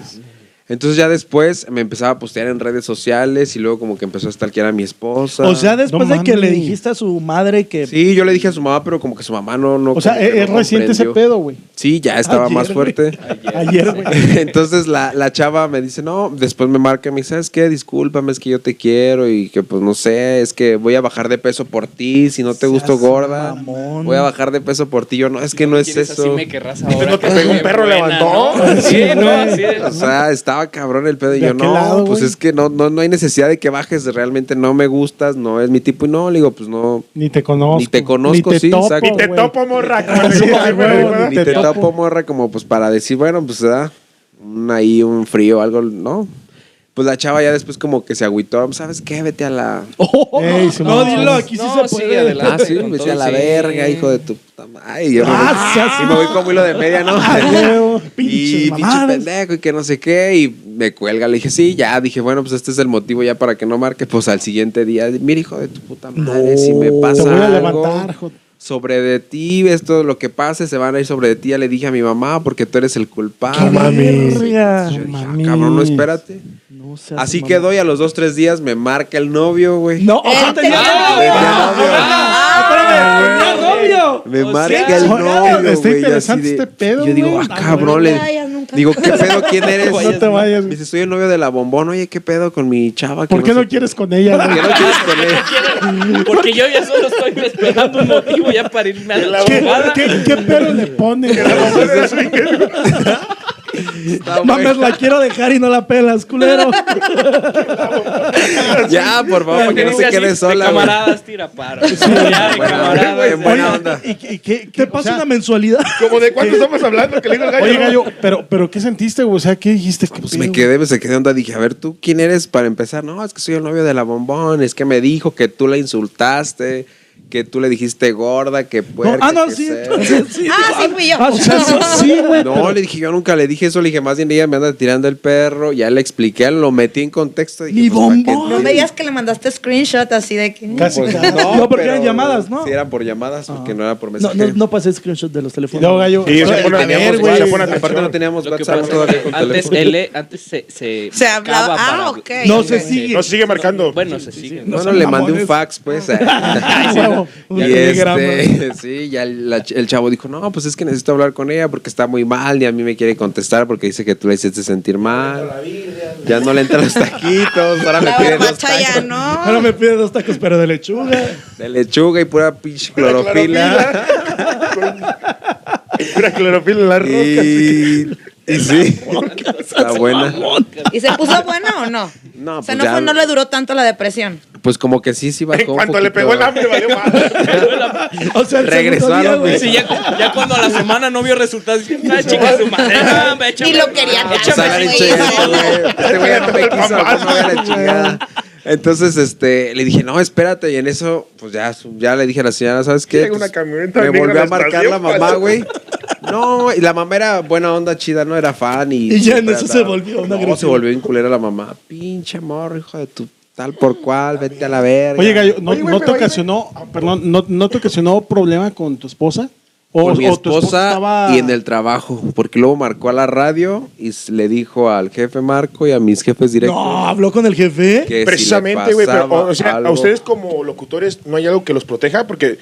[SPEAKER 2] Entonces ya después me empezaba a postear en redes sociales y luego como que empezó a stalkear a mi esposa.
[SPEAKER 1] O sea, después
[SPEAKER 6] No
[SPEAKER 1] de que le
[SPEAKER 6] mames.
[SPEAKER 1] dijiste a su madre que.
[SPEAKER 2] Sí, yo le dije a su mamá, pero como que su mamá no... no
[SPEAKER 6] O sea, e-
[SPEAKER 2] como que
[SPEAKER 6] es,
[SPEAKER 2] no
[SPEAKER 6] es reciente ese
[SPEAKER 2] comprendió.
[SPEAKER 6] pedo, Ah, güey.
[SPEAKER 2] Sí, ya estaba
[SPEAKER 6] Ayer,
[SPEAKER 2] más
[SPEAKER 6] güey.
[SPEAKER 2] fuerte.
[SPEAKER 6] Ayer, güey.
[SPEAKER 2] Entonces la, la chava me dice, no, después me marca y me dice, ¿sabes qué? Discúlpame, es que yo te quiero y que pues no sé, es que voy a bajar de peso por ti, si no te gusto gorda,
[SPEAKER 1] mamón.
[SPEAKER 2] voy a bajar de peso por ti. Yo no, es que no
[SPEAKER 3] ¿Me
[SPEAKER 2] es
[SPEAKER 3] quieres
[SPEAKER 2] eso.
[SPEAKER 3] Así me querrás ahora.
[SPEAKER 5] no te
[SPEAKER 3] que
[SPEAKER 5] pegó un
[SPEAKER 3] soy
[SPEAKER 5] perro,
[SPEAKER 3] buena,
[SPEAKER 5] levantó?
[SPEAKER 3] ¿no? Sí, no,
[SPEAKER 6] güey.
[SPEAKER 3] así
[SPEAKER 2] O
[SPEAKER 3] es.
[SPEAKER 2] sea, estaba cabrón el pedo. Y
[SPEAKER 6] ¿De
[SPEAKER 2] yo,
[SPEAKER 6] aquel
[SPEAKER 2] no,
[SPEAKER 6] lado,
[SPEAKER 2] pues
[SPEAKER 6] güey?
[SPEAKER 2] es que no, no, no hay necesidad de que bajes. Realmente no me gustas, no es mi tipo. Y no, le digo, pues no.
[SPEAKER 6] Ni te conozco.
[SPEAKER 2] Ni te conozco, sí, exacto.
[SPEAKER 5] Ni te
[SPEAKER 6] güey.
[SPEAKER 5] topo, morra. como
[SPEAKER 6] Sí,
[SPEAKER 5] dice,
[SPEAKER 6] a huevo,
[SPEAKER 5] ¿verdad?
[SPEAKER 2] Ni te
[SPEAKER 6] topo.
[SPEAKER 2] tapo, morra, como pues para decir, bueno, pues se da un, ahí un frío, algo, ¿no? Pues la chava ya después como que se agüitó. ¿Sabes qué? Vete a la...
[SPEAKER 6] Ey, su
[SPEAKER 1] Oh, no,
[SPEAKER 6] mamá.
[SPEAKER 1] dilo, aquí sí
[SPEAKER 3] No,
[SPEAKER 1] se
[SPEAKER 3] sí,
[SPEAKER 1] puede.
[SPEAKER 3] adelante.
[SPEAKER 2] Ah, sí,
[SPEAKER 3] con
[SPEAKER 2] vete
[SPEAKER 3] todo,
[SPEAKER 2] a la
[SPEAKER 3] sí.
[SPEAKER 2] verga, hijo de tu puta madre. Ay, yo me voy-
[SPEAKER 1] Ah, sí, así. Ah,
[SPEAKER 2] y me voy como hilo de media, ¿no?
[SPEAKER 1] huevo.
[SPEAKER 2] y
[SPEAKER 1] Pinches
[SPEAKER 2] pinche
[SPEAKER 1] mamadas.
[SPEAKER 2] pendejo y que no sé qué. Y me cuelga. Le dije, sí, ya. Dije, bueno, pues este es el motivo ya para que no marque. Pues al siguiente día, mira, hijo de tu puta madre, si me pasa
[SPEAKER 6] Te voy a
[SPEAKER 2] algo
[SPEAKER 6] levantar, joder.
[SPEAKER 2] sobre de ti, esto lo que pase, se van a ir sobre de ti. Ya le dije a mi mamá porque tú eres el culpable.
[SPEAKER 1] mames.
[SPEAKER 2] Yo
[SPEAKER 1] No
[SPEAKER 2] dije, ah,
[SPEAKER 6] mames.
[SPEAKER 2] cabrón, no espérate.
[SPEAKER 1] No seas
[SPEAKER 2] Así
[SPEAKER 1] mamón.
[SPEAKER 2] quedó y a los dos, tres días me marca el novio, güey.
[SPEAKER 1] No, ojo, tenía
[SPEAKER 4] Él tenía
[SPEAKER 1] novio.
[SPEAKER 4] novio.
[SPEAKER 1] Ah, espérame, tenía novio.
[SPEAKER 2] Me
[SPEAKER 3] O
[SPEAKER 2] marca
[SPEAKER 3] sea,
[SPEAKER 2] el
[SPEAKER 6] está
[SPEAKER 2] novio, güey.
[SPEAKER 6] interesante
[SPEAKER 2] yo así de-
[SPEAKER 6] este pedo,
[SPEAKER 2] Yo digo,
[SPEAKER 6] güey.
[SPEAKER 2] ah, cabrón.
[SPEAKER 4] No
[SPEAKER 2] le-
[SPEAKER 4] te vayas nunca.
[SPEAKER 2] digo, ¿qué pedo? ¿Quién eres?
[SPEAKER 3] No
[SPEAKER 6] te vayas,
[SPEAKER 2] Me
[SPEAKER 6] güey.
[SPEAKER 2] dice, soy el novio de la bombón. Oye, ¿qué pedo con mi chava?
[SPEAKER 6] ¿Por qué no
[SPEAKER 2] sé
[SPEAKER 6] quieres con ella,
[SPEAKER 2] ¿Por
[SPEAKER 6] güey?
[SPEAKER 2] qué no quieres con ella?
[SPEAKER 3] Porque yo ya solo estoy esperando un motivo ya para irme a la
[SPEAKER 6] ¿Qué,
[SPEAKER 3] jugada.
[SPEAKER 6] qué, qué pelo le pone?
[SPEAKER 2] Está
[SPEAKER 1] Mames,
[SPEAKER 2] bueno.
[SPEAKER 1] la quiero dejar y no la pelas, culero.
[SPEAKER 2] Ya, por favor, para que no se quede sola.
[SPEAKER 3] De
[SPEAKER 2] güey.
[SPEAKER 3] camaradas tira paro. Ya, de
[SPEAKER 2] Bueno,
[SPEAKER 3] camaradas.
[SPEAKER 2] güey, buena
[SPEAKER 3] ya.
[SPEAKER 2] onda.
[SPEAKER 1] ¿Y, y qué, qué pasa una mensualidad?
[SPEAKER 5] Como de cuánto estamos hablando que le digo al gallo.
[SPEAKER 6] Oye, gallo, pero, pero ¿qué sentiste, güey? O sea, ¿qué dijiste? ¿Qué
[SPEAKER 2] Pues
[SPEAKER 6] pedo,
[SPEAKER 2] me quedé, me quedé onda. Dije, a ver, ¿tú quién eres para empezar? No, es que soy el novio de la bombón. Es que me dijo que tú la insultaste, que tú le dijiste gorda, que puerca.
[SPEAKER 1] ah, no,
[SPEAKER 2] que
[SPEAKER 1] sí,
[SPEAKER 2] cerda.
[SPEAKER 1] entonces sí.
[SPEAKER 4] Ah, sí, fui yo.
[SPEAKER 1] Ah, o sea, sí, sí, güey.
[SPEAKER 2] No, le dije, yo nunca le dije eso. Le dije, más bien ella me anda tirando el perro. Ya le expliqué, lo metí en contexto. Dije,
[SPEAKER 1] Mi
[SPEAKER 2] pues, ¿para qué?
[SPEAKER 1] bombón.
[SPEAKER 4] No me digas que le mandaste screenshot así de que.
[SPEAKER 6] Casi,
[SPEAKER 2] Pues,
[SPEAKER 6] casi.
[SPEAKER 1] No, porque
[SPEAKER 2] pero
[SPEAKER 1] eran llamadas, ¿no?
[SPEAKER 2] Sí, eran por llamadas, porque no era por
[SPEAKER 1] No,
[SPEAKER 2] mensaje.
[SPEAKER 1] no, no pasé screenshot de los
[SPEAKER 6] Y
[SPEAKER 1] teléfonos.
[SPEAKER 6] luego, gallo.
[SPEAKER 5] Sí,
[SPEAKER 6] o sea,
[SPEAKER 5] se pone-
[SPEAKER 2] Porque
[SPEAKER 5] a ver,
[SPEAKER 2] teníamos
[SPEAKER 5] güey,
[SPEAKER 2] WhatsApp,
[SPEAKER 5] se pone atención.
[SPEAKER 2] Aparte no teníamos
[SPEAKER 3] Lo que
[SPEAKER 2] WhatsApp
[SPEAKER 3] pasa
[SPEAKER 2] todavía
[SPEAKER 3] es que
[SPEAKER 2] con
[SPEAKER 3] antes
[SPEAKER 2] teléfono.
[SPEAKER 3] L, antes se. Se,
[SPEAKER 4] Se hablaba.
[SPEAKER 3] marcaba
[SPEAKER 4] Ah,
[SPEAKER 3] para-
[SPEAKER 4] ok.
[SPEAKER 1] No se
[SPEAKER 3] Ok.
[SPEAKER 1] sigue.
[SPEAKER 5] No se sigue marcando.
[SPEAKER 3] Bueno, se sigue.
[SPEAKER 1] no
[SPEAKER 2] Bueno,
[SPEAKER 1] sean
[SPEAKER 2] le mandé
[SPEAKER 1] mamones.
[SPEAKER 2] un fax, pues.
[SPEAKER 6] huevo, un
[SPEAKER 2] y
[SPEAKER 6] telegrama.
[SPEAKER 2] este, sí, ya la ch- el chavo dijo, no, pues es que necesito hablar con ella porque está muy mal y a mí me quiere contestar porque dice que tú le hiciste sentir mal. Ya no le entran los taquitos, ahora me
[SPEAKER 4] La
[SPEAKER 2] piden los
[SPEAKER 4] barbacha
[SPEAKER 2] tacos
[SPEAKER 4] ya no.
[SPEAKER 1] Ahora me pide dos tacos, pero de lechuga.
[SPEAKER 2] de lechuga y pura pinche clorofila.
[SPEAKER 5] Pura clorofila en la roca.
[SPEAKER 2] y, y sí, está buena.
[SPEAKER 4] ¿Y se puso buena o no?
[SPEAKER 2] No,
[SPEAKER 4] o sea,
[SPEAKER 2] pues
[SPEAKER 4] no,
[SPEAKER 2] ya.
[SPEAKER 4] fue, no le duró tanto la depresión.
[SPEAKER 2] Pues como que sí, sí bajó
[SPEAKER 5] En
[SPEAKER 2] un
[SPEAKER 5] cuanto le
[SPEAKER 2] poquito.
[SPEAKER 5] pegó el hambre, valió madre.
[SPEAKER 1] O sea, el
[SPEAKER 2] Regresó
[SPEAKER 1] segundo
[SPEAKER 2] a
[SPEAKER 1] día,
[SPEAKER 2] lo
[SPEAKER 1] güey.
[SPEAKER 2] mismo.
[SPEAKER 3] Sí, ya, ya cuando a la semana no vio resultados, dije, ay, chica, su madre. no, me echa-
[SPEAKER 4] Y lo quería
[SPEAKER 3] no,
[SPEAKER 4] tanto,
[SPEAKER 2] Pues, a ver,
[SPEAKER 4] güey.
[SPEAKER 2] che, este güey- este güey no me quiso, pues, no voy a la chingada. Entonces, este, le dije, no, espérate, y en eso, pues ya, su- ya le dije a la señora, ¿sabes qué?
[SPEAKER 5] Llega una
[SPEAKER 2] Pues,
[SPEAKER 5] camioneta
[SPEAKER 2] me
[SPEAKER 5] negra
[SPEAKER 2] volvió
[SPEAKER 5] a
[SPEAKER 2] a
[SPEAKER 5] la
[SPEAKER 2] marcar la
[SPEAKER 5] estación,
[SPEAKER 2] mamá,
[SPEAKER 5] pasa.
[SPEAKER 2] güey. No, y la mamá era buena onda, chida, no era fan. Y,
[SPEAKER 1] Y ya en
[SPEAKER 2] siempre
[SPEAKER 1] eso
[SPEAKER 2] andaba-
[SPEAKER 1] se volvió una
[SPEAKER 2] No,
[SPEAKER 1] agresión.
[SPEAKER 2] se volvió bien culera la mamá. Pinche morro, hijo de tu tal por cual, vete a la verga.
[SPEAKER 6] Oye, gallo, ¿no,
[SPEAKER 5] Oye, güey,
[SPEAKER 6] no
[SPEAKER 5] pero
[SPEAKER 6] te
[SPEAKER 5] oye,
[SPEAKER 6] ocasionó, perdón, ¿no, no te ocasionó problema con tu esposa?
[SPEAKER 2] Con mi
[SPEAKER 6] tu esposa
[SPEAKER 2] esposa
[SPEAKER 6] estaba-
[SPEAKER 2] y en el trabajo, porque luego marcó a la radio y s- le dijo al jefe Marco y a mis jefes directos.
[SPEAKER 1] No, habló con el jefe.
[SPEAKER 2] que si le
[SPEAKER 5] Precisamente, güey. pero,
[SPEAKER 2] pasaba
[SPEAKER 5] o sea, a
[SPEAKER 2] algo-
[SPEAKER 5] ustedes como locutores no hay algo que los proteja porque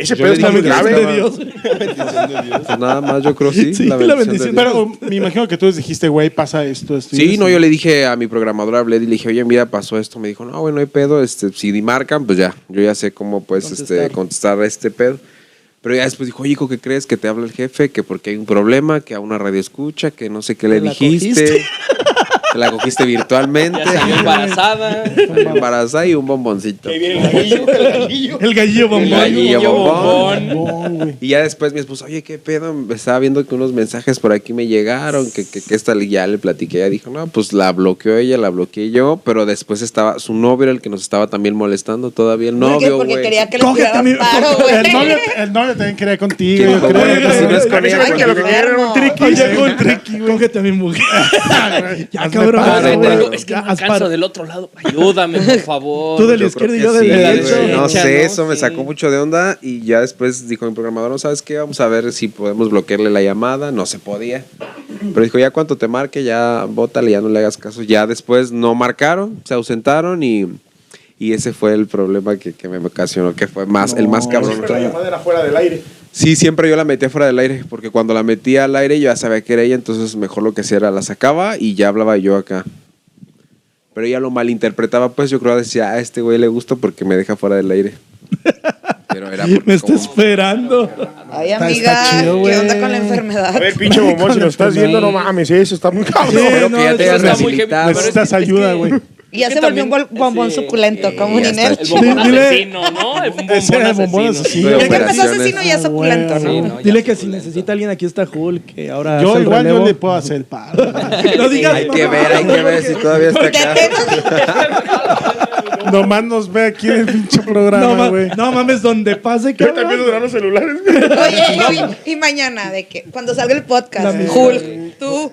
[SPEAKER 5] ese
[SPEAKER 2] Yo
[SPEAKER 5] pedo
[SPEAKER 2] le
[SPEAKER 5] está
[SPEAKER 2] dije
[SPEAKER 5] muy
[SPEAKER 2] que
[SPEAKER 5] grave.
[SPEAKER 1] de Dios.
[SPEAKER 2] Pues nada más, yo creo sí.
[SPEAKER 1] Sí, la bendición.
[SPEAKER 2] de Dios.
[SPEAKER 6] Pero me imagino que tú les dijiste, güey, pasa esto, esto. y
[SPEAKER 2] Sí,
[SPEAKER 6] esto.
[SPEAKER 2] no, yo le dije a mi programadora, Bled, y le dije, oye, mira, pasó esto. Me dijo, no, güey, no hay pedo. Este, si marcan, pues ya. Yo ya sé cómo puedes contestar. Este, contestar a este pedo. Pero ya después dijo, oye, hijo, ¿qué crees? Que te habla el jefe, que porque hay un problema, que a una radio escucha, que no sé qué
[SPEAKER 1] ¿Te
[SPEAKER 2] le
[SPEAKER 1] la
[SPEAKER 2] dijiste.
[SPEAKER 1] cogiste?
[SPEAKER 2] Te la cogiste virtualmente.
[SPEAKER 3] Ya salió embarazada.
[SPEAKER 2] Embarazada y un bomboncito.
[SPEAKER 1] El gallillo
[SPEAKER 2] El
[SPEAKER 1] bombón.
[SPEAKER 2] gallillo
[SPEAKER 3] Gallillo
[SPEAKER 2] bombón.
[SPEAKER 6] No, güey.
[SPEAKER 2] Y ya después mi esposa, oye, qué pedo, me estaba viendo que unos mensajes por aquí me llegaron, que, que, que esta ya le platiqué, ya dijo, no, pues la bloqueó ella, la bloqueé yo, pero después estaba su novio era el que nos estaba también molestando, todavía el
[SPEAKER 4] ¿Por qué?
[SPEAKER 2] novio,
[SPEAKER 4] Porque
[SPEAKER 2] güey.
[SPEAKER 4] quería que le
[SPEAKER 1] Cógete, mi-
[SPEAKER 4] tiraran paro, güey.
[SPEAKER 6] El novio, el novio también quería
[SPEAKER 2] Que,
[SPEAKER 6] contigo. yo
[SPEAKER 2] por
[SPEAKER 6] creo.
[SPEAKER 2] favor, que si no es con
[SPEAKER 5] Ay,
[SPEAKER 2] ella,
[SPEAKER 5] que lo que quería era un triqui.
[SPEAKER 1] Oye, con triqui, güey. Cógete a mi mujer. ya,
[SPEAKER 6] Hazme
[SPEAKER 1] cabrón.
[SPEAKER 2] paro,
[SPEAKER 1] hazme,
[SPEAKER 2] güey.
[SPEAKER 1] güey.
[SPEAKER 3] Es que
[SPEAKER 1] Ya,
[SPEAKER 3] no
[SPEAKER 1] haz
[SPEAKER 3] canso
[SPEAKER 1] paro.
[SPEAKER 3] del otro lado. Ayúdame, por favor.
[SPEAKER 1] Tú del
[SPEAKER 2] Yo
[SPEAKER 1] izquierdo y
[SPEAKER 2] creo
[SPEAKER 1] yo
[SPEAKER 2] que
[SPEAKER 1] del
[SPEAKER 2] sí,
[SPEAKER 1] derecho.
[SPEAKER 2] güey. No
[SPEAKER 3] Derecha,
[SPEAKER 2] sé,
[SPEAKER 3] ¿no?
[SPEAKER 2] eso me
[SPEAKER 3] Sí.
[SPEAKER 2] sacó mucho de onda y ya después dijo mi programador, no sabes qué, vamos a ver si podemos bloquearle la llamada, no se podía. Pero dijo, ya cuanto te marque, ya bótale, ya no le hagas caso. Ya después no marcaron, se ausentaron y, y ese fue el problema que, que me ocasionó, que fue más, el más cabrón.
[SPEAKER 5] Siempre la llamada era fuera del aire.
[SPEAKER 2] Sí, siempre yo la metía fuera del aire, porque cuando la metía al aire yo ya sabía que era ella, entonces mejor lo que hacía era la sacaba y ya hablaba yo acá. Pero ella lo malinterpretaba, pues yo creo que decía, a este güey le gusta porque me deja fuera del aire. Pero era porque
[SPEAKER 1] Me está
[SPEAKER 2] como-
[SPEAKER 1] esperando.
[SPEAKER 4] Ay,
[SPEAKER 6] Está-
[SPEAKER 4] amiga,
[SPEAKER 6] está chido,
[SPEAKER 4] ¿qué
[SPEAKER 6] güey.
[SPEAKER 4] onda con la enfermedad?
[SPEAKER 3] Ah,
[SPEAKER 5] A ver, pinche bombón, si nos estás viendo, no mames, eso está muy
[SPEAKER 1] Sí,
[SPEAKER 5] cabrón.
[SPEAKER 2] Espero
[SPEAKER 1] no,
[SPEAKER 2] que ya te
[SPEAKER 1] eso
[SPEAKER 2] hayas
[SPEAKER 1] está muy
[SPEAKER 3] heavy,
[SPEAKER 2] rehabilitado.
[SPEAKER 3] pero es-
[SPEAKER 6] Necesitas ayuda, güey.
[SPEAKER 4] Y ya
[SPEAKER 3] Es que
[SPEAKER 4] se volvió un
[SPEAKER 3] también-
[SPEAKER 4] bol- bombón
[SPEAKER 3] sí.
[SPEAKER 4] suculento,
[SPEAKER 2] Sí,
[SPEAKER 4] como un
[SPEAKER 2] ya está
[SPEAKER 4] Inés.
[SPEAKER 3] El
[SPEAKER 1] Sí,
[SPEAKER 3] bombón
[SPEAKER 1] dile-
[SPEAKER 3] asesino, ¿no? El bombón
[SPEAKER 6] Ese era el bombón
[SPEAKER 3] asesino.
[SPEAKER 6] asesino.
[SPEAKER 4] Ya que empezó
[SPEAKER 2] operaciones.
[SPEAKER 4] asesino, ya
[SPEAKER 6] Ah,
[SPEAKER 4] suculento,
[SPEAKER 6] güey,
[SPEAKER 4] ¿no?
[SPEAKER 6] sí,
[SPEAKER 3] no, ya
[SPEAKER 1] Dile que si
[SPEAKER 3] suculento.
[SPEAKER 1] necesita alguien, aquí está Hulk, que ahora
[SPEAKER 6] Yo
[SPEAKER 1] hace el
[SPEAKER 6] igual yo
[SPEAKER 1] relevo.
[SPEAKER 6] le puedo hacer el paro.
[SPEAKER 1] No digas
[SPEAKER 2] Hay que ver, hay que ver si todavía está
[SPEAKER 4] Porque
[SPEAKER 2] acá.
[SPEAKER 4] apenas-
[SPEAKER 6] Nomás nos ve aquí en el pinche
[SPEAKER 1] No,
[SPEAKER 6] programa,
[SPEAKER 1] ma-
[SPEAKER 6] güey.
[SPEAKER 1] no mames, donde pase,
[SPEAKER 5] Yo también
[SPEAKER 1] cabrón.
[SPEAKER 5] duran los celulares.
[SPEAKER 4] Oye, y, y mañana, de que cuando salga el podcast,
[SPEAKER 1] La
[SPEAKER 4] Hulk, tú,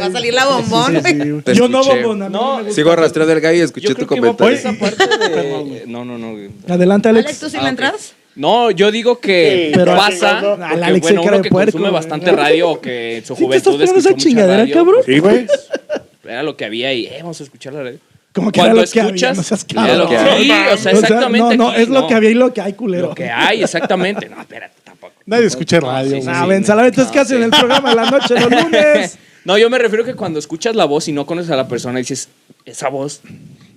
[SPEAKER 4] va a salir la bombón. güey.
[SPEAKER 2] Te
[SPEAKER 1] Yo no,
[SPEAKER 2] escuché.
[SPEAKER 1] bombón. a mí no me gusta.
[SPEAKER 2] Sigo arrastrando el gallo y escuché
[SPEAKER 3] Yo
[SPEAKER 2] tu
[SPEAKER 3] creo que va por
[SPEAKER 2] comentario.
[SPEAKER 3] esa parte de... No, no, no. güey.
[SPEAKER 1] Adelante,
[SPEAKER 4] Alex,
[SPEAKER 1] Alex.
[SPEAKER 4] ¿tú sí
[SPEAKER 3] Ah,
[SPEAKER 4] le
[SPEAKER 3] ok.
[SPEAKER 4] entras?
[SPEAKER 3] No, yo digo que
[SPEAKER 5] Sí, pero
[SPEAKER 3] pasa.
[SPEAKER 5] chingado.
[SPEAKER 1] Al
[SPEAKER 3] Porque,
[SPEAKER 1] Alex se
[SPEAKER 3] bueno,
[SPEAKER 1] cara
[SPEAKER 3] uno
[SPEAKER 1] de
[SPEAKER 3] que
[SPEAKER 1] puerco,
[SPEAKER 3] consume
[SPEAKER 1] güey.
[SPEAKER 3] bastante radio o que en su
[SPEAKER 1] ¿Sí te estás
[SPEAKER 3] juventud
[SPEAKER 1] poniendo
[SPEAKER 3] escuchó
[SPEAKER 1] esa
[SPEAKER 3] mucha
[SPEAKER 1] chingadera,
[SPEAKER 3] radio, pues,
[SPEAKER 1] cabrón?
[SPEAKER 5] Sí, güey.
[SPEAKER 3] Era lo que había y eh, vamos a escuchar la radio.
[SPEAKER 1] Como que era
[SPEAKER 3] Cuando
[SPEAKER 1] lo que había,
[SPEAKER 3] escuchas,
[SPEAKER 1] no seas
[SPEAKER 3] era lo que
[SPEAKER 2] cabrón.
[SPEAKER 3] Sí, o sea, exactamente.
[SPEAKER 1] O sea, no, no,
[SPEAKER 3] aquí,
[SPEAKER 1] es lo que había y lo que hay, culero.
[SPEAKER 3] Lo que hay, exactamente. No, espérate, tampoco.
[SPEAKER 6] Nadie escucha radio,
[SPEAKER 3] sí,
[SPEAKER 6] güey.
[SPEAKER 3] sí.
[SPEAKER 1] Ah, ven, Salavento, es que hacen el programa de la noche los lunes.
[SPEAKER 3] No, yo me refiero que cuando escuchas la voz y no conoces a la persona, dices, esa voz,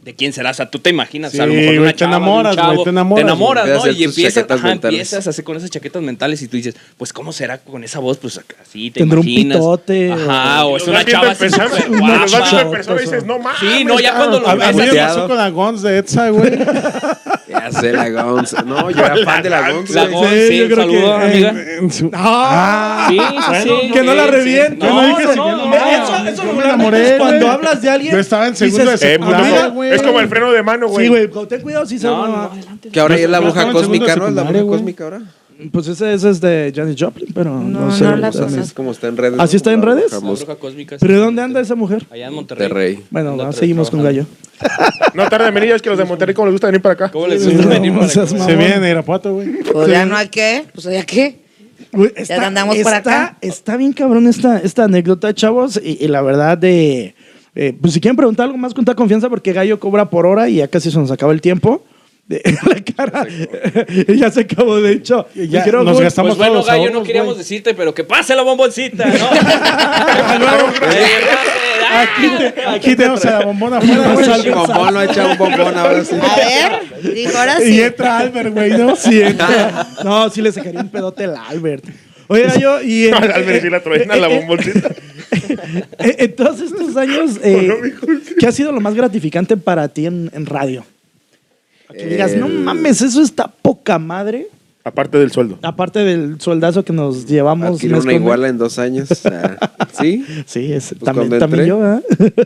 [SPEAKER 3] ¿de quién será? O sea, tú te imaginas, o sea, a lo
[SPEAKER 6] Sí,
[SPEAKER 3] mejor de una
[SPEAKER 6] güey, te
[SPEAKER 3] chava, de un
[SPEAKER 6] enamoras, güey,
[SPEAKER 3] chavo.
[SPEAKER 6] te enamoras,
[SPEAKER 3] Te enamoras,
[SPEAKER 2] güey.
[SPEAKER 3] ¿no?
[SPEAKER 2] Hacer
[SPEAKER 3] Y
[SPEAKER 2] tus
[SPEAKER 3] empiezas,
[SPEAKER 2] chaquetas
[SPEAKER 3] ajá,
[SPEAKER 2] mentales.
[SPEAKER 3] empiezas así con esas chaquetas mentales y tú dices, pues, ¿cómo será con esa voz? Pues así te
[SPEAKER 1] Tendrá un
[SPEAKER 3] imaginas.
[SPEAKER 1] pitote,
[SPEAKER 3] Ajá, o es
[SPEAKER 5] Los
[SPEAKER 3] una
[SPEAKER 5] vas viendo
[SPEAKER 3] chava así
[SPEAKER 5] en persona,
[SPEAKER 3] súper
[SPEAKER 5] Los vas viendo en
[SPEAKER 3] guapa.
[SPEAKER 5] persona y dices, no mames. ah,
[SPEAKER 3] Sí, no, ya cuando
[SPEAKER 6] A
[SPEAKER 3] lo
[SPEAKER 6] a
[SPEAKER 3] ves
[SPEAKER 6] mí me
[SPEAKER 2] Volteado.
[SPEAKER 6] pasó con la Gons de Etsa, güey.
[SPEAKER 2] Ya sé, la Gonza. No, yo era fan de la Gonza.
[SPEAKER 3] La Gonza, sí, un saludo, amiga.
[SPEAKER 6] en- en su-
[SPEAKER 1] Ah,
[SPEAKER 3] Sí,
[SPEAKER 6] Bueno,
[SPEAKER 3] sí,
[SPEAKER 1] que no la
[SPEAKER 3] sí, sí.
[SPEAKER 1] revienten.
[SPEAKER 3] No,
[SPEAKER 1] no, dije
[SPEAKER 3] no,
[SPEAKER 1] si-
[SPEAKER 3] no,
[SPEAKER 1] Eh, Eso,
[SPEAKER 3] no.
[SPEAKER 1] eso
[SPEAKER 6] Yo me
[SPEAKER 1] regularmente
[SPEAKER 6] enamoré,
[SPEAKER 1] es cuando
[SPEAKER 6] güey.
[SPEAKER 1] hablas de alguien.
[SPEAKER 6] Yo estaba en segundo
[SPEAKER 1] dices,
[SPEAKER 6] de
[SPEAKER 5] Eh, puto,
[SPEAKER 1] "Ah, mira,
[SPEAKER 6] secundaria,
[SPEAKER 5] no.
[SPEAKER 1] güey".
[SPEAKER 5] es como el freno de mano, güey.
[SPEAKER 1] Sí, güey, pero ten cuidado si se
[SPEAKER 3] No,
[SPEAKER 1] va.
[SPEAKER 3] no, adelante.
[SPEAKER 2] Que ahora ya es la
[SPEAKER 6] Yo estaba
[SPEAKER 2] bruja
[SPEAKER 6] en segundo
[SPEAKER 2] cósmica, ¿no? La
[SPEAKER 6] secundaria,
[SPEAKER 2] bruja
[SPEAKER 6] güey.
[SPEAKER 2] cósmica ahora.
[SPEAKER 1] Pues ese, ese es de Janis Joplin, pero no,
[SPEAKER 4] No,
[SPEAKER 1] sé.
[SPEAKER 4] no la
[SPEAKER 1] también.
[SPEAKER 4] conozco.
[SPEAKER 2] Es como está en redes.
[SPEAKER 1] ¿Así
[SPEAKER 2] ¿no?
[SPEAKER 1] está en
[SPEAKER 2] La
[SPEAKER 1] redes?
[SPEAKER 2] bruja
[SPEAKER 3] La
[SPEAKER 2] mosca.
[SPEAKER 3] bruja cósmica.
[SPEAKER 1] ¿Pero dónde anda esa mujer?
[SPEAKER 3] Allá en Monterrey.
[SPEAKER 2] Monterrey.
[SPEAKER 1] Bueno,
[SPEAKER 3] Anda
[SPEAKER 1] va,
[SPEAKER 3] otra vez
[SPEAKER 1] seguimos con Gallo.
[SPEAKER 3] trabajando.
[SPEAKER 5] No tarda en venir, ya es que los de Monterrey como les gusta venir para acá.
[SPEAKER 3] ¿Cómo les
[SPEAKER 1] Sí,
[SPEAKER 3] gusta
[SPEAKER 1] no,
[SPEAKER 3] venir para
[SPEAKER 1] no seas
[SPEAKER 3] acá?
[SPEAKER 1] mamón.
[SPEAKER 6] Se viene a Irapuato, güey.
[SPEAKER 4] Pues ya no hay qué, pues ya qué.
[SPEAKER 1] Güey, está,
[SPEAKER 4] andamos por
[SPEAKER 1] está-
[SPEAKER 4] acá.
[SPEAKER 1] Está bien cabrón esta, esta anécdota, chavos. Y, y la verdad de... eh, pues si quieren preguntar algo más con toda confianza, porque Gallo cobra por hora y ya casi se nos acaba el tiempo. De, la cara... ya se acabó, de hecho.
[SPEAKER 6] Ya
[SPEAKER 1] Mi querido
[SPEAKER 6] nos
[SPEAKER 1] Gus,
[SPEAKER 3] Pues
[SPEAKER 6] gastamos
[SPEAKER 3] bueno,
[SPEAKER 6] todos los
[SPEAKER 3] Gallo,
[SPEAKER 6] ahorros,
[SPEAKER 3] no queríamos
[SPEAKER 6] güey.
[SPEAKER 3] decirte, pero que pase la bomboncita, ¿no? Aquí
[SPEAKER 6] Aquí tenemos a la bombona afuera,
[SPEAKER 1] Pues
[SPEAKER 6] güey.
[SPEAKER 2] Un bombón, lo ha echado un bombón ahora sí.
[SPEAKER 4] A ver, dijo ahora
[SPEAKER 6] Y
[SPEAKER 4] sí.
[SPEAKER 6] entra Albert, güey, ¿no?
[SPEAKER 1] Sí, entra. No, sí le sacaría un pedote al Albert. Oye, Gallo, y... eh,
[SPEAKER 5] Al Albert sí la truena, la
[SPEAKER 1] eh, eh,
[SPEAKER 5] bombolcita.
[SPEAKER 1] Eh, En todos estos años, eh, ¿qué ha sido lo más gratificante para ti en, en radio? Que digas, no
[SPEAKER 5] Eh,
[SPEAKER 2] El-
[SPEAKER 1] mames, eso está poca madre.
[SPEAKER 5] Aparte del sueldo.
[SPEAKER 1] Aparte del soldazo que nos llevamos.
[SPEAKER 2] Adquirir
[SPEAKER 1] mes
[SPEAKER 2] una
[SPEAKER 1] con mes.
[SPEAKER 2] iguala en dos años. Ah, ¿Sí?
[SPEAKER 5] eh.
[SPEAKER 1] Sí, es-
[SPEAKER 2] Pues
[SPEAKER 1] también,
[SPEAKER 2] cuando
[SPEAKER 1] también
[SPEAKER 2] entré.
[SPEAKER 1] yo, ¿verdad?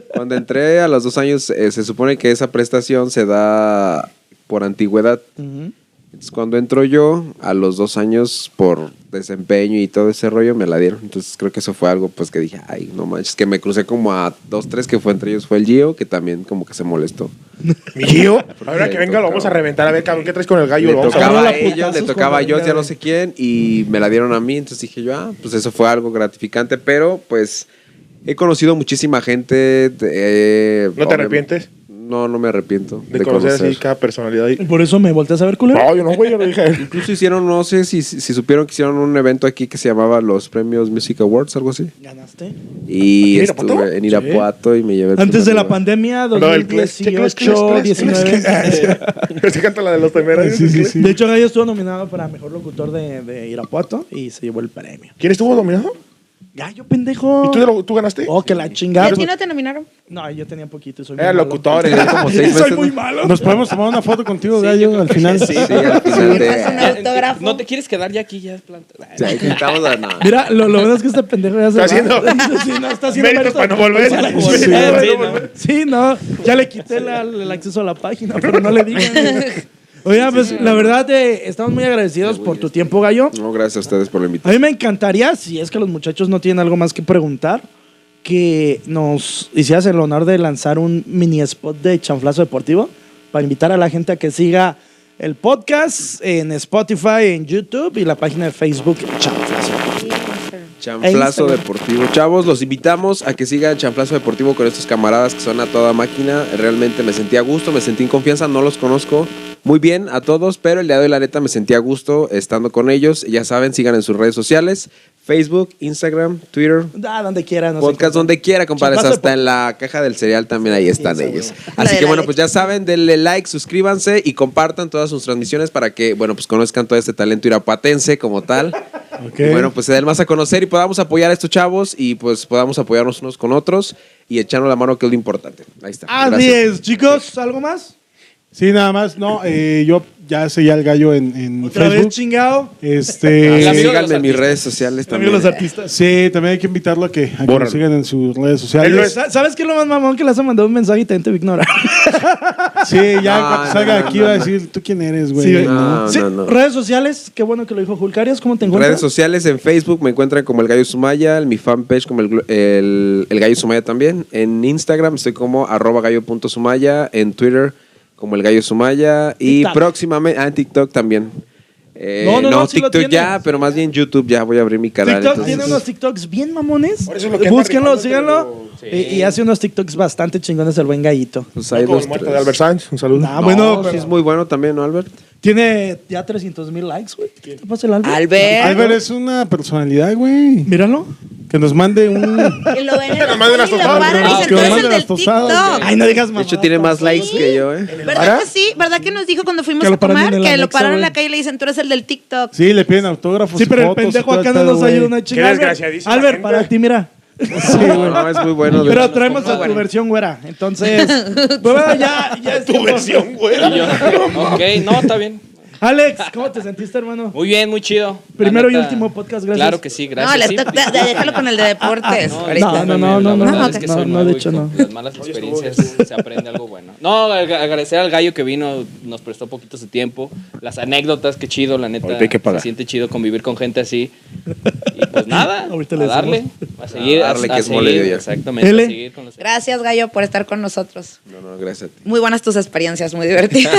[SPEAKER 2] Cuando entré a los dos años, eh, se supone que esa prestación se da por antigüedad.
[SPEAKER 1] Ujú.
[SPEAKER 2] Entonces, cuando entro yo, a los dos años, por desempeño y todo ese rollo, me la dieron. Entonces, creo que eso fue algo pues que dije, ay, no manches, que me crucé como a dos, tres, que fue entre ellos fue el Gio, que también como que se molestó.
[SPEAKER 5] Mi Gio. Ahora
[SPEAKER 2] Le
[SPEAKER 5] que venga lo vamos a
[SPEAKER 2] tocaba.
[SPEAKER 5] reventar. A ver, cabrón, ¿qué traes con el gallo?
[SPEAKER 2] le
[SPEAKER 5] Lo vamos a-
[SPEAKER 2] tocaba
[SPEAKER 1] poner
[SPEAKER 2] a
[SPEAKER 1] a
[SPEAKER 2] ellos, le
[SPEAKER 1] putazos
[SPEAKER 2] tocaba a
[SPEAKER 1] con
[SPEAKER 2] ellos,
[SPEAKER 1] ella,
[SPEAKER 2] ya no
[SPEAKER 1] güey.
[SPEAKER 2] sé quién, y me la dieron a mí. Entonces dije yo, ah, pues eso fue algo gratificante, pero pues he conocido muchísima gente. eh,
[SPEAKER 5] ¿No te
[SPEAKER 2] obviamente-
[SPEAKER 5] arrepientes?
[SPEAKER 2] No, no me arrepiento de,
[SPEAKER 5] De conocer así
[SPEAKER 2] conocer.
[SPEAKER 5] cada personalidad.
[SPEAKER 1] Y
[SPEAKER 5] y-
[SPEAKER 1] ¿eh? por eso me volteas a ver, culero.
[SPEAKER 5] No, yo no, güey, yo lo dije.
[SPEAKER 2] Incluso hicieron, no sé si, si, si supieron que hicieron un evento aquí que se llamaba los Premios Music Awards, algo así.
[SPEAKER 1] Ganaste.
[SPEAKER 2] Y
[SPEAKER 5] ¿En
[SPEAKER 2] estuve
[SPEAKER 5] Irapuato?
[SPEAKER 2] en Irapuato y me llevé.
[SPEAKER 5] Pues
[SPEAKER 2] el
[SPEAKER 1] Antes de
[SPEAKER 2] primer
[SPEAKER 1] la
[SPEAKER 2] lugar.
[SPEAKER 1] pandemia,
[SPEAKER 5] No, el Cles,
[SPEAKER 1] 2018,
[SPEAKER 5] Cles, Cles, Cles,
[SPEAKER 1] 19.
[SPEAKER 5] Se canta la de los temerarios.
[SPEAKER 6] Sí, sí, sí.
[SPEAKER 1] De hecho, Gallo estuvo nominado para Mejor Locutor de, de Irapuato y se llevó el premio.
[SPEAKER 5] ¿Quién estuvo dominado?
[SPEAKER 1] Gallo, pendejo.
[SPEAKER 5] ¿Y tú, de lo- tú ganaste?
[SPEAKER 1] Oh, que la
[SPEAKER 4] ¿A
[SPEAKER 1] chingada.
[SPEAKER 4] ti no te nominaron?
[SPEAKER 1] No, yo tenía poquito. Soy muy
[SPEAKER 5] Era
[SPEAKER 1] malo.
[SPEAKER 5] locutor. eh.
[SPEAKER 2] Tenía como seis
[SPEAKER 1] Soy
[SPEAKER 2] veces,
[SPEAKER 1] muy
[SPEAKER 2] ¿no?
[SPEAKER 1] malo.
[SPEAKER 6] Nos podemos tomar una foto contigo,
[SPEAKER 3] Sí, yo
[SPEAKER 6] Gallo,
[SPEAKER 3] creo
[SPEAKER 6] al
[SPEAKER 3] que
[SPEAKER 6] final.
[SPEAKER 2] Sí, sí, al final
[SPEAKER 4] Es un
[SPEAKER 2] de...
[SPEAKER 4] autógrafo.
[SPEAKER 3] No te quieres quedar ya aquí, ya planta.
[SPEAKER 2] Sí, ahí estamos a- no.
[SPEAKER 1] Mira, lo, lo bueno es que este pendejo ya se
[SPEAKER 5] Está
[SPEAKER 1] va.
[SPEAKER 5] haciendo-
[SPEAKER 1] Sí, no, está haciendo
[SPEAKER 5] Méritos para no volver.
[SPEAKER 1] para no
[SPEAKER 5] Sí,
[SPEAKER 1] volver.
[SPEAKER 3] sí, no.
[SPEAKER 1] Sí, no. Ya le quité la- el acceso a la página, pero no le dije. Oiga, pues la verdad, eh, estamos muy agradecidos por tu tiempo, Gallo.
[SPEAKER 2] No, gracias a ustedes por la invitación.
[SPEAKER 1] A mí me encantaría, si es que los muchachos no tienen algo más que preguntar, que nos hicieras el honor de lanzar un mini spot de chanflazo deportivo para invitar a la gente a que siga el podcast en Spotify, en YouTube y la página de Facebook Chanflazo.
[SPEAKER 2] Chanflazo
[SPEAKER 1] Instagram.
[SPEAKER 2] Deportivo. Chavos, los invitamos a que sigan Chanflazo Deportivo con estos camaradas que son a toda máquina. Realmente me sentí a gusto, me sentí en confianza, no los conozco muy bien a todos, pero el día de hoy la neta me sentí a gusto estando con ellos. Ya saben, sigan en sus redes sociales, Facebook, Instagram, Twitter.
[SPEAKER 1] Ah, donde quiera. nos
[SPEAKER 2] Podcast
[SPEAKER 1] encuentran.
[SPEAKER 2] donde quiera, compadres,
[SPEAKER 1] Chanflazo
[SPEAKER 2] hasta en la caja del cereal también ahí están
[SPEAKER 1] pues. Sí, sí,
[SPEAKER 2] ellos.
[SPEAKER 1] güey.
[SPEAKER 4] La
[SPEAKER 2] Así
[SPEAKER 4] de
[SPEAKER 2] que
[SPEAKER 4] la
[SPEAKER 2] bueno, pues ya saben, denle like, suscríbanse y compartan todas sus transmisiones para que, bueno, pues conozcan todo este talento irapatense como tal.
[SPEAKER 6] Ok.
[SPEAKER 2] Y bueno, pues se den más a conocer y podamos apoyar a estos chavos y pues podamos apoyarnos unos con otros y echarnos la mano, que es lo importante. Ahí está.
[SPEAKER 1] Así
[SPEAKER 2] Gracias.
[SPEAKER 1] es, chicos, ¿algo más?
[SPEAKER 6] Sí, nada más. No, eh, yo ya seguía al Gallo en, en
[SPEAKER 1] Otra vez
[SPEAKER 6] Facebook.
[SPEAKER 1] chingado.
[SPEAKER 6] Este,
[SPEAKER 3] El
[SPEAKER 2] Y
[SPEAKER 3] amigo de
[SPEAKER 2] Ah,
[SPEAKER 3] los
[SPEAKER 2] Síganme en mis
[SPEAKER 3] artistas.
[SPEAKER 2] redes sociales
[SPEAKER 1] Amigo
[SPEAKER 2] también.
[SPEAKER 1] los artistas.
[SPEAKER 6] Sí, también hay que invitarlo a que, a que
[SPEAKER 5] Bórralo.
[SPEAKER 6] nos sigan en sus redes
[SPEAKER 5] Él lo
[SPEAKER 1] Pero,
[SPEAKER 6] sociales.
[SPEAKER 1] ¿sa- ¿Sabes qué es lo más mamón? Que les ha mandado un mensaje y te te va a ignorar.
[SPEAKER 6] Sí, ya
[SPEAKER 1] Ah,
[SPEAKER 2] No,
[SPEAKER 6] cuando
[SPEAKER 2] no,
[SPEAKER 6] salga
[SPEAKER 2] no,
[SPEAKER 6] aquí
[SPEAKER 2] no,
[SPEAKER 6] va a
[SPEAKER 2] no.
[SPEAKER 6] decir, ¿tú quién eres, güey?
[SPEAKER 1] Sí, Ah.
[SPEAKER 6] ¿no?
[SPEAKER 2] no,
[SPEAKER 1] Sí,
[SPEAKER 2] no, no.
[SPEAKER 1] Redes sociales, qué bueno que lo dijo Julcarias. ¿Cómo te encuentras?
[SPEAKER 2] Redes sociales en Facebook me encuentran como el Gallo Sumaya, en mi fanpage como el, glo- el- el Gallo Sumaya también. En Instagram estoy como arroba gallo.sumaya, en Twitter como el Gallo Sumaya y
[SPEAKER 1] TikTok.
[SPEAKER 2] próximamente, ah, en TikTok también. Eh,
[SPEAKER 1] No,
[SPEAKER 2] no,
[SPEAKER 1] no, no, sí lo
[SPEAKER 2] TikTok ya,
[SPEAKER 1] tienes.
[SPEAKER 2] pero más bien YouTube ya voy a abrir mi canal.
[SPEAKER 1] TikTok
[SPEAKER 2] entonces-
[SPEAKER 1] tiene unos TikToks bien mamones.
[SPEAKER 5] Por eso es lo que anda
[SPEAKER 1] Búsquenlo,
[SPEAKER 5] rifando,
[SPEAKER 1] síganlo.
[SPEAKER 3] pero-
[SPEAKER 1] Y, y hace unos TikToks bastante chingones el buen gallito.
[SPEAKER 2] pues
[SPEAKER 5] Como
[SPEAKER 2] hay
[SPEAKER 5] el
[SPEAKER 2] dos,
[SPEAKER 5] muerto
[SPEAKER 2] tres.
[SPEAKER 5] de Albert Sánchez, un saludo.
[SPEAKER 1] Ah,
[SPEAKER 2] No,
[SPEAKER 1] bueno,
[SPEAKER 2] sí
[SPEAKER 1] pero-
[SPEAKER 2] es muy bueno también, ¿no, Albert?
[SPEAKER 1] Tiene ya 300 mil likes, güey. ¿Qué te pasa el Albert?
[SPEAKER 4] Albert.
[SPEAKER 6] Albert es una personalidad, güey.
[SPEAKER 1] Míralo.
[SPEAKER 6] Que nos mande un...
[SPEAKER 4] Y lo ven en
[SPEAKER 5] Nos
[SPEAKER 4] la
[SPEAKER 5] mandan
[SPEAKER 4] tele
[SPEAKER 5] las
[SPEAKER 4] y lo
[SPEAKER 5] tostadas,
[SPEAKER 4] paran y
[SPEAKER 5] ¿no?
[SPEAKER 4] dicen,
[SPEAKER 6] Que
[SPEAKER 4] "Tú
[SPEAKER 6] nos
[SPEAKER 4] eres el
[SPEAKER 6] mandan
[SPEAKER 4] del
[SPEAKER 6] las tostadas,
[SPEAKER 4] TikTok".
[SPEAKER 1] Ay, no digas
[SPEAKER 2] De
[SPEAKER 1] más.
[SPEAKER 2] hecho, tiene más likes que yo, ¿eh?
[SPEAKER 4] ¿Verdad que sí? ¿Verdad que nos dijo cuando fuimos
[SPEAKER 1] Que lo
[SPEAKER 4] a
[SPEAKER 1] paran
[SPEAKER 4] comer
[SPEAKER 1] en el
[SPEAKER 4] que
[SPEAKER 1] anexo,
[SPEAKER 4] lo pararon en
[SPEAKER 1] güey.
[SPEAKER 4] la calle y le dicen, tú eres el del TikTok?
[SPEAKER 6] Sí, le piden autógrafos
[SPEAKER 1] Sí,
[SPEAKER 6] y
[SPEAKER 1] pero el
[SPEAKER 6] fotos y
[SPEAKER 1] pendejo
[SPEAKER 6] todo
[SPEAKER 1] acá
[SPEAKER 6] el
[SPEAKER 1] no nos
[SPEAKER 6] pedo,
[SPEAKER 1] ayuda una
[SPEAKER 6] güey.
[SPEAKER 1] chingada. Albert.
[SPEAKER 5] desgraciadísima
[SPEAKER 1] Albert,
[SPEAKER 5] gente.
[SPEAKER 1] para ti, mira.
[SPEAKER 2] Sí, no, no, es muy bueno. de
[SPEAKER 1] Pero
[SPEAKER 2] verdad.
[SPEAKER 1] traemos a tu versión güera. Entonces, pues, bueno, ya, ya es
[SPEAKER 5] Tu
[SPEAKER 1] tiempo.
[SPEAKER 5] versión, güey.
[SPEAKER 3] Y yo, ok, no, está bien.
[SPEAKER 1] Alex, ¿cómo te sentiste, hermano?
[SPEAKER 3] Muy bien, muy chido. La
[SPEAKER 1] Primero y último podcast, gracias.
[SPEAKER 3] Claro que sí, gracias.
[SPEAKER 4] no, el
[SPEAKER 3] sí.
[SPEAKER 4] TikTok, de- de- déjalo con el de deportes.
[SPEAKER 3] No,
[SPEAKER 4] ahorita.
[SPEAKER 1] No, no, no, no,
[SPEAKER 3] la
[SPEAKER 1] no,
[SPEAKER 3] verdad
[SPEAKER 4] no,
[SPEAKER 3] es que
[SPEAKER 1] no,
[SPEAKER 3] soy
[SPEAKER 1] no,
[SPEAKER 3] nuevo
[SPEAKER 1] de
[SPEAKER 3] y
[SPEAKER 1] hecho, no.
[SPEAKER 3] con Las malas experiencias se aprende algo bueno. No, ag- agradecer al gallo que vino, nos prestó poquito su tiempo. Las anécdotas, qué chido, la neta.
[SPEAKER 5] Ahorita hay que
[SPEAKER 3] se
[SPEAKER 5] pagar.
[SPEAKER 3] siente chido convivir con gente así. Y pues nada,
[SPEAKER 1] Ahorita
[SPEAKER 3] a
[SPEAKER 1] le
[SPEAKER 3] darle, a seguir,
[SPEAKER 2] A darle
[SPEAKER 3] a- a
[SPEAKER 2] que es mole de
[SPEAKER 3] seguir,
[SPEAKER 2] olla.
[SPEAKER 3] Exactamente,
[SPEAKER 1] Ele.
[SPEAKER 3] a seguir con los-
[SPEAKER 4] Gracias, Gallo, por estar con nosotros.
[SPEAKER 2] No, no, gracias a ti.
[SPEAKER 4] Muy buenas tus experiencias, muy divertidas.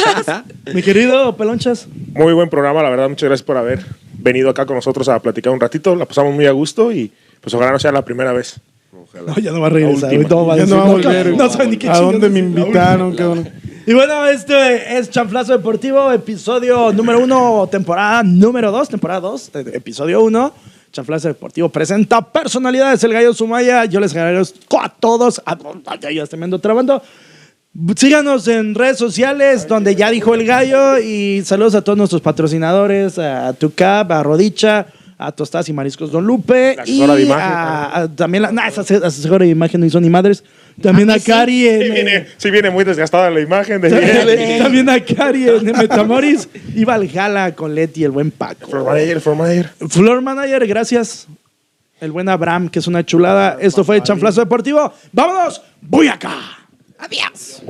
[SPEAKER 1] Mi querido Pelonchas.
[SPEAKER 5] Muy buen programa, la verdad. Muchas gracias por haber venido acá con nosotros a platicar un ratito. La pasamos muy a gusto y pues ojalá no sea la primera vez.
[SPEAKER 1] No, ya no va a regresar. güey.
[SPEAKER 5] última.
[SPEAKER 1] No va a
[SPEAKER 6] Ya
[SPEAKER 1] decir,
[SPEAKER 6] no va a
[SPEAKER 1] no,
[SPEAKER 6] volver.
[SPEAKER 1] no sabe ni qué
[SPEAKER 6] ¿A dónde
[SPEAKER 1] chingados
[SPEAKER 6] me
[SPEAKER 1] decir.
[SPEAKER 6] invitaron, cabrón?
[SPEAKER 1] Y bueno, este es Chanflazo Deportivo, episodio número uno, temporada número dos, temporada dos, eh, episodio uno. Chanflazo Deportivo presenta personalidades. El gallo Sumaya, yo les agradezco a todos. A, a- ya estoy meando trabando. Síganos en redes sociales, donde ya dijo el gallo. Y saludos a todos nuestros patrocinadores: a Tucap, a Rodicha, a Tostadas y Mariscos Don Lupe.
[SPEAKER 5] La
[SPEAKER 1] Y
[SPEAKER 5] asesora de imagen.
[SPEAKER 1] a- a- también la. No, esa esa asesora de imagen no hizo ni madres. También a, Cari. en-
[SPEAKER 5] Ah, Sí viene, sí viene muy desgastada la imagen de
[SPEAKER 1] también, también a Cari en Metamoris y Valhalla con Leti, el buen Paco.
[SPEAKER 5] Floor manager, floor manager.
[SPEAKER 1] Floor Manager, gracias. El buen Abraham, que es una chulada. Esto fue Chanflazo Deportivo. ¡Vámonos! ¡Voy acá!
[SPEAKER 4] Adiós.